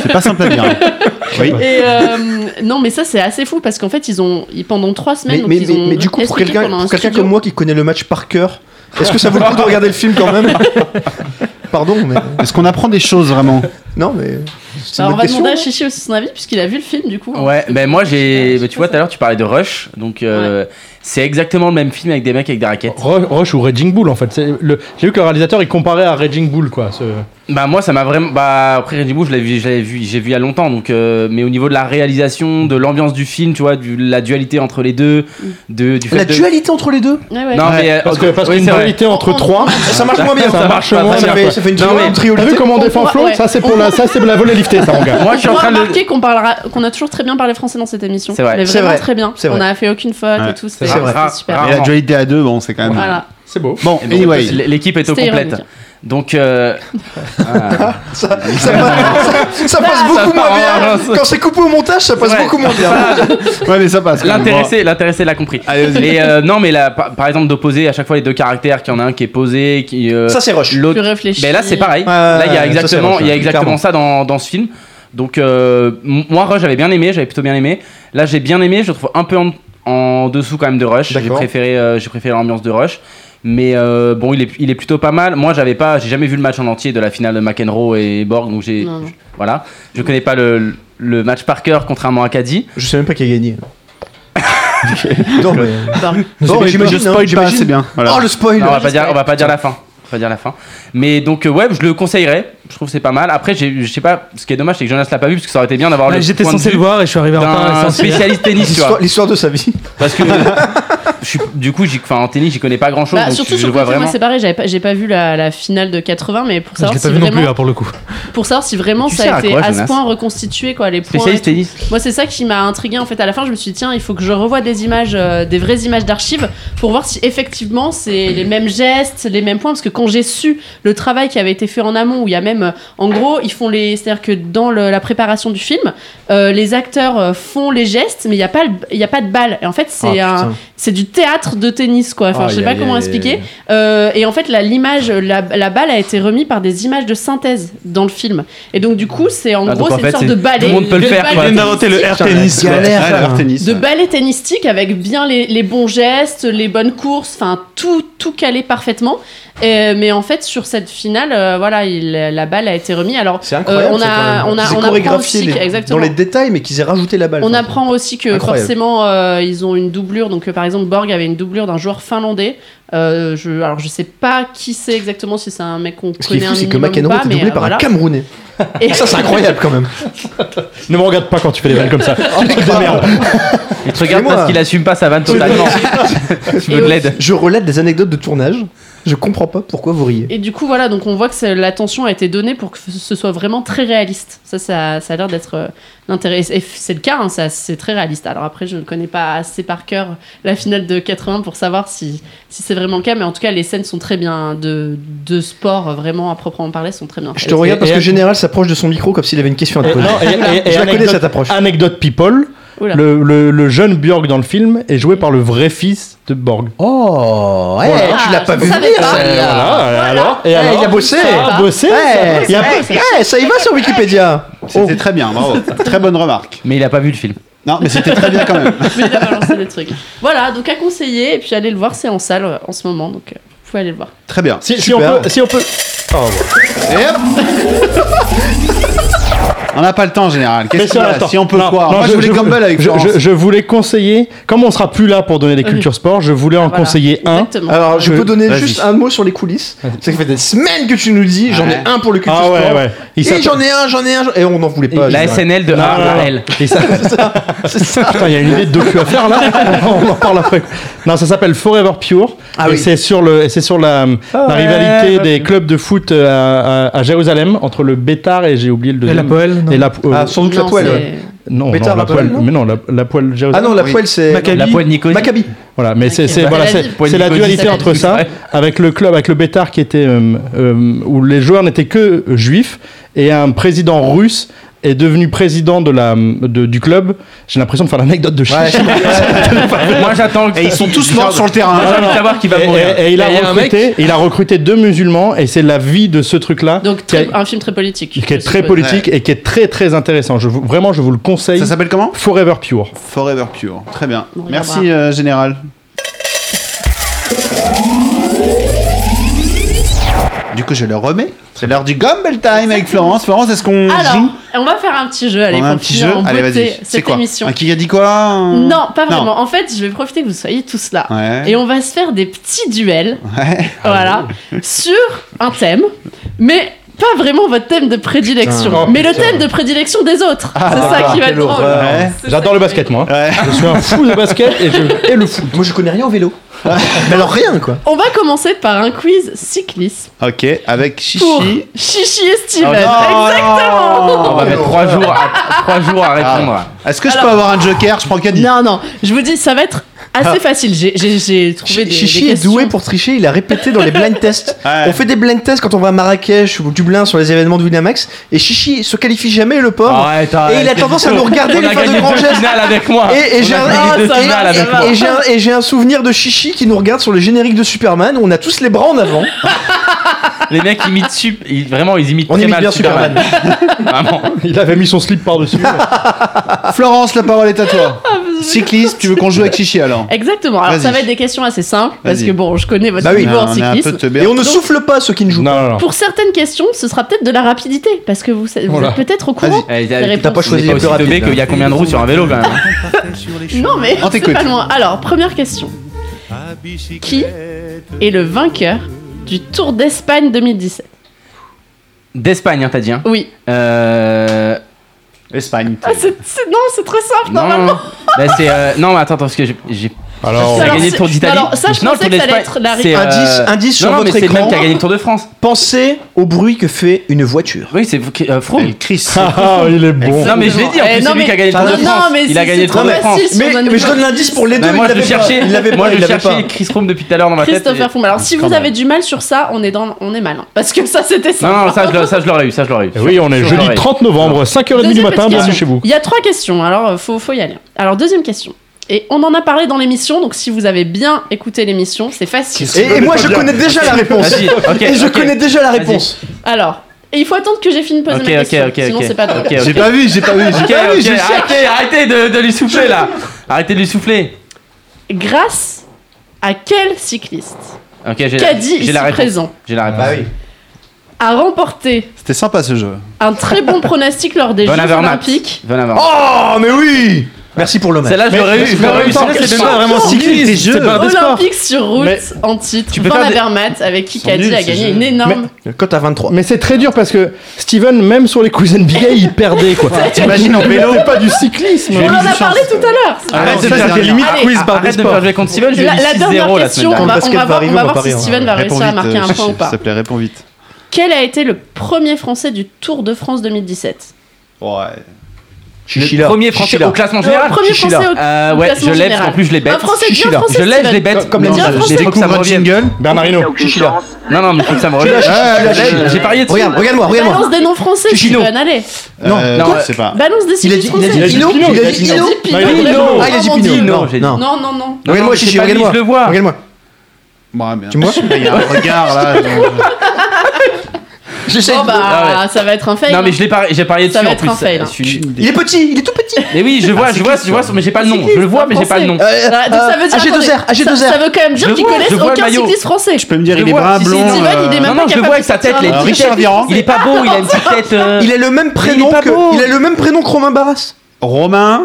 C: C'est pas simple à dire. hein. Oui.
E: Et euh, non, mais ça c'est assez fou parce qu'en fait ils ont ils- pendant trois semaines.
A: Mais,
E: donc, ils
A: mais- mais-
E: ont
A: mais du coup, pour
E: expliqué
A: quelqu'un
E: pendant un
A: pour quelqu'un
E: studio-
A: comme moi qui connaît le match par cœur, est-ce que ça vaut le coup de regarder le film quand même Pardon, mais.
C: Est-ce qu'on apprend des choses vraiment
A: Non, mais. C'est
E: Alors,
A: une
E: Bah, on va
A: bonne question.
E: demander à Chichi aussi son avis puisqu'il a vu le film du coup.
D: Ouais, ben moi j'ai.
E: Oh. Ouais,
D: bah, tu vois, tout à l'heure tu parlais de Rush, donc euh, c'est exactement le même film avec des mecs avec des raquettes.
I: Rush, Rush ou Raging Bull en fait. C'est le- J'ai vu que le réalisateur il comparait à Raging Bull quoi. ce-
D: Bah moi ça m'a vraiment. Bah après Reggie Bush, je l'ai vu, je l'ai vu, j'ai vu il y a longtemps, donc. euh, mais au niveau de la réalisation, de l'ambiance du film, tu vois, du, la dualité entre les deux,
E: Mm.
D: de, du fait
A: La
D: de-
A: dualité entre les deux
E: Ouais, ouais.
D: Non mais
B: Eh,
D: euh,
I: parce que parce
D: oui,
I: qu'une
D: c'est vrai.
I: dualité entre
E: On- on-
I: trois.
A: Oh. Ça marche moins bien.
D: Ça
B: Ah,
D: marche
A: pas
D: moins
A: Ça
D: bien,
A: fait,
D: quoi.
A: ça fait une
D: Non,
A: trio-
D: mais-
A: une trio-
I: T'as vu comment on
E: on
I: défend
E: pourra-
I: Flo
E: ouais.
I: Ça c'est pour la ça c'est pour la volée liftée ça mon gars.
D: Moi je suis en
E: Moi,
D: train de.
E: remarqué qu'on parlera, qu'on a toujours très bien parlé français dans cette émission.
D: C'est vrai.
E: On est
A: C'est
E: vraiment
A: vrai.
E: très bien.
A: C'est
E: On
A: vrai.
E: n'a fait aucune faute
C: Ouais.
E: et tout. C'est
D: C'est vrai.
E: c'est super.
D: Ah,
C: Et la
D: non.
C: dualité à deux, bon, c'est quand même.
E: Voilà.
I: C'est beau.
C: Bon,
D: Et donc,
C: anyway.
D: Eh ben, L'équipe est au
E: C'était
D: complète.
E: ironique.
D: Donc, euh, ah.
A: Ça, ça passe, ça- ça passe beaucoup moins bien. Quand c'est coupé au montage, ça passe
D: Ouais.
A: beaucoup moins bien.
C: Ouais, mais ça passe. quand même.
D: L'intéressé, l'intéressé l'a compris. Et euh, non, mais là, par, par exemple, d'opposer à chaque fois les deux caractères, qu'il y en a un qui est posé, qui. euh,
A: Ça, c'est rush.
D: l'autre-
E: Plus réfléchi.
D: Mais Ben là, c'est pareil.
A: Ouais, ouais,
D: là, il y
A: ouais,
D: a
A: ça, c'est
D: exactement,
A: Rush,
D: il y a
A: ouais,
D: exactement
A: clairement.
D: ça dans, dans ce film. Donc, euh, m- moi, Rush, j'avais bien aimé, j'avais plutôt bien aimé. Là, j'ai bien aimé, je le trouve un peu en, en dessous quand même de Rush. J'ai
A: D'accord.
D: préféré, euh, j'ai préféré l'ambiance de Rush. Mais euh, bon, il est, il est plutôt pas mal. Moi, j'avais pas, j'ai jamais vu le match en entier de la finale de McEnroe et Borg, donc j'ai,
E: Non, non.
D: voilà, je connais pas le, le match par cœur, contrairement à Caddy.
A: Je sais même pas qui a gagné.
E: euh,
A: non, mais.
C: Bon,
A: Bon, j'imagine,
C: je spoil
A: hein,
C: pas,
A: j'imagine.
C: c'est bien.
E: Ah,
C: Voilà.
A: Oh, le spoil
D: Non, on va pas dire, on va pas dire la fin. On va pas dire la fin. Mais donc euh, ouais, je le conseillerais. Je trouve que c'est pas mal. Après, j'ai- je sais pas. Ce qui est dommage, c'est que Jonas l'a pas vu parce que ça aurait été bien
B: Bah,
D: d'avoir le.
F: J'étais
D: point de
F: censé
D: vue
F: le voir et je suis arrivé en retard.
D: D'un
F: sans savoir.
D: spécialiste tennis, tu vois.
A: L'histoire- L'histoire de sa vie.
D: Parce que je suis- du coup, j'y- enfin, en tennis, j'y connais pas grand chose.
E: Bah,
D: donc
E: surtout
D: je
E: sur
D: le vois
E: Country, moi
D: vraiment.
E: c'est pareil, j'avais pas- j'ai pas vu la, la finale de 80, mais pour
F: Je l'ai
E: savoir,
F: pas
E: si
F: vu non
E: vraiment,
F: plus,
B: hein,
F: là, pour le coup.
E: pour savoir si vraiment
D: Tu
E: ça
D: sers
E: a
D: à
E: été
D: quoi,
E: à ce
D: Jonas
E: point reconstitué, quoi, les points. et
D: Spécialiste tennis.
E: Moi, c'est ça qui m'a intrigué en fait. À la fin, je me suis dit, tiens, il faut que je revoie des images, euh, des vraies images d'archives pour voir si effectivement c'est les mêmes gestes, les mêmes points. Parce que quand j'ai su le travail qui avait été fait en amont, où il y a même, euh, en gros, ils font les. C'est-à-dire que dans le- la préparation du film, euh, les acteurs euh, font les gestes, mais il n'y a, pas le- il y a pas de balle. Et en fait, c'est euh,
A: Ah,
E: un.
A: putain.
E: C'est du théâtre de tennis, quoi. Enfin, je sais
A: Aïe,
E: pas
A: aïe,
E: comment
A: aïe,
E: expliquer.
A: aïe.
E: Euh, et en fait, la- l'image, la, la balle a été remise par des images de synthèse dans le film. Et donc, du coup, c'est en
D: Ah,
E: gros,
D: donc, en
E: c'est une
D: fait,
E: sorte
D: c'est-
E: de
D: tout le
E: ballet.
D: monde peut le
E: de
D: faire,
E: ballet
D: quoi.
I: Viens d'inventer le air
E: tennistique.
I: tennis. quoi.
C: Ouais,
A: Galère.
C: leur tennis.
E: De ballet tennistique avec bien les, les bons gestes, les bonnes courses, enfin tout, tout calé parfaitement. Et- mais en fait, sur cette finale, euh, voilà, il- la balle a été remise. Alors,
A: C'est incroyable.
E: Euh, on
A: ça,
E: a-
A: quand même.
E: on a- on
A: Qu'ils aient
E: apprend
A: chorégraphié
E: aussi
A: les-
E: que- exactement.
A: dans les détails, mais qu'ils aient rajouté la balle.
E: On
A: quoi.
E: apprend aussi que
A: Incroyable.
E: forcément euh, ils ont une doublure. Donc euh, par exemple Borg avait une doublure d'un joueur finlandais. Euh, je, alors je sais pas qui c'est exactement si c'est un mec qu'on
A: Ce qui est
E: connaît
A: fou,
E: un
A: c'est que
E: minimum ou
A: McEnroe
E: pas,
A: était
E: mais
A: doublé
E: euh,
A: par un
E: voilà.
A: Camerounais.
E: Et
A: Ça, c'est incroyable quand même. Oh,
B: Ne me regarde pas quand tu fais des vannes comme ça.
D: Il te regarde
A: Excusez-moi.
D: parce qu'il assume pas sa vanne totalement. Je veux de l'aide.
A: Je relate des anecdotes de tournage. Je comprends pas pourquoi vous riez.
E: Et du coup, voilà, donc on voit que c'est- l'attention a été donnée pour que ce soit vraiment très réaliste. Ça, ça, ça a l'air d'être euh, l'intérêt. Et f- c'est le cas, hein, ça, c'est très réaliste. Alors après, je ne connais pas assez par cœur la finale de 80 pour savoir si, si c'est vraiment le cas, mais en tout cas, les scènes sont très bien de, de sport, euh, vraiment à proprement parler, sont très bien.
A: Je
E: faites.
A: te regarde
B: et-
A: parce que
B: et-
A: Général s'approche de son micro comme s'il avait une question à te
B: Et-
A: poser.
B: non, et- et- et
A: Je la connais
B: anecdote- Ah,
A: cette approche.
B: Anecdote people,
E: Oula.
B: le, le- le jeune Björk dans le film est joué par le vrai fils de Borg.
A: Oh, ouais,
E: Voilà.
A: tu l'as
E: Ah,
A: pas
E: je
A: vu
E: savais
A: venir,
E: pas.
A: celle-là.
B: Voilà, alors, et alors
A: Eh, il a bossé. Eh,
B: Il a bossé ça.
A: Ouais.
B: Il y a-
E: Ouais, c'est-
A: Ouais, ça y va sur Wikipédia.
C: C'était très bien, bravo. très bonne remarque.
D: Mais il a pas vu le film.
C: Non, mais c'était très bien quand même.
E: Mais il a balancé le truc. Voilà, donc à conseiller, et puis allez le voir, c'est en salle euh, en ce moment, donc euh, vous pouvez aller le voir.
C: Très bien.
B: Si, si on
A: Super.
B: peut, si on peut.
C: Et hop On n'a pas le temps en général.
B: Mais
C: Qu'est-ce qu'on
B: ça,
C: a
B: attends.
C: Si on peut
B: Non,
C: quoi
B: non,
C: Moi je, voulais Gumball avec
B: je,
C: Florence.
B: je- je voulais conseiller, comme on sera plus là pour donner des
A: Mm.
E: Oui.
B: cultures sport, je voulais
A: Ah,
B: en
E: Voilà,
B: conseiller un.
E: Exactement.
C: Ah,
A: Alors, je
B: Je-
A: peux donner
C: vas-y.
A: juste un mot sur les coulisses. C'est que ça fait des semaines que tu nous dis, j'en ai
C: Ouais.
A: un pour le culture
B: Ah ouais,
A: sport.
B: ouais. Il
A: Et
B: s'appelle-
A: j'en ai un, j'en ai un. j'en- Et on n'en voulait pas.
D: La
A: général.
D: SNL de
B: Non,
D: A
B: non,
D: à
B: non.
D: L.
B: Il s'appelle-
A: C'est ça.
B: Putain, il y a une idée de docu à faire là. On en parle après. Non, ça s'appelle Forever Pure.
A: Ah
B: et
A: oui.
B: c'est sur le, et c'est sur la, la rivalité
D: ouais.
B: des clubs de foot euh, à, à- à Jérusalem entre le Bétar et j'ai oublié le
F: Et
B: deuxième.
F: la poêle
B: Et la euh,
A: Ah, sans doute la
E: Non,
A: poêle.
E: c'est-
A: ouais.
B: non,
A: Bétar,
B: non, la
A: la
B: poêle.
A: poêle, non
B: Mais non, la, la poêle
A: Ah
B: Jérusalem.
A: non, la poêle, c'est.
D: La poêle Nicolas.
A: Maccabi.
B: Voilà, mais c'est
E: Ok.
B: c'est
E: Bah,
B: voilà,
E: elle a
B: c'est
E: dit.
B: c'est la
D: Poil Nicolas,
B: dualité
E: ça
B: entre
D: dit,
B: ça,
D: ouais.
B: avec le club, avec le Bétar qui était euh, euh, où les joueurs n'étaient que euh, juifs et un président russe est devenu président de la de- du club. J'ai l'impression de faire l'anecdote de
A: Ouais.
B: chiche.
D: Moi, j'attends.
C: Et ils sont tous morts sur le terrain.
B: Ah,
D: Moi, j'ai envie de savoir qui va
B: Et,
D: mourir.
B: et- et il, a
F: Et il y a un
B: recruté, il a recruté deux musulmans et c'est la vie de ce truc-là
E: Donc
B: qui, a-
E: très- un film très politique.
B: qui est
E: je
B: très
E: suppose.
B: politique et qui est très très intéressant. Je vous- vraiment, je vous le conseille.
C: Ça s'appelle comment
B: Forever Pure.
C: Forever Pure. Très bien.
E: On regardera.
C: Merci euh, général. Du coup, je le remets. C'est l'heure du Gumball Time avec Florence. Florence, est-ce qu'on
E: Alors,
C: joue
E: on va faire un petit jeu. Allez,
C: On
E: pour
C: a un petit
E: finir
C: jeu.
E: en
C: Allez,
E: beauté
C: vas-y. C'est
E: Cette
C: quoi
E: émission.
C: Un qui a dit quoi un-
E: Non, pas vraiment. En fait, je vais profiter que vous soyez tous là.
C: Ouais. Ah,
E: Et on va se faire des petits duels,
C: Ouais.
E: voilà, sur un thème, mais pas vraiment votre thème de prédilection,
A: Putain.
E: mais le thème de prédilection des autres.
C: Ah,
E: c'est ça qui va être
A: quelle
E: drôle.
A: horreur.
C: Ouais.
E: C'est ça
B: J'adore
E: qui
B: le
E: va
B: basket,
E: être-
B: moi.
C: Ouais.
B: Je suis un fou de basket et, je- et le foot.
A: Moi, je connais rien au vélo. Mais alors, rien, quoi.
E: On va commencer par un quiz cyclisme
C: Ok, avec Chichi.
E: pour Chichi et Steven.
C: Oh,
E: Exactement.
D: On va mettre trois jours à, trois jours à répondre.
C: Est-ce que je
E: Alors-
C: peux avoir un joker Je prends Caddy.
E: Non, non, je vous dis, ça va être assez facile. J'ai- J'ai j'ai trouvé des,
A: Chichi
E: des
A: est doué
E: questions.
A: pour tricher, il a répété dans les blind tests. On fait des blind tests quand on va à Marrakech ou Dublin sur les événements de Winamax et Chichi se qualifie jamais le pauvre
D: Arrête, arrête,
A: et il a
D: c'est
A: tendance à
D: bon.
A: nous
D: On
A: regarder
D: a
A: les faire
D: gagné
A: de grands
D: deux
A: gestes.
D: finales avec
E: Ah,
D: moi.
A: Et, et
D: On
A: j'ai
D: a
A: un, ah,
D: gagné deux
A: et-
D: finales
A: et-
D: avec moi.
A: et j'ai un- et j'ai un souvenir de Chichi qui nous regarde sur le générique de Superman où on a tous les bras en avant.
D: Les mecs imitent sup- ils- vraiment ils imitent
A: On
D: très
A: imite
D: mal
A: bien
D: Superman. vraiment.
B: Il avait mis son slip par-dessus.
C: Florence, la parole est à toi. Cycliste, tu veux qu'on joue avec Chichi alors
E: Exactement. Alors,
C: Vas-y.
E: ça va être des questions assez simples parce
C: Vas-y.
E: que bon, je connais votre
C: Bah oui,
E: niveau
C: on
E: en
C: est un peu
E: cyclisme.
C: teubé.
A: Et on ne
E: Donc-
A: souffle pas ceux qui ne jouent pas.
B: Non, non, non.
E: Pour certaines questions, ce sera peut-être de la rapidité parce que vous, sa- vous
B: Voilà.
E: êtes peut-être au courant.
D: Eh,
E: Des réponses.
A: pas choisi
D: on est
A: les plus
D: aussi teubés
A: rapides,
D: qu'il y a combien de roues sur un vélo quand même.
E: Non mais
C: On
E: c'est
C: t'écoute.
E: pas loin. Alors première question. Qui est le vainqueur du Tour d'Espagne 2017
D: D'Espagne, hein, t'as dit. Hein.
E: Oui.
D: Euh...
C: Espagne.
E: Ah, c'est- c'est- non, c'est très simple
D: Non,
E: normalement.
D: Bah, c'est, euh, non, mais attends, attends, parce que j'ai. j'ai...
F: Alors,
D: Il a
E: Alors,
D: gagné
E: c'est-
D: le Tour d'Italie.
E: alors, ça, je
D: non,
E: pensais
D: le Tour
E: que ça allait
D: d'Espagne,
E: être la-
D: c'est,
A: Indice- indice sur
D: non, non,
A: votre
D: mais C'est le
A: écran.
D: même qui a gagné le Tour de France.
A: Pensez au bruit que fait une voiture.
D: Oui, c'est euh, Froome.
C: Chris.
B: Ah, il est bon.
D: Non, mais je l'ai dit, en
E: Eh,
D: plus,
E: non,
D: c'est lui
E: mais-
D: qui a gagné le Tour de
E: non,
D: France.
E: non, mais
D: Il
E: c'est-
D: a gagné
E: c'est
D: le Tour de
E: trop
D: France.
E: facile, si
A: Mais,
E: on donne
A: mais
E: une
A: je donne l'indice pour les deux.
D: Bah, moi,
A: il
D: je le
A: l'avait pas.
D: cherchais.
A: Il l'avait
D: Moi,
A: pas.
D: je
A: il l'avait
D: cherchais
A: pas.
D: Chris Froome depuis tout à l'heure dans ma tête.
E: Christopher
D: et-
E: Froome. Alors si
D: Quand
E: vous
D: même.
E: avez du mal sur ça, on est dans, on est mal. hein. parce que ça, c'était ça.
D: Non, non, ça, je l'aurais- ça, je l'aurais eu. Ça, je l'aurais eu.
B: Et oui, on est
D: Je l'aurais
B: jeudi
D: eu.
B: 30 novembre, 5h30 du
E: Deuxième
B: matin,
E: petite
B: bienvenue
E: question.
B: chez vous.
E: Il y a trois questions, alors euh, faut, faut y aller. Alors, deuxième question. Et on en a parlé dans l'émission, donc si vous avez bien écouté l'émission, c'est facile.
A: Et, et moi, je connais déjà la réponse.
D: Vas-y, ok,
A: Et je
D: ok.
A: connais déjà la
D: Vas-y.
A: réponse.
E: Alors, et il faut attendre que j'ai fini de poser
D: Ok,
E: ma
D: ok,
E: question,
D: ok,
E: sinon
D: ok.
E: c'est pas drôle.
D: Ok,
C: J'ai pas vu, j'ai pas vu, j'ai
D: Ok,
C: pas vu.
D: ok,
C: j'ai-
D: arrêtez, arrêtez de, de lui souffler là. Arrêtez de lui souffler.
E: Grâce à quel cycliste
D: Ok, j'ai la-
E: Caddy
D: j'ai
E: ici
D: la réponse.
E: présent
D: J'ai la réponse.
E: a remporté
C: C'était sympa ce jeu.
E: un très bon pronostic lors des
D: Von
E: Jeux
D: Avermaet.
E: Olympiques.
D: Von Avermaet.
A: Oh, mais oui Merci pour l'hommage.
D: Celle-là, je l'aurais eu. je l'aurais eu. Celle-là, c'est pas vraiment cycliste. C'est pas un sport.
E: Olympiques sur route
B: Mais-
E: en titre.
D: Tu peux
E: Van
D: faire des-
E: Avermaet, avec qui Caddy a gagné une énorme.
A: Cote à 23.
B: Mais c'est très dur parce que Steven, même sur les quiz NBA, il perdait quoi. T'imagines en vélo pas du cyclisme.
E: On en a parlé tout à l'heure. c'est
D: Arrête
E: vrai.
D: de faire des limites
E: Allez,
D: quiz par Arrête de me faire jouer contre Steven, je
E: La, la
D: vais 6
E: dernière
D: 0 la
E: question,
D: semaine
E: on
D: dernière.
E: va,
A: Quand
E: on
A: le basket
E: va
A: va
E: voir,
A: arriver,
E: on va
A: on va
E: voir si
A: parier, hein.
E: Steven va
C: Réponds
E: réussir à
C: vite,
E: marquer
C: euh,
E: un point
C: Chichi,
E: ou pas.
C: S'il te plaît, réponds vite.
E: Quel a été le premier Français du Tour de France 2017
C: Ouais.
D: Le premier français au classement
E: Le
D: général.
E: premier Français au
D: Euh, ouais,
E: classement
D: je l'aide,
E: général.
D: en plus je les bête.
E: Un Français, dis un
D: Chichila.
E: Français,
D: Je l'aide, je
E: Steven.
D: les bête.
E: Comme la
D: Non,
E: dernière
D: je-
E: fois,
D: Faut que ça me revienne.
B: Bernardino.
H: Aucune chance.
D: Non, non, mais faut que ça me revienne. J'ai- J'ai parié dessus.
A: Regarde, regarde-moi, regarde-moi.
E: Balance des noms français,
D: Chichino.
E: Steven, allez.
C: Non,
D: non,
C: non,
D: ouais.
C: Euh, je sais pas.
E: Balance des
A: Il a
E: cyclistes
A: dit il a dit
E: français.
A: Pino, il a dit
E: Il a dit
A: Pino.
B: Non, il a dit
E: Pino.
B: Pino.
A: Ah, il a dit
E: Vraiment,
A: Pino.
E: dis-
D: Pino,
A: Non,
D: j'ai dit.
A: non.
E: Non, non, non.
D: Non,
A: Regarde-moi,
D: mais c'est
A: Chichi,
D: pas lui,
A: regarde-moi.
D: je le vois.
A: Regarde-moi.
C: Ouais, mais-
A: Tu me vois
C: Il y a un regard là.
A: J'essaie
E: Bon,
A: de-
D: Ah
E: bah, ça va être un fail.
D: Non, mais
E: hein.
D: je l'ai parié, j'ai parié
E: Ça
D: dessus
E: va
D: en
E: être
D: plus.
E: un fail,
D: Je
E: hein.
D: suis-
A: Il est petit, il est tout petit.
D: Mais oui, je vois, je vois, je vois, mais j'ai pas le nom. Je le vois, mais j'ai pas le nom.
A: Euh,
E: Ah, donc ça veut dire-
A: AG2R,
E: attendez,
A: AG2R.
E: ça- Ça veut quand même
D: Je
E: dire qu'ils
D: vois,
E: connaissent
D: je vois le
E: aucun
D: maillot.
E: cycliste français.
C: Tu peux me dire,
D: Je
C: il est
D: vois,
C: brun,
D: si, si,
C: blond.
D: Steven,
E: il est
C: euh,
E: même-
D: Non, non, je le vois avec sa tête, il a
C: Euh,
D: une petite
C: Richard
D: tête.
C: Virenque.
D: Il est pas beau, il a une petite tête. euh,
A: Il a le même prénom
D: pas beau.
A: que. Il a le même prénom que Romain Barras.
C: Romain.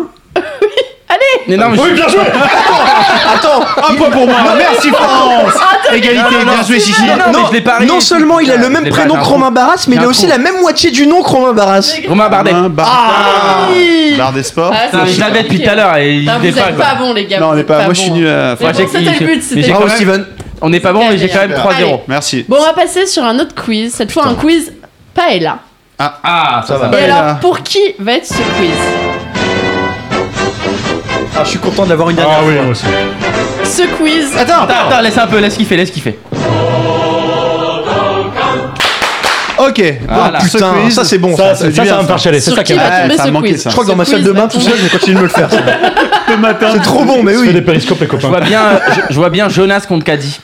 D: Mais non, mais je-
C: bien joué
A: Attends,
C: Un point pour moi Merci France Égalité,
D: non,
C: bien joué Chichi
D: Non, non, mais
A: non,
D: je l'ai parié.
A: non seulement il a le
D: Je
A: même
D: l'ai
A: prénom
D: pas,
A: que
D: j'ai un
A: Romain Barras, mais
D: J'ai
A: il
D: un
A: a aussi
D: trou.
A: la même moitié du nom que Romain Barras.
D: Romain Bardet.
C: Romain Bardet.
E: Oui.
C: Barre des sports
E: Ah,
D: Putain,
E: c'est
D: Je l'avais depuis tout à l'heure et il
E: Non, Vous
D: est pas.
E: êtes pas
D: quoi.
E: bons, les gars.
C: Non, on
E: vous
C: n'est
E: êtes
C: pas. Moi je suis
E: bons.
C: nul. à-
E: Mais
C: Enfin,
E: bon,
D: j'ai-
E: c'était le but,
D: j'ai- mais
E: c'était
D: j'ai-
E: le
A: Bravo
E: but.
A: Steven.
D: On n'est pas bon, mais j'ai quand même
E: Allez.
D: 3-0.
C: Merci.
E: Bon, on va passer sur un autre quiz. Cette fois, un quiz paella.
D: Ah, ça, ça
E: Et
D: va.
E: alors, pour qui va être ce quiz
A: Ah, je suis content de l'avoir une
B: Ah oui, moi aussi.
E: Ce quiz.
D: Attends, attends, laisse un peu, laisse kiffer, laisse kiffer.
C: Ok.
D: Voilà.
C: Ce
A: Putain,
C: quiz,
A: ça c'est bon. ça.
B: Ça, ça,
C: du bien,
B: ça va me
C: ça.
B: faire chialer. C'est
E: Sur
B: ça
E: qui
B: qui est
E: va
C: Ouais,
E: tomber
C: ça
E: ce
C: manquait,
E: quiz
C: ça.
A: Je crois que dans ma
E: Ce
A: salle de
E: quiz
A: bain,
E: va
A: tout seul, je continue de me le faire. ça.
C: le matin.
A: C'est trop bon, mais
B: Je fais
A: oui.
B: des périscopes, les
D: Je
B: copains.
D: vois bien, euh, je, je vois bien Jonas contre Caddy.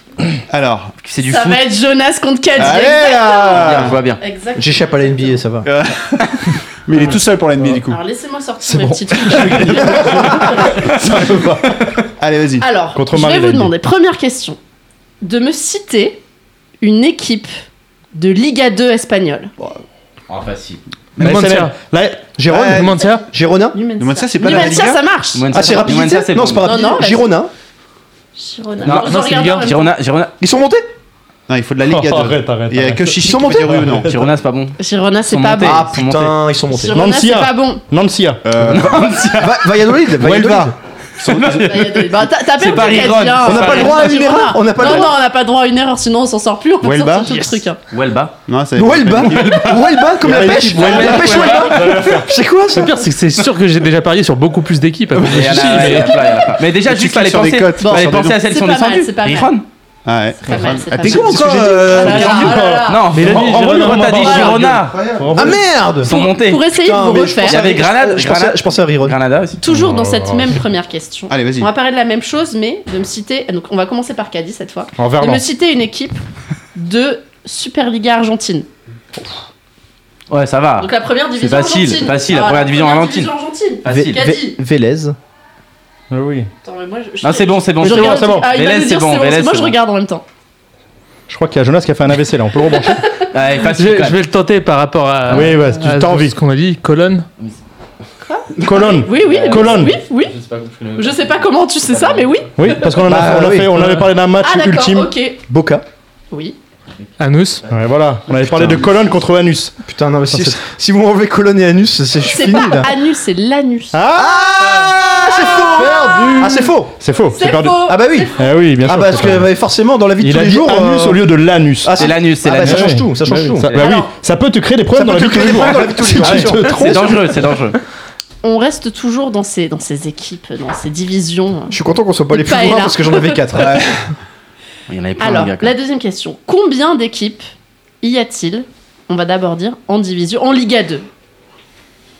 C: Alors.
D: C'est du
E: Ça
D: foot.
E: va être Jonas contre Caddy.
C: Allez
D: Bien, Je
C: là
D: vois bien.
E: Exact.
A: J'échappe à la NBA, ça va.
C: Mais il est tout seul pour l'ennemi du coup.
E: Alors laissez-moi sortir mes petits trucs.
C: Allez, vas-y.
E: Alors,
B: Contre
E: je vais
B: Marie
E: vous
B: Lamy.
E: demander, première question, de me citer une équipe de Liga 2 espagnole.
D: Ah, facile.
B: Numancia. Là,
A: Jérône
C: Ouais.
B: Numancia.
A: Girona
C: Demande ça, c'est pas la
E: Numancia,
C: Liga
E: ça marche
A: Ah, c'est rapide.
D: c'est
A: Non,
D: bon.
A: c'est pas hein.
E: Non,
A: rapide.
E: non, vas-y.
A: Girona.
E: Girona.
D: Non,
E: Je
F: non, c'est
E: regarde
F: Liga.
E: en même temps.
D: Girona, Girona,
A: Ils sont montés
C: Non, il faut de la Liga
B: Oh,
C: 2.
B: arrête, arrête.
C: Il y a
B: arrête.
C: que Chichi
A: Ils sont
C: qui peut dire oui ou non.
D: Girona, c'est pas bon.
E: Girona, c'est
D: Ils sont
E: pas
D: montés.
E: bon.
A: Ah
D: Ils sont montés.
A: putain, ils sont montés.
E: Girona, c'est
B: Mancia.
E: pas bon.
B: Nancia.
C: Euh,
A: Va- Valladolid, Valladolid.
B: Huelva.
E: Bah, t'as- t'as
D: C'est
E: bien
D: pas
E: dit qu'elle
D: Riron,
E: vient,
D: c'est
E: euh,
D: pas
E: elle
D: Riron.
E: vient sur-
D: erreur, on n'a pas le
E: Non,
D: droit. bah,
E: non, on n'a pas le droit à une erreur, sinon on s'en sort plus, on peut
D: Welba,
E: sortir tout le truc. hein.
D: Welba.
C: Non, c'est
A: Welba Welba comme la pêche La pêche Welba C'est quoi ça
F: Le pire, c'est que c'est sûr que j'ai déjà parié sur beaucoup plus d'équipes. avec
D: Il y en a-
F: Chichi,
D: il y en
F: mais-
D: a plein, il y en a plein. Mais déjà,
C: Mais tu
D: juste
C: cliques
D: fallait
C: sur des
D: penser,
C: cotes,
D: fallait
C: sur des
D: penser à celles qui
E: C'est
D: sont
E: pas mal,
D: descendues.
E: c'est pas mal.
D: Riron.
C: Ah ouais.
E: C'est pas mal, c'est pas
A: T'es
E: mal.
A: con encore
E: Ah là
A: euh,
E: là, ah là là.
D: Non,
F: Mais il a dit,
D: en vrai,
F: Girona,
D: quand t'as dit
E: Mamba.
D: Girona,
A: Ah merde
D: ils sont montés.
E: Pour essayer de vous
A: mais je
E: refaire.
D: Il y avait Grenade,
A: Je pensais-
D: Grenade,
A: je pensais à Riron.
D: Granada aussi.
E: Toujours dans cette même première question.
C: Allez, vas-y.
E: On va parler de la même chose, mais de me citer. Donc, on va commencer par Caddy cette fois.
F: En
E: De
F: Verlan.
E: me citer une équipe de Superliga Argentine.
D: Ouais, ça
C: Ah.
D: va.
E: Donc, la première division
D: facile,
E: argentine. Ah,
D: facile, la première division argentine.
E: division argentine.
D: Facile.
E: Qu'a dit
A: Vélez.
B: Ah
D: Oui.
E: Attends, mais moi, je- je-
D: Non, c'est bon, c'est bon.
E: je
D: c'est bon,
E: regarde-
D: c'est bon.
E: Ah, il va
D: Vélez,
E: nous
D: c'est
E: dire
D: bon. Vélez,
E: Moi,
D: c'est
E: je
D: bon.
E: regarde en même temps.
I: Je crois qu'il y a Jonas qui a fait un AVC là, on peut le rebrancher.
D: Ouais,
F: Je
D: facile,
F: vais,
D: quand
F: je
D: même.
F: vais le tenter par rapport à.
I: Oui, ouais, si tu
F: à
I: t'as envie.
F: Ce qu'on a dit, colonne.
I: Colonne
E: Oui, oui. mais-
I: Colonne.
E: Oui, oui.
D: Je sais pas comment je connais.
E: Je sais pas comment tu sais ça, mais oui.
I: Oui, parce qu'on en a,
A: Bah,
I: on a
A: oui.
I: fait- on avait parlé d'un match
E: Ah, d'accord,
I: ultime.
E: ok.
A: Boca.
E: Oui.
F: Anus.
I: Ouais, voilà, on avait parlé de colonne contre Anus.
A: Putain, non, mais si, si vous m'enlevez colonne et anus, c'est- je suis
E: C'est
A: fini
E: pas
A: là.
E: anus, c'est l'anus.
A: Ah, c'est faux Ah, c'est faux
I: C'est faux,
E: C'est
I: c'est
E: faux.
I: perdu.
A: Ah, bah oui
I: Eh oui, bien sûr.
A: Ah, bah, parce
I: c'est perdu.
A: que bah, forcément, dans la vie de
I: Il
A: tous
I: a
A: les
I: dit
A: jours.
I: anus
A: euh,
I: au lieu de l'anus.
A: Ah,
D: C'est l'anus, c'est
A: Ah, bah, ça
D: l'anus.
A: change tout, ça
I: Bah
A: change
I: oui,
A: tout.
I: ça- bah oui, ça peut te créer des problèmes
A: Ça
I: dans la
A: peut
I: vie
A: te
I: de tous
A: créer
I: les
A: des
I: jours.
A: problèmes dans la vie de tous
I: Si
A: les
I: tu
A: jours.
I: te
D: C'est
I: trompes,
D: dangereux, c'est dangereux.
E: On reste toujours dans ces, dans ces équipes, dans ces divisions.
A: Je suis content qu'on soit pas les plus
E: Paella.
A: loin parce que j'en avais 4.
D: Il y en avait plein,
E: Alors,
D: les gars. quand
E: la
D: même.
E: deuxième question. Combien d'équipes y a-t-il On va d'abord dire en division, en Liga 2.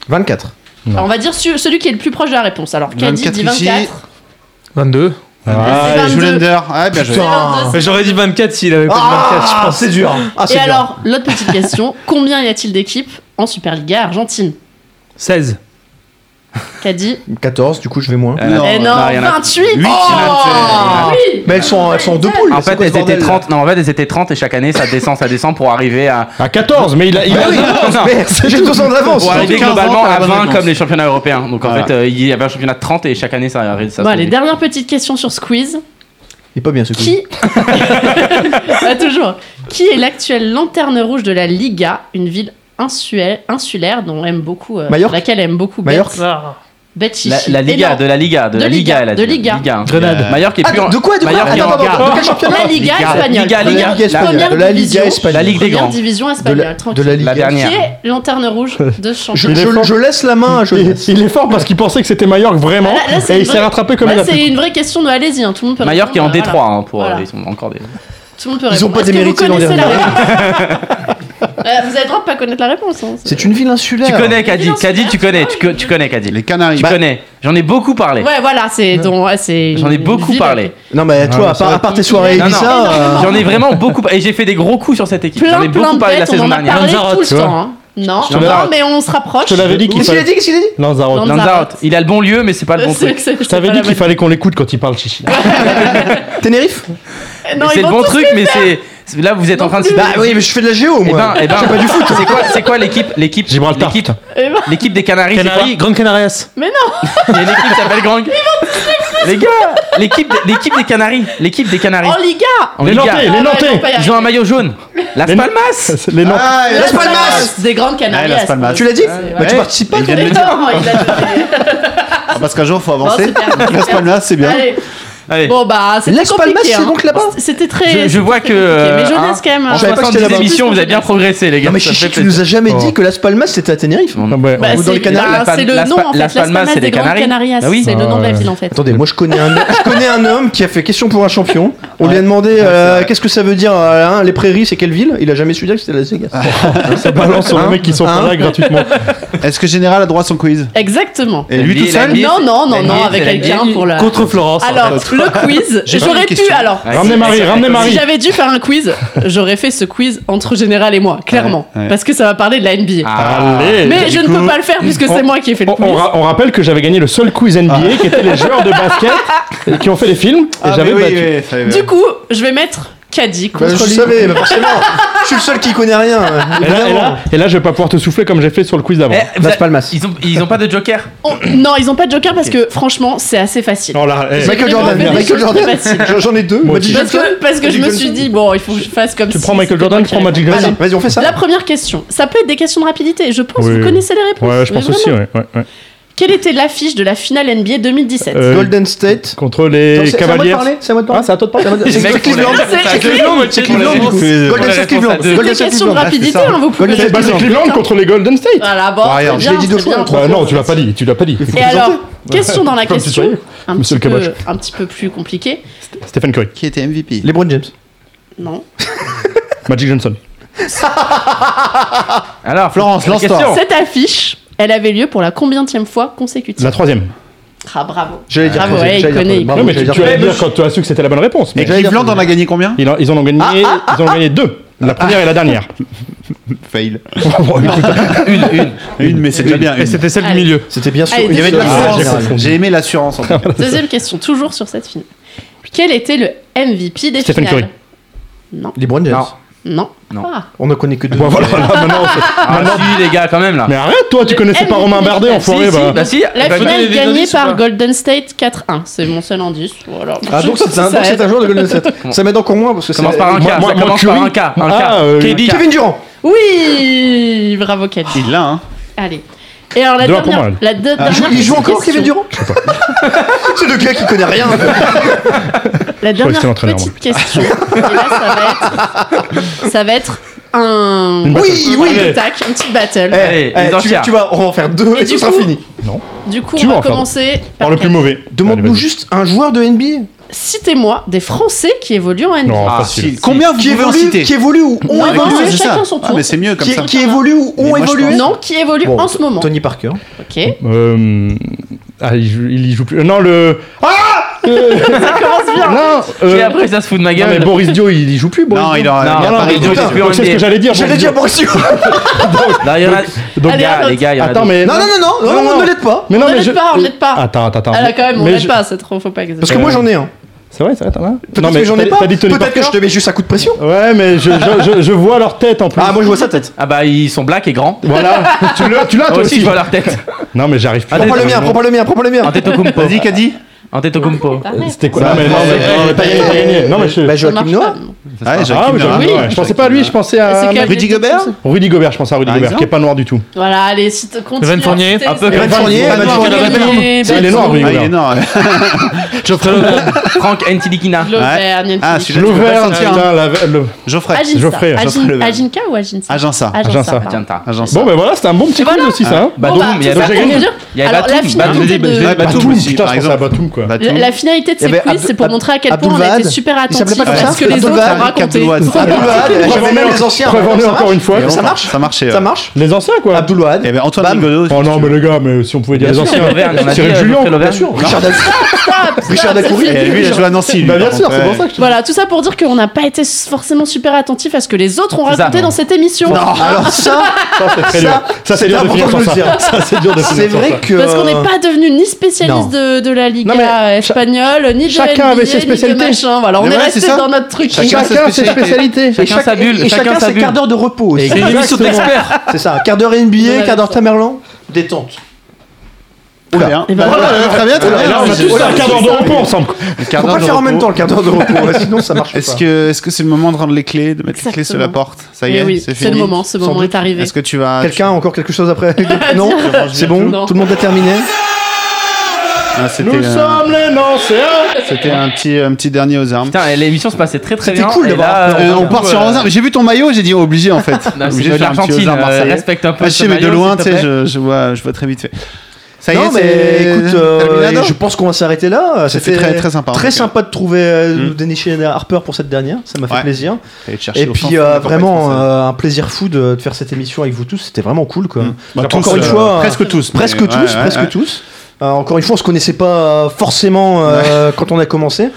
A: 24.
E: Alors, on va dire su- celui qui est le plus proche de la réponse. Alors, Caddy
C: 24
E: dit
C: ici.
E: 24.
F: 22.
E: Ah,
C: Ah,
E: c'est
C: Zoolander. Ah, bien
E: C'est
C: joué.
E: 22.
F: J'aurais dit 24 s'il avait pas
A: Ah, c'est dur Ah,
E: Et
A: c'est dur
E: alors, l'autre petite question. Combien y a-t-il d'équipes en Superliga Argentine
F: 16.
E: Caddy
A: 14, du coup, je vais
C: Ah,
A: moins.
D: Euh,
E: Eh non,
D: il y en a-
E: 28
C: Huit,
E: Oh Oui
A: Mais elles sont en- elles sont en deux poules
D: En
A: c'est
D: fait,
A: quoi ce
D: elles étaient
A: bordel, là
D: 30. Non, en fait, elles étaient 30 et chaque année, ça descend, ça descend pour arriver à.
I: À 14, mais il a. il a-
A: Ah oui,
D: Non,
A: mais J'ai deux ans d'avance
D: Pour arriver
C: 15 ans,
D: globalement
C: t'as la
D: à
C: bonne
D: 20
C: réponse.
D: comme les championnats européens. Donc en
C: Voilà.
D: fait, euh, il y avait un championnat de 30 et chaque année, ça arrive. ça se
E: Bon, allez,
D: reproduit.
E: dernière petite question sur Squeeze.
A: Il est pas bien ce coup.
E: Qui Ah, toujours. Qui est l'actuelle lanterne rouge de la Liga, une ville insulaire, insulaire dont aime beaucoup, euh,
A: Majorque
E: laquelle aime beaucoup
A: Majorque
E: Beth, Beth Chichi.
D: La, la Liga,
E: Et non,
D: de la Liga, de,
E: De
D: la Liga,
E: Liga,
D: elle a
E: de
D: dit.
E: Liga.
C: Euh,
D: Grenade. Mallorca est
A: Ah,
D: plus en-
A: de quoi De quoi
D: Mallorca est
A: Attends,
D: en
A: attends, attends,
D: garde.
A: de quel championnat
E: la Liga,
D: Liga,
E: espagnole.
A: De
D: Liga, Liga.
A: la Ligue espagnonnelle.
E: Première
A: De la Liga
E: division.
A: espagnole.
D: La Ligue des
E: Première
D: Grands.
E: division
A: De
E: espagnole.
A: la, de
E: tranquille.
A: la Ligue
D: La dernière.
E: Qui est lanterne rouge de
A: Je,
E: championnat
A: je, je laisse la main à
I: Il,
A: Jonas.
I: il est fort parce qu'il pensait que c'était Mallorca vraiment
E: Ah, là, là, c'est
I: et il
E: une
I: s'est
E: vraie-
I: rattrapé comme il
E: Là,
I: a pu.
E: c'est une vraie question de allez-y, hein, tout le monde peut
D: Mallorca est en
E: répondre,
D: D3,
E: voilà.
D: hein, pour,
E: Voilà.
D: ils sont encore des.
E: Tout le monde peut
A: Ils
E: répondre.
A: ont pas
E: Est-ce que
A: démérité
E: vous
A: l'an
E: connaissez la
A: dernier.
E: réponse Euh, Vous avez le droit de pas connaître la réponse. hein,
A: C'est une ville
D: Tu
A: insulaire.
D: connais Caddy,
E: Bien sûr.
D: Caddy, tu connais, tu, co- tu connais Caddy.
C: Les Canaries. Bah,
D: Tu connais. J'en ai beaucoup parlé.
E: Ouais, voilà, c'est donc ouais, c'est.
D: J'en ai
E: une
D: beaucoup
E: ville
D: parlé. Ah
E: avec
A: Non, Ah, mais toi, à, part, à part tes soirées
D: Non, non.
A: Ibiza. euh,
D: J'en ai vraiment beaucoup par- et j'ai fait des gros coups sur cette équipe. J'en
E: Plein,
D: ai
E: plein
D: beaucoup
E: de
D: parlé
E: bêtes,
D: la
E: on
D: saison
E: en a
D: dernière.
E: parlé
F: Lanzarote,
E: tout le
F: tu vois.
E: temps. hein. Non,
D: Je te
E: non,
D: l'avais-
E: mais on se rapproche.
I: Je te l'avais dit qu'il
A: Qu'est-ce qu'il a
I: fallait.
A: dit Qu'est-ce qu'il a dit
I: Lanzarote.
E: Lanzarote. Euh,
D: Lanzarote, il a le bon lieu mais c'est pas le bon
E: C'est-
D: truc.
E: c'est-
I: Je t'avais
E: c'est
I: dit
E: pas
I: qu'il
E: la
I: fallait qu'on l'écoute quand il parle chichi.
A: Ténériffe
E: bonne-
D: Mais
E: Non,
D: C'est
E: ils
D: le
E: vont
D: bon
E: tous-
D: truc mais c'est c'est- là vous êtes en train de
A: Bah oui, mais je fais de la géo
D: Eh ben,
A: moi.
D: eh ben,
A: pas du foot.
D: C'est quoi, c'est quoi l'équipe, l'équipe,
I: Gibraltar,
D: l'équipe,
I: putain.
E: Eh ben,
D: l'équipe des Canaries, c'est quoi
F: Canaries, Grande Canarias.
E: Mais non,
D: Il y a une équipe qui s'appelle Gang. Les gars, l'équipe, des- l'équipe des Canaries, l'équipe des Canaries.
E: en Liga
D: En
I: Les
D: Liga.
I: Nantais, les
E: Ah, ouais, non,
I: Nantais
E: pas y
D: Ils ont un maillot jaune. Las
I: Les-
D: Palmas.
I: Les Nantais.
C: Ah,
E: arriver.
A: Las Palmas
E: Des grandes Canarias.
C: Las Palmas.
A: Tu l'as dit
E: Ouais.
A: Bah tu participes pas
C: Il vient de
E: Non,
C: le
E: il
C: dire.
E: a donné.
C: Ah, Parce qu'un jour, faut
E: Bon,
C: avancer.
E: super.
C: Las Palmas, c'est bien.
E: Allez.
D: Allez.
E: Bon bah c'était
A: Las Palmas,
E: compliqué.
A: c'est
E: hein.
A: donc là-bas
E: C'était très.
D: Je, je vois que. euh,
E: Mais
D: hein,
E: Jonas quand même.
D: en
E: hein.
A: savais pas que c'était
D: 70
A: là-bas.
D: émissions, vous avez bien progressé, les gars.
A: Non, mais
D: Ça
A: Chichi,
D: fait
A: tu
D: plaisir.
A: nous as jamais
I: Oh.
A: dit que Las Palmas c'était à Ténériffe.
D: Non,
I: Ah ouais,
E: Bah,
A: Ou dans
E: c'est-
A: les Canaries,
E: bah,
D: Las
E: C'est le
D: Palmas,
E: nom en
D: Las
E: fait. Las
D: Palmas,
E: Palmas
D: c'est
E: des
D: les
E: grandes
D: Canaries.
E: Canarias.
D: Ah oui.
E: C'est le nom de la
I: Ah,
E: ville en fait.
A: Attendez, moi je connais, un, je connais un homme qui a fait question pour un champion. On lui a demandé euh, qu'est-ce que ça veut dire euh, hein, les prairies, c'est quelle ville Il a jamais su dire que c'était Las Vegas.
I: Ça balance sur les
A: Hein
I: mecs qui sont pas
A: Hein
I: là gratuitement.
C: Est-ce que Général a droit à son quiz
E: Exactement.
C: Et lui
D: La
C: tout
D: vie- la
C: seul
D: vie-
E: Non, non, non,
D: la
E: non,
D: vie-
E: avec
D: la vie-
E: quelqu'un pour la.
F: Contre Florence.
E: Alors, le quiz,
C: J'ai pas
E: j'aurais
C: une
E: pu.
C: question.
E: Alors,
A: Ah,
D: Ouais,
I: Ramenez
D: c'est-
I: Marie,
D: c'est-
I: ramenez
D: c'est-
E: si
I: Ah, Marie.
E: j'avais dû faire un quiz, j'aurais fait ce quiz entre Général et moi, clairement.
C: Ouais, ouais.
E: Parce que ça va parler de la NBA.
D: Ah,
I: Allez
E: Mais
I: du
E: je ne
I: coup,
E: peux pas le faire puisque c'est
I: on-
E: moi qui ai fait le
I: on,
E: quiz.
I: on ra- on rappelle que j'avais gagné le seul quiz NBA qui était les joueurs de basket qui ont fait les films et
A: Ah,
I: j'avais battu.
E: Du coup, je vais mettre Caddy
A: Bah,
E: contre
A: je
E: lui.
A: savais, bah, forcément. je suis le seul qui connaît rien.
I: Et là, et, là, et là, je vais pas pouvoir te souffler comme j'ai fait sur le quiz d'avant.
D: Eh, vous
A: Las
D: avez-
A: Palmas.
D: Ils ont, ils ont pas de joker.
E: On- Oh, Non, ils ont pas de joker parce que franchement, c'est assez facile.
I: Oh là, eh,
E: J'ai
A: Michael
E: vraiment
A: Jordan,
E: fait des
A: Michael
E: choses
A: Jordan.
E: très faciles.
A: J'en- J'en ai deux.
I: Moi
A: Magic
I: aussi.
E: Parce
A: Johnson.
E: que, parce que je
A: Magic
E: me
A: Johnson.
E: suis dit, bon, il faut que je fasse comme
I: tu
E: si
I: prends Michael
E: c'était
I: Jordan,
E: moi
I: tu
E: qui
I: prends
E: avais-
I: Magic
E: Voilà.
I: Johnson.
A: Vas-y, on fait ça.
E: La première question, ça peut être des questions de rapidité. Je pense que
I: Oui.
E: vous connaissez les réponses.
I: Ouais, je
E: mais
I: pense
E: vraiment.
I: aussi, ouais. ouais, ouais.
E: Quelle était l'affiche de la finale NBA 2017
A: Euh, Golden
B: State
I: contre les
A: C'est- c'est à moi de
I: Cavaliers.
A: parler, C'est à moi de parler.
B: c'est à toi de
A: parler.
I: C'est
A: C'est Cleveland.
I: Cleveland.
A: C'est Cleveland. C'est Cleveland.
I: On a la
A: Golden State
I: réponse
A: Cleveland.
I: à deux.
A: Golden
E: C'est une
A: State
E: question de
A: Cleveland.
E: rapidité,
A: Ah, c'est ça.
E: hein, vous pouvez.
A: Golden State
E: Bah,
A: Cleveland.
E: c'est
B: Cleveland contre les Golden State.
E: Voilà, bon,
A: Warriors.
E: très
A: Je
E: bien,
A: l'ai dit deux
E: très
A: fois,
E: bien.
A: trois
B: Bah non, tu l'as pas dit, tu l'as pas dit.
E: Ah, Et alors, question dans la
B: Comme
E: question,
B: citoyen,
E: un
B: monsieur
E: petit,
B: le
E: peu,
B: Cabach.
E: un petit peu plus compliquée.
B: Stephen Curry,
C: Qui était MVP
A: LeBron James.
E: Non.
B: Magic Johnson.
D: Alors,
C: Florence,
D: la
C: lance-toi.
D: question.
E: Cette affiche, elle avait lieu pour la combientième fois consécutive
B: La troisième.
E: Ah, bravo.
A: J'allais dire
E: Bravo, ouais,
A: troisième,
E: il
A: j'allais dire
E: connaît, il
A: troisième.
B: non,
A: Bravo,
B: mais
A: j'allais
B: tu,
A: dire
B: tu allais
A: troisième.
B: dire quand tu as su que c'était la bonne réponse.
C: Et
B: Mais
C: Cleveland en a gagné combien
B: ils en, ils en ont gagné, ils en ont gagné deux. La première et la dernière.
C: Fail.
B: Bon, écoute,
C: Une, mais c'est déjà bien.
F: Et
C: une.
F: c'était celle du
E: Allez.
F: milieu.
A: C'était bien sûr.
E: Allez,
A: Il y avait de
E: deuxième
A: l'assurance.
C: L'assurance. J'ai aimé l'assurance. en fait.
E: Deuxième question, toujours sur cette finale. Quel était le MVP des
B: Stephen
E: finales
B: Curry.
E: Non,
A: LeBron James.
D: Non.
E: non.
D: Non.
E: Ah.
A: On ne connaît que deux.
B: bon, voilà, là, maintenant.
D: Ah, si, les gars, quand même là.
B: Mais arrête, toi, tu
E: Le
B: connaissais pas
E: MVP
B: Romain Bardet,
E: des
B: enfoiré.
D: Si, si,
B: Bah.
D: bah si,
E: La
D: bah, donnez
E: finale
D: des
E: gagnée
D: indices ou
E: par
D: pas
E: Golden State 4-1. C'est mon seul indice. Voilà.
A: Ah donc c'est
E: Ça
A: un, donc c'est
E: aide.
A: un joueur de Golden State. ça m'aide encore moins parce que
D: Commence
A: c'est-
D: par un
B: Moi-
D: cas,
B: moi-
D: ça
B: moi,
D: commence par
B: Curry.
D: un cas, un
B: Ah,
D: cas.
B: euh,
D: KD.
A: Kevin Durant.
E: Oui Bravo, Kelly.
C: Il l'a, hein.
E: Allez. Et alors, la
B: Deux à pour
E: dernière,
B: moi,
E: la de-
A: Il joue-
E: dernière
A: Il joue encore
E: question.
A: Kevin Durant C'est le gars qui connaît rien.
E: La
B: crois que
E: dernière
B: c'était l'entraîneur,
E: petite question. Et là, ça va être, ça va être un.
B: Une battle.
A: Oui,
E: un
A: oui.
E: petit tac, une petite battle.
A: Eh,
D: Allez,
A: eh,
D: les
A: tu,
D: entières.
A: tu vas, on va en faire deux
E: Et
A: et,
E: du
A: ce sera
E: coup-
A: fini.
E: Du coup,
B: Tu
E: on
B: vas
E: va
B: en faire
E: commencer
B: Par le plus mauvais. Allez,
A: Demande-nous
B: vas-y.
A: juste un joueur de NBA
E: Citez-moi des Français qui évoluent en NBA.
B: Non,
D: Ah,
B: facile.
C: Combien vous
A: qui
C: voulez en
A: évolue,
C: citer
A: qui évolue ou ont
E: Non, mais
A: évolué,
E: écoute,
C: c'est
E: chacun
C: ça.
E: son
C: Ah,
E: tour.
C: mais c'est mieux comme
A: qui,
C: ça.
A: qui évolue ou ont
C: moi, je
A: évolué.
E: Non, qui évoluent
A: Bon,
E: en ce moment.
A: Tony Parker.
E: Ok.
B: Euh, ah, il, joue, il y joue plus. Euh, Non, le. ah
E: Ça commence bien.
B: Non, euh,
D: Et après, ça se fout de ma
B: non, mais
D: gueule.
B: Boris Dio, il y joue plus. Boris
C: Non,
B: Dio.
C: il aura.
D: Non,
C: il a
D: non,
C: pas
D: mais
C: raison.
D: Dieu,
B: putain,
D: il est plus
B: donc c'est ce
D: en
B: que j'allais dire.
A: J'allais
B: Boris
A: dire Borussia.
D: Non, il y en a-
B: Dio. Donc,
D: les
E: Allez,
D: gars,
E: attends.
D: les gars, il y en a
B: attends,
D: deux.
B: mais.
A: Non, non, non, non,
B: Non,
A: non,
B: non.
A: on ne l'aide pas.
B: Mais
E: On
B: non,
E: ne
B: mais je.
E: l'aide pas, on ne l'aide pas.
B: Attends, attends, attends.
E: Ah là, quand même, on
B: Mais
E: l'aide
B: je-
E: pas, c'est trop, faut pas exagérer.
A: Parce que moi j'en ai un.
B: C'est vrai, c'est vrai, t'en as un
A: Peut-être que j'en ai
B: t'as-
A: pas.
B: t'as dit Tony
A: Peut-être que je
B: Parker
A: te mets juste un coup de pression.
B: Ouais, mais je, je, je, je vois leur tête en plus.
A: Ah, moi je vois sa tête.
D: Ah bah, ils sont black et grands.
B: Voilà, tu l'as, tu l'as
D: Moi
B: toi
D: aussi,
B: aussi.
D: je vois leur tête.
B: Non, mais j'arrive plus.
A: Prends pas le mien, prends pas le mien, prends pas le mien.
D: Antetokounmpo. Vas-y, Kadi. Antetokounpo.
E: Arrête.
B: C'était quoi Non, mais non, mais
C: Ouais,
B: pas gagné, pas gagné. Non, mais je.
A: Bah,
E: Ça
A: Joachim
E: marche
A: Noah.
E: pas. non.
C: Ouais, Joachim
B: Ah,
C: Noah.
B: oui, j'avoue,
C: Ouais,
B: ouais, je pensais pas à lui, je pensais
E: C'est
B: à.
E: quel des
C: Rudy Gobert
E: Français
B: Rudy Gobert, je pensais à Rudy
C: Par
B: Gobert, qui est
C: exemple
B: pas noir du tout.
E: Voilà, allez, si tu continues.
F: Evan
E: à
F: Fournier.
E: citer,
D: Un peu.
E: c'est-
A: Evan Fournier,
E: Evan
A: Evan Fournier,
E: Fournier,
D: Evan
E: Fournier,
B: Il est noir, Rudy
C: Ah, il est
B: Gobert.
C: énorme.
F: Geoffrey Lauder.
D: Franck Ntilikina.
E: Glover,
C: Ouais.
E: Niantic.
C: Ah, celui-là, tu peux pas
B: L'ouvert,
C: le sentir. hein.
B: putain, la- le.
C: Geoffrey.
E: Aginsa.
B: Geoffrey,
E: Agin-
C: Geoffrey Lebel.
E: Aginka ou Bah, Aginsa
C: Aginsa.
B: Aginsa.
E: pardon.
D: Tiens,
C: Agent
B: Bon, ben voilà, c'était un bon petit coup
E: Voilà.
B: aussi, ça. hein.
D: Badoum,
E: bah,
D: il y a
E: tout ça pour
D: Badoum.
E: vous dire.
D: Il y a
E: Alors, la
D: Batum,
E: finalité
D: Ah. Batum.
E: de-
C: Ouais, Batum aussi,
B: putain,
C: par
B: je pensais à
C: exemple.
B: Batum, quoi.
E: La, la finalité de
A: Il y
E: ces
A: avait
E: quiz,
A: Abdou-
E: c'est pour
A: Ab-
E: montrer à quel point on a
A: Abdulwahad.
E: été super
A: Il s'appelait
E: attentifs
A: pas comme
E: à
A: ça
E: ce que les autres ont
A: Abdulwahad,
E: raconté.
C: Abdulwahad.
A: Abdulwahad, j'avais même les anciens.
B: Preuve en est
A: Ça marche
B: encore une fois.
A: Et Ça
C: Ça
A: marche
C: marche Ça marchait.
A: Ça marche
B: Les anciens, quoi.
A: Abdulwahad.
C: Eh ben Antoine
A: Bam.
C: Rigaudot.
B: Oh non, mais les gars, mais si on pouvait dire les
D: Bien sûr,
B: anciens.
D: Lauvergne, on a dit,
B: Cyril
D: euh,
B: Julien,
D: Lauvergne.
B: bien sûr.
A: Richard Dac- Richard Dacoury.
B: Eh,
C: Et lui, il a joué à Nancy. lui,
B: Bah, bien
C: par
B: sûr,
C: contre.
B: c'est pour
C: Ouais.
B: ça que je te
E: Voilà, tout ça pour dire qu'on n'a pas été forcément super attentifs à ce que les autres ont
D: C'est ça,
E: raconté
D: non.
E: dans cette émission.
A: Alors ça,
B: Ça, c'est très dur. Ça, c'est dur de
A: important de
B: finir sur
A: le
B: ça.
A: dire.
B: Ça, c'est dur de
A: c'est
B: finir sur ça.
A: vrai que.
E: Parce qu'on n'est pas devenu ni spécialiste de, de la Liga
B: Non, mais cha-
E: espagnole, ni de
B: chacun
E: NBA,
B: avait ses
E: ni de
B: spécialités.
E: machin. Voilà, on
C: Mais
E: est
C: ouais,
E: resté
C: c'est ça.
E: dans notre truc.
C: Chacun ses
B: Chacun ses spécialités.
A: Et
D: Chacun sa
A: chaque-
D: bulle,
A: et
D: chacun
A: chacun
D: sa
A: ses
D: bulle.
A: quarts d'heure de repos aussi.
D: C'est une émission d'experts.
A: C'est ça, quart d'heure NBA, quart d'heure Tamerlan, détente.
C: Très bien.
E: Et ben
C: Voilà, Très bien, très
B: Et là, on
C: bien.
B: a tous un quart d'heure de repos ensemble.
A: Faut pas le faire en même temps le quart d'heure de repos, ouais, sinon ça marche pas.
C: Est-ce que c'est -ce c'est le moment de rendre les clés, de mettre les clés sur la
E: Exactement.
C: porte Ça y est,
E: Eh oui,
C: c'est
E: c'est
C: fini.
E: le moment, ce
A: Sans
E: moment
A: doute.
E: est arrivé.
C: Est-ce que tu vas.
A: Quelqu'un a encore quelque chose après Non C'est
E: Non.
A: bon Tout le monde a terminé
C: Ah, C'était
B: Nous
C: un,
B: sommes les Nancéens.
C: c'était un petit, un petit dernier aux armes.
D: Putain, et l'émission se passait très très
A: C'était
D: bien.
A: cool
D: et
A: d'avoir
D: là,
A: appris.
C: Euh,
D: euh,
C: on part sur aux armes. J'ai vu ton maillot, j'ai dit obligé en fait.
D: Non, c'est
C: Obligé de
D: juste
C: faire un petit aux
D: l'Argentine,
C: armes
D: euh,
C: marseillais.
D: respecte un peu.
C: Ah, je sais,
D: ce
C: mais de
D: maillot,
C: loin, tu
D: s'il te
C: sais,
D: plaît.
C: je, je vois, je vois très vite fait. Ça y
A: Non
C: est,
A: mais
C: c'est
A: écoute, euh,
C: terminado
A: je pense qu'on va s'arrêter là.
C: Ça
A: C'était
C: fait très, très sympa, en
A: Très
C: tout cas.
A: sympa de trouver, euh, de
C: Mm.
A: dénicher Harper pour cette dernière, ça m'a fait
C: Ouais.
A: plaisir.
C: Allez te chercher
A: Et
C: au sens
A: puis
C: de
A: euh,
C: la
A: vraiment
C: campagne, ça.
A: euh, un plaisir fou de, de faire cette émission avec vous tous, c'était vraiment cool quoi.
C: Mm. Bah, tous,
A: encore une
C: euh,
A: fois, euh,
C: presque tous,
A: Presque
C: mais-
A: tous,
C: ouais, ouais,
A: presque
C: ouais.
A: tous. Euh, encore une fois, on se connaissait pas euh, forcément euh, quand on a commencé.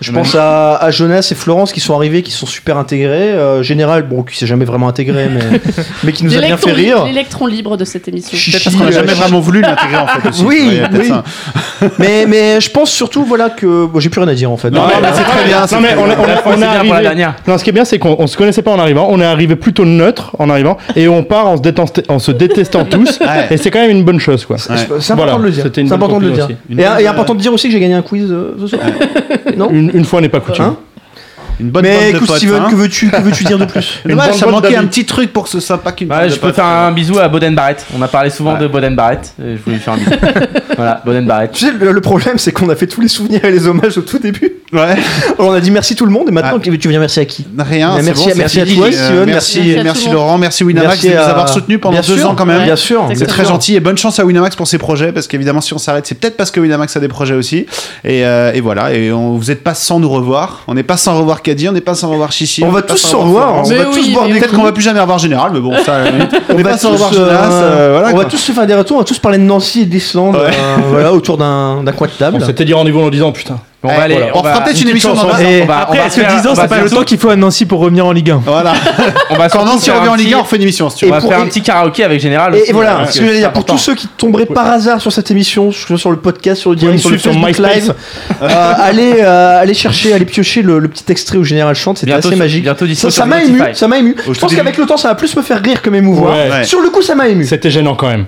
A: Je
C: Ouais.
A: pense à, à Jonas et Florence qui sont arrivés, qui sont super intégrés. Euh, Général, bon, qui s'est jamais vraiment intégré, mais, mais qui nous a bien
E: L'électron
A: fait rire.
E: libre- L'électron libre de cette émission.
C: Peut-être parce qu'on n'a
A: euh,
C: jamais
A: Chichi-
C: vraiment voulu l'intégrer en fait. aussi.
A: Oui,
C: Ouais, il y a peut-être
A: oui.
C: ça.
A: Mais, mais je pense surtout voilà que bon, j'ai plus rien à dire en fait.
C: Non, mais c'est très bien, c'est
B: Non, mais
C: très
B: on est-
C: bien.
B: on est-
D: La fois,
B: on est
D: c'est bien pour la
B: arrivé.
D: dernière.
B: Non, ce qui est bien, c'est qu'on on se connaissait pas en arrivant. On est arrivé plutôt neutre en arrivant. Et on part en se, détestant- en se détestant tous.
C: Ouais.
B: Et c'est quand même une bonne chose, quoi.
A: C'est c'est important
B: Voilà,
A: de le dire.
B: c'était une
A: C'est important de
B: bonne
A: le dire.
B: conclusion
A: Et, et important de dire aussi que j'ai gagné un quiz euh, ce soir. non
B: Une, une fois n'est pas coutume.
A: Hein
C: Une bonne
A: Mais
C: bande de
A: écoute,
C: potes,
A: Steven,
C: hein.
A: que veux-tu que veux-tu dire de plus
C: Dommage, ça manquait un petit truc pour que ce soit pas qu'une bande
D: Ouais,
C: de
D: je peux
C: potes.
D: faire un bisou à Boden Barrett. On a parlé souvent de Boden Barrett. euh, Je voulais lui faire un bisou. voilà, Boden Barrett.
A: Tu sais, le, le problème, c'est qu'on a fait tous les souvenirs et les hommages au tout début.
C: Ouais.
A: On a dit merci tout le monde, et maintenant, tu veux tu veux dire merci à qui
C: Rien,
A: Mais
C: c'est
A: merci,
C: bon, c'est
A: merci à
C: fini.
A: toi,
C: Euh,
A: Steven.
C: merci,
A: Merci,
C: merci,
E: tout le
C: Laurent, merci Winamax
A: Merci
C: de nous
A: à-
C: avoir soutenus pendant
A: Bien
C: deux
A: sûr,
C: ans quand même.
A: bien sûr.
C: C'est très
A: Exactement.
C: gentil et bonne chance à Winamax pour ses projets parce qu'évidemment si on s'arrête c'est peut-être parce que Winamax a des projets aussi et, euh, et voilà et on, vous n'êtes pas sans nous revoir on n'est pas sans revoir Caddy on n'est pas sans revoir Chichi
A: On va
C: n'est pas
A: tous
C: sans
A: se revoir,
C: Florence.
A: on va
E: Mais
A: tous
E: oui,
A: boire
E: mais
A: des
C: peut-être
A: coups.
C: qu'on va plus jamais revoir Général mais bon ça à la limite. on n'est
A: va
C: pas sans
A: tous,
C: revoir
A: euh,
C: Jonas euh, voilà,
A: on va
C: quoi.
A: tous se faire des retours, on va tous parler de Nancy et d'Islande
C: Ouais.
A: euh, voilà, autour d'un d'un coin de table.
I: On s'était dit rendez-vous en disant putain.
D: Bon, bah, on va aller.
C: on fera
D: va-
C: peut-être une émission dans
A: Et
D: bah, on va- on
F: Après,
D: va
F: est-ce que
D: faire-
F: 10 ans,
D: on va
F: c'est pas le
D: surtout-
F: temps qu'il faut à Nancy pour revenir en Ligue 1
C: voilà
D: On va
C: quand
D: surtout
C: Nancy
D: faire
C: revient
D: un
C: en Ligue 1 on
D: petit-
C: fait une émission si tu
D: On
C: veux.
D: va
A: pour-
D: faire un
A: et-
D: petit karaoké avec Général
A: Et,
D: aussi,
A: et voilà,
D: parce
A: ce que j'allais
D: c'est
A: dire, pour
D: important.
A: tous ceux qui tomberaient par hasard sur cette émission, que ce soit sur le podcast, sur le direct, sur
I: nous
A: le
I: suivre
A: Facebook
I: sur MySpace.
A: Live, euh, allez, euh, allez chercher, allez piocher le, le petit extrait où Général chante, c'était
D: Bientôt
A: assez
D: sur-
A: magique.
D: bientôt dispo
A: ça ça
D: sur
A: m'a
D: Spotify.
A: ému, ça m'a ému. Je
C: tout
A: pense
C: début.
A: qu'avec le temps, ça va plus me faire rire que m'émouvoir.
I: Ouais.
C: Ouais.
A: Sur le coup, ça m'a ému.
I: C'était gênant quand même.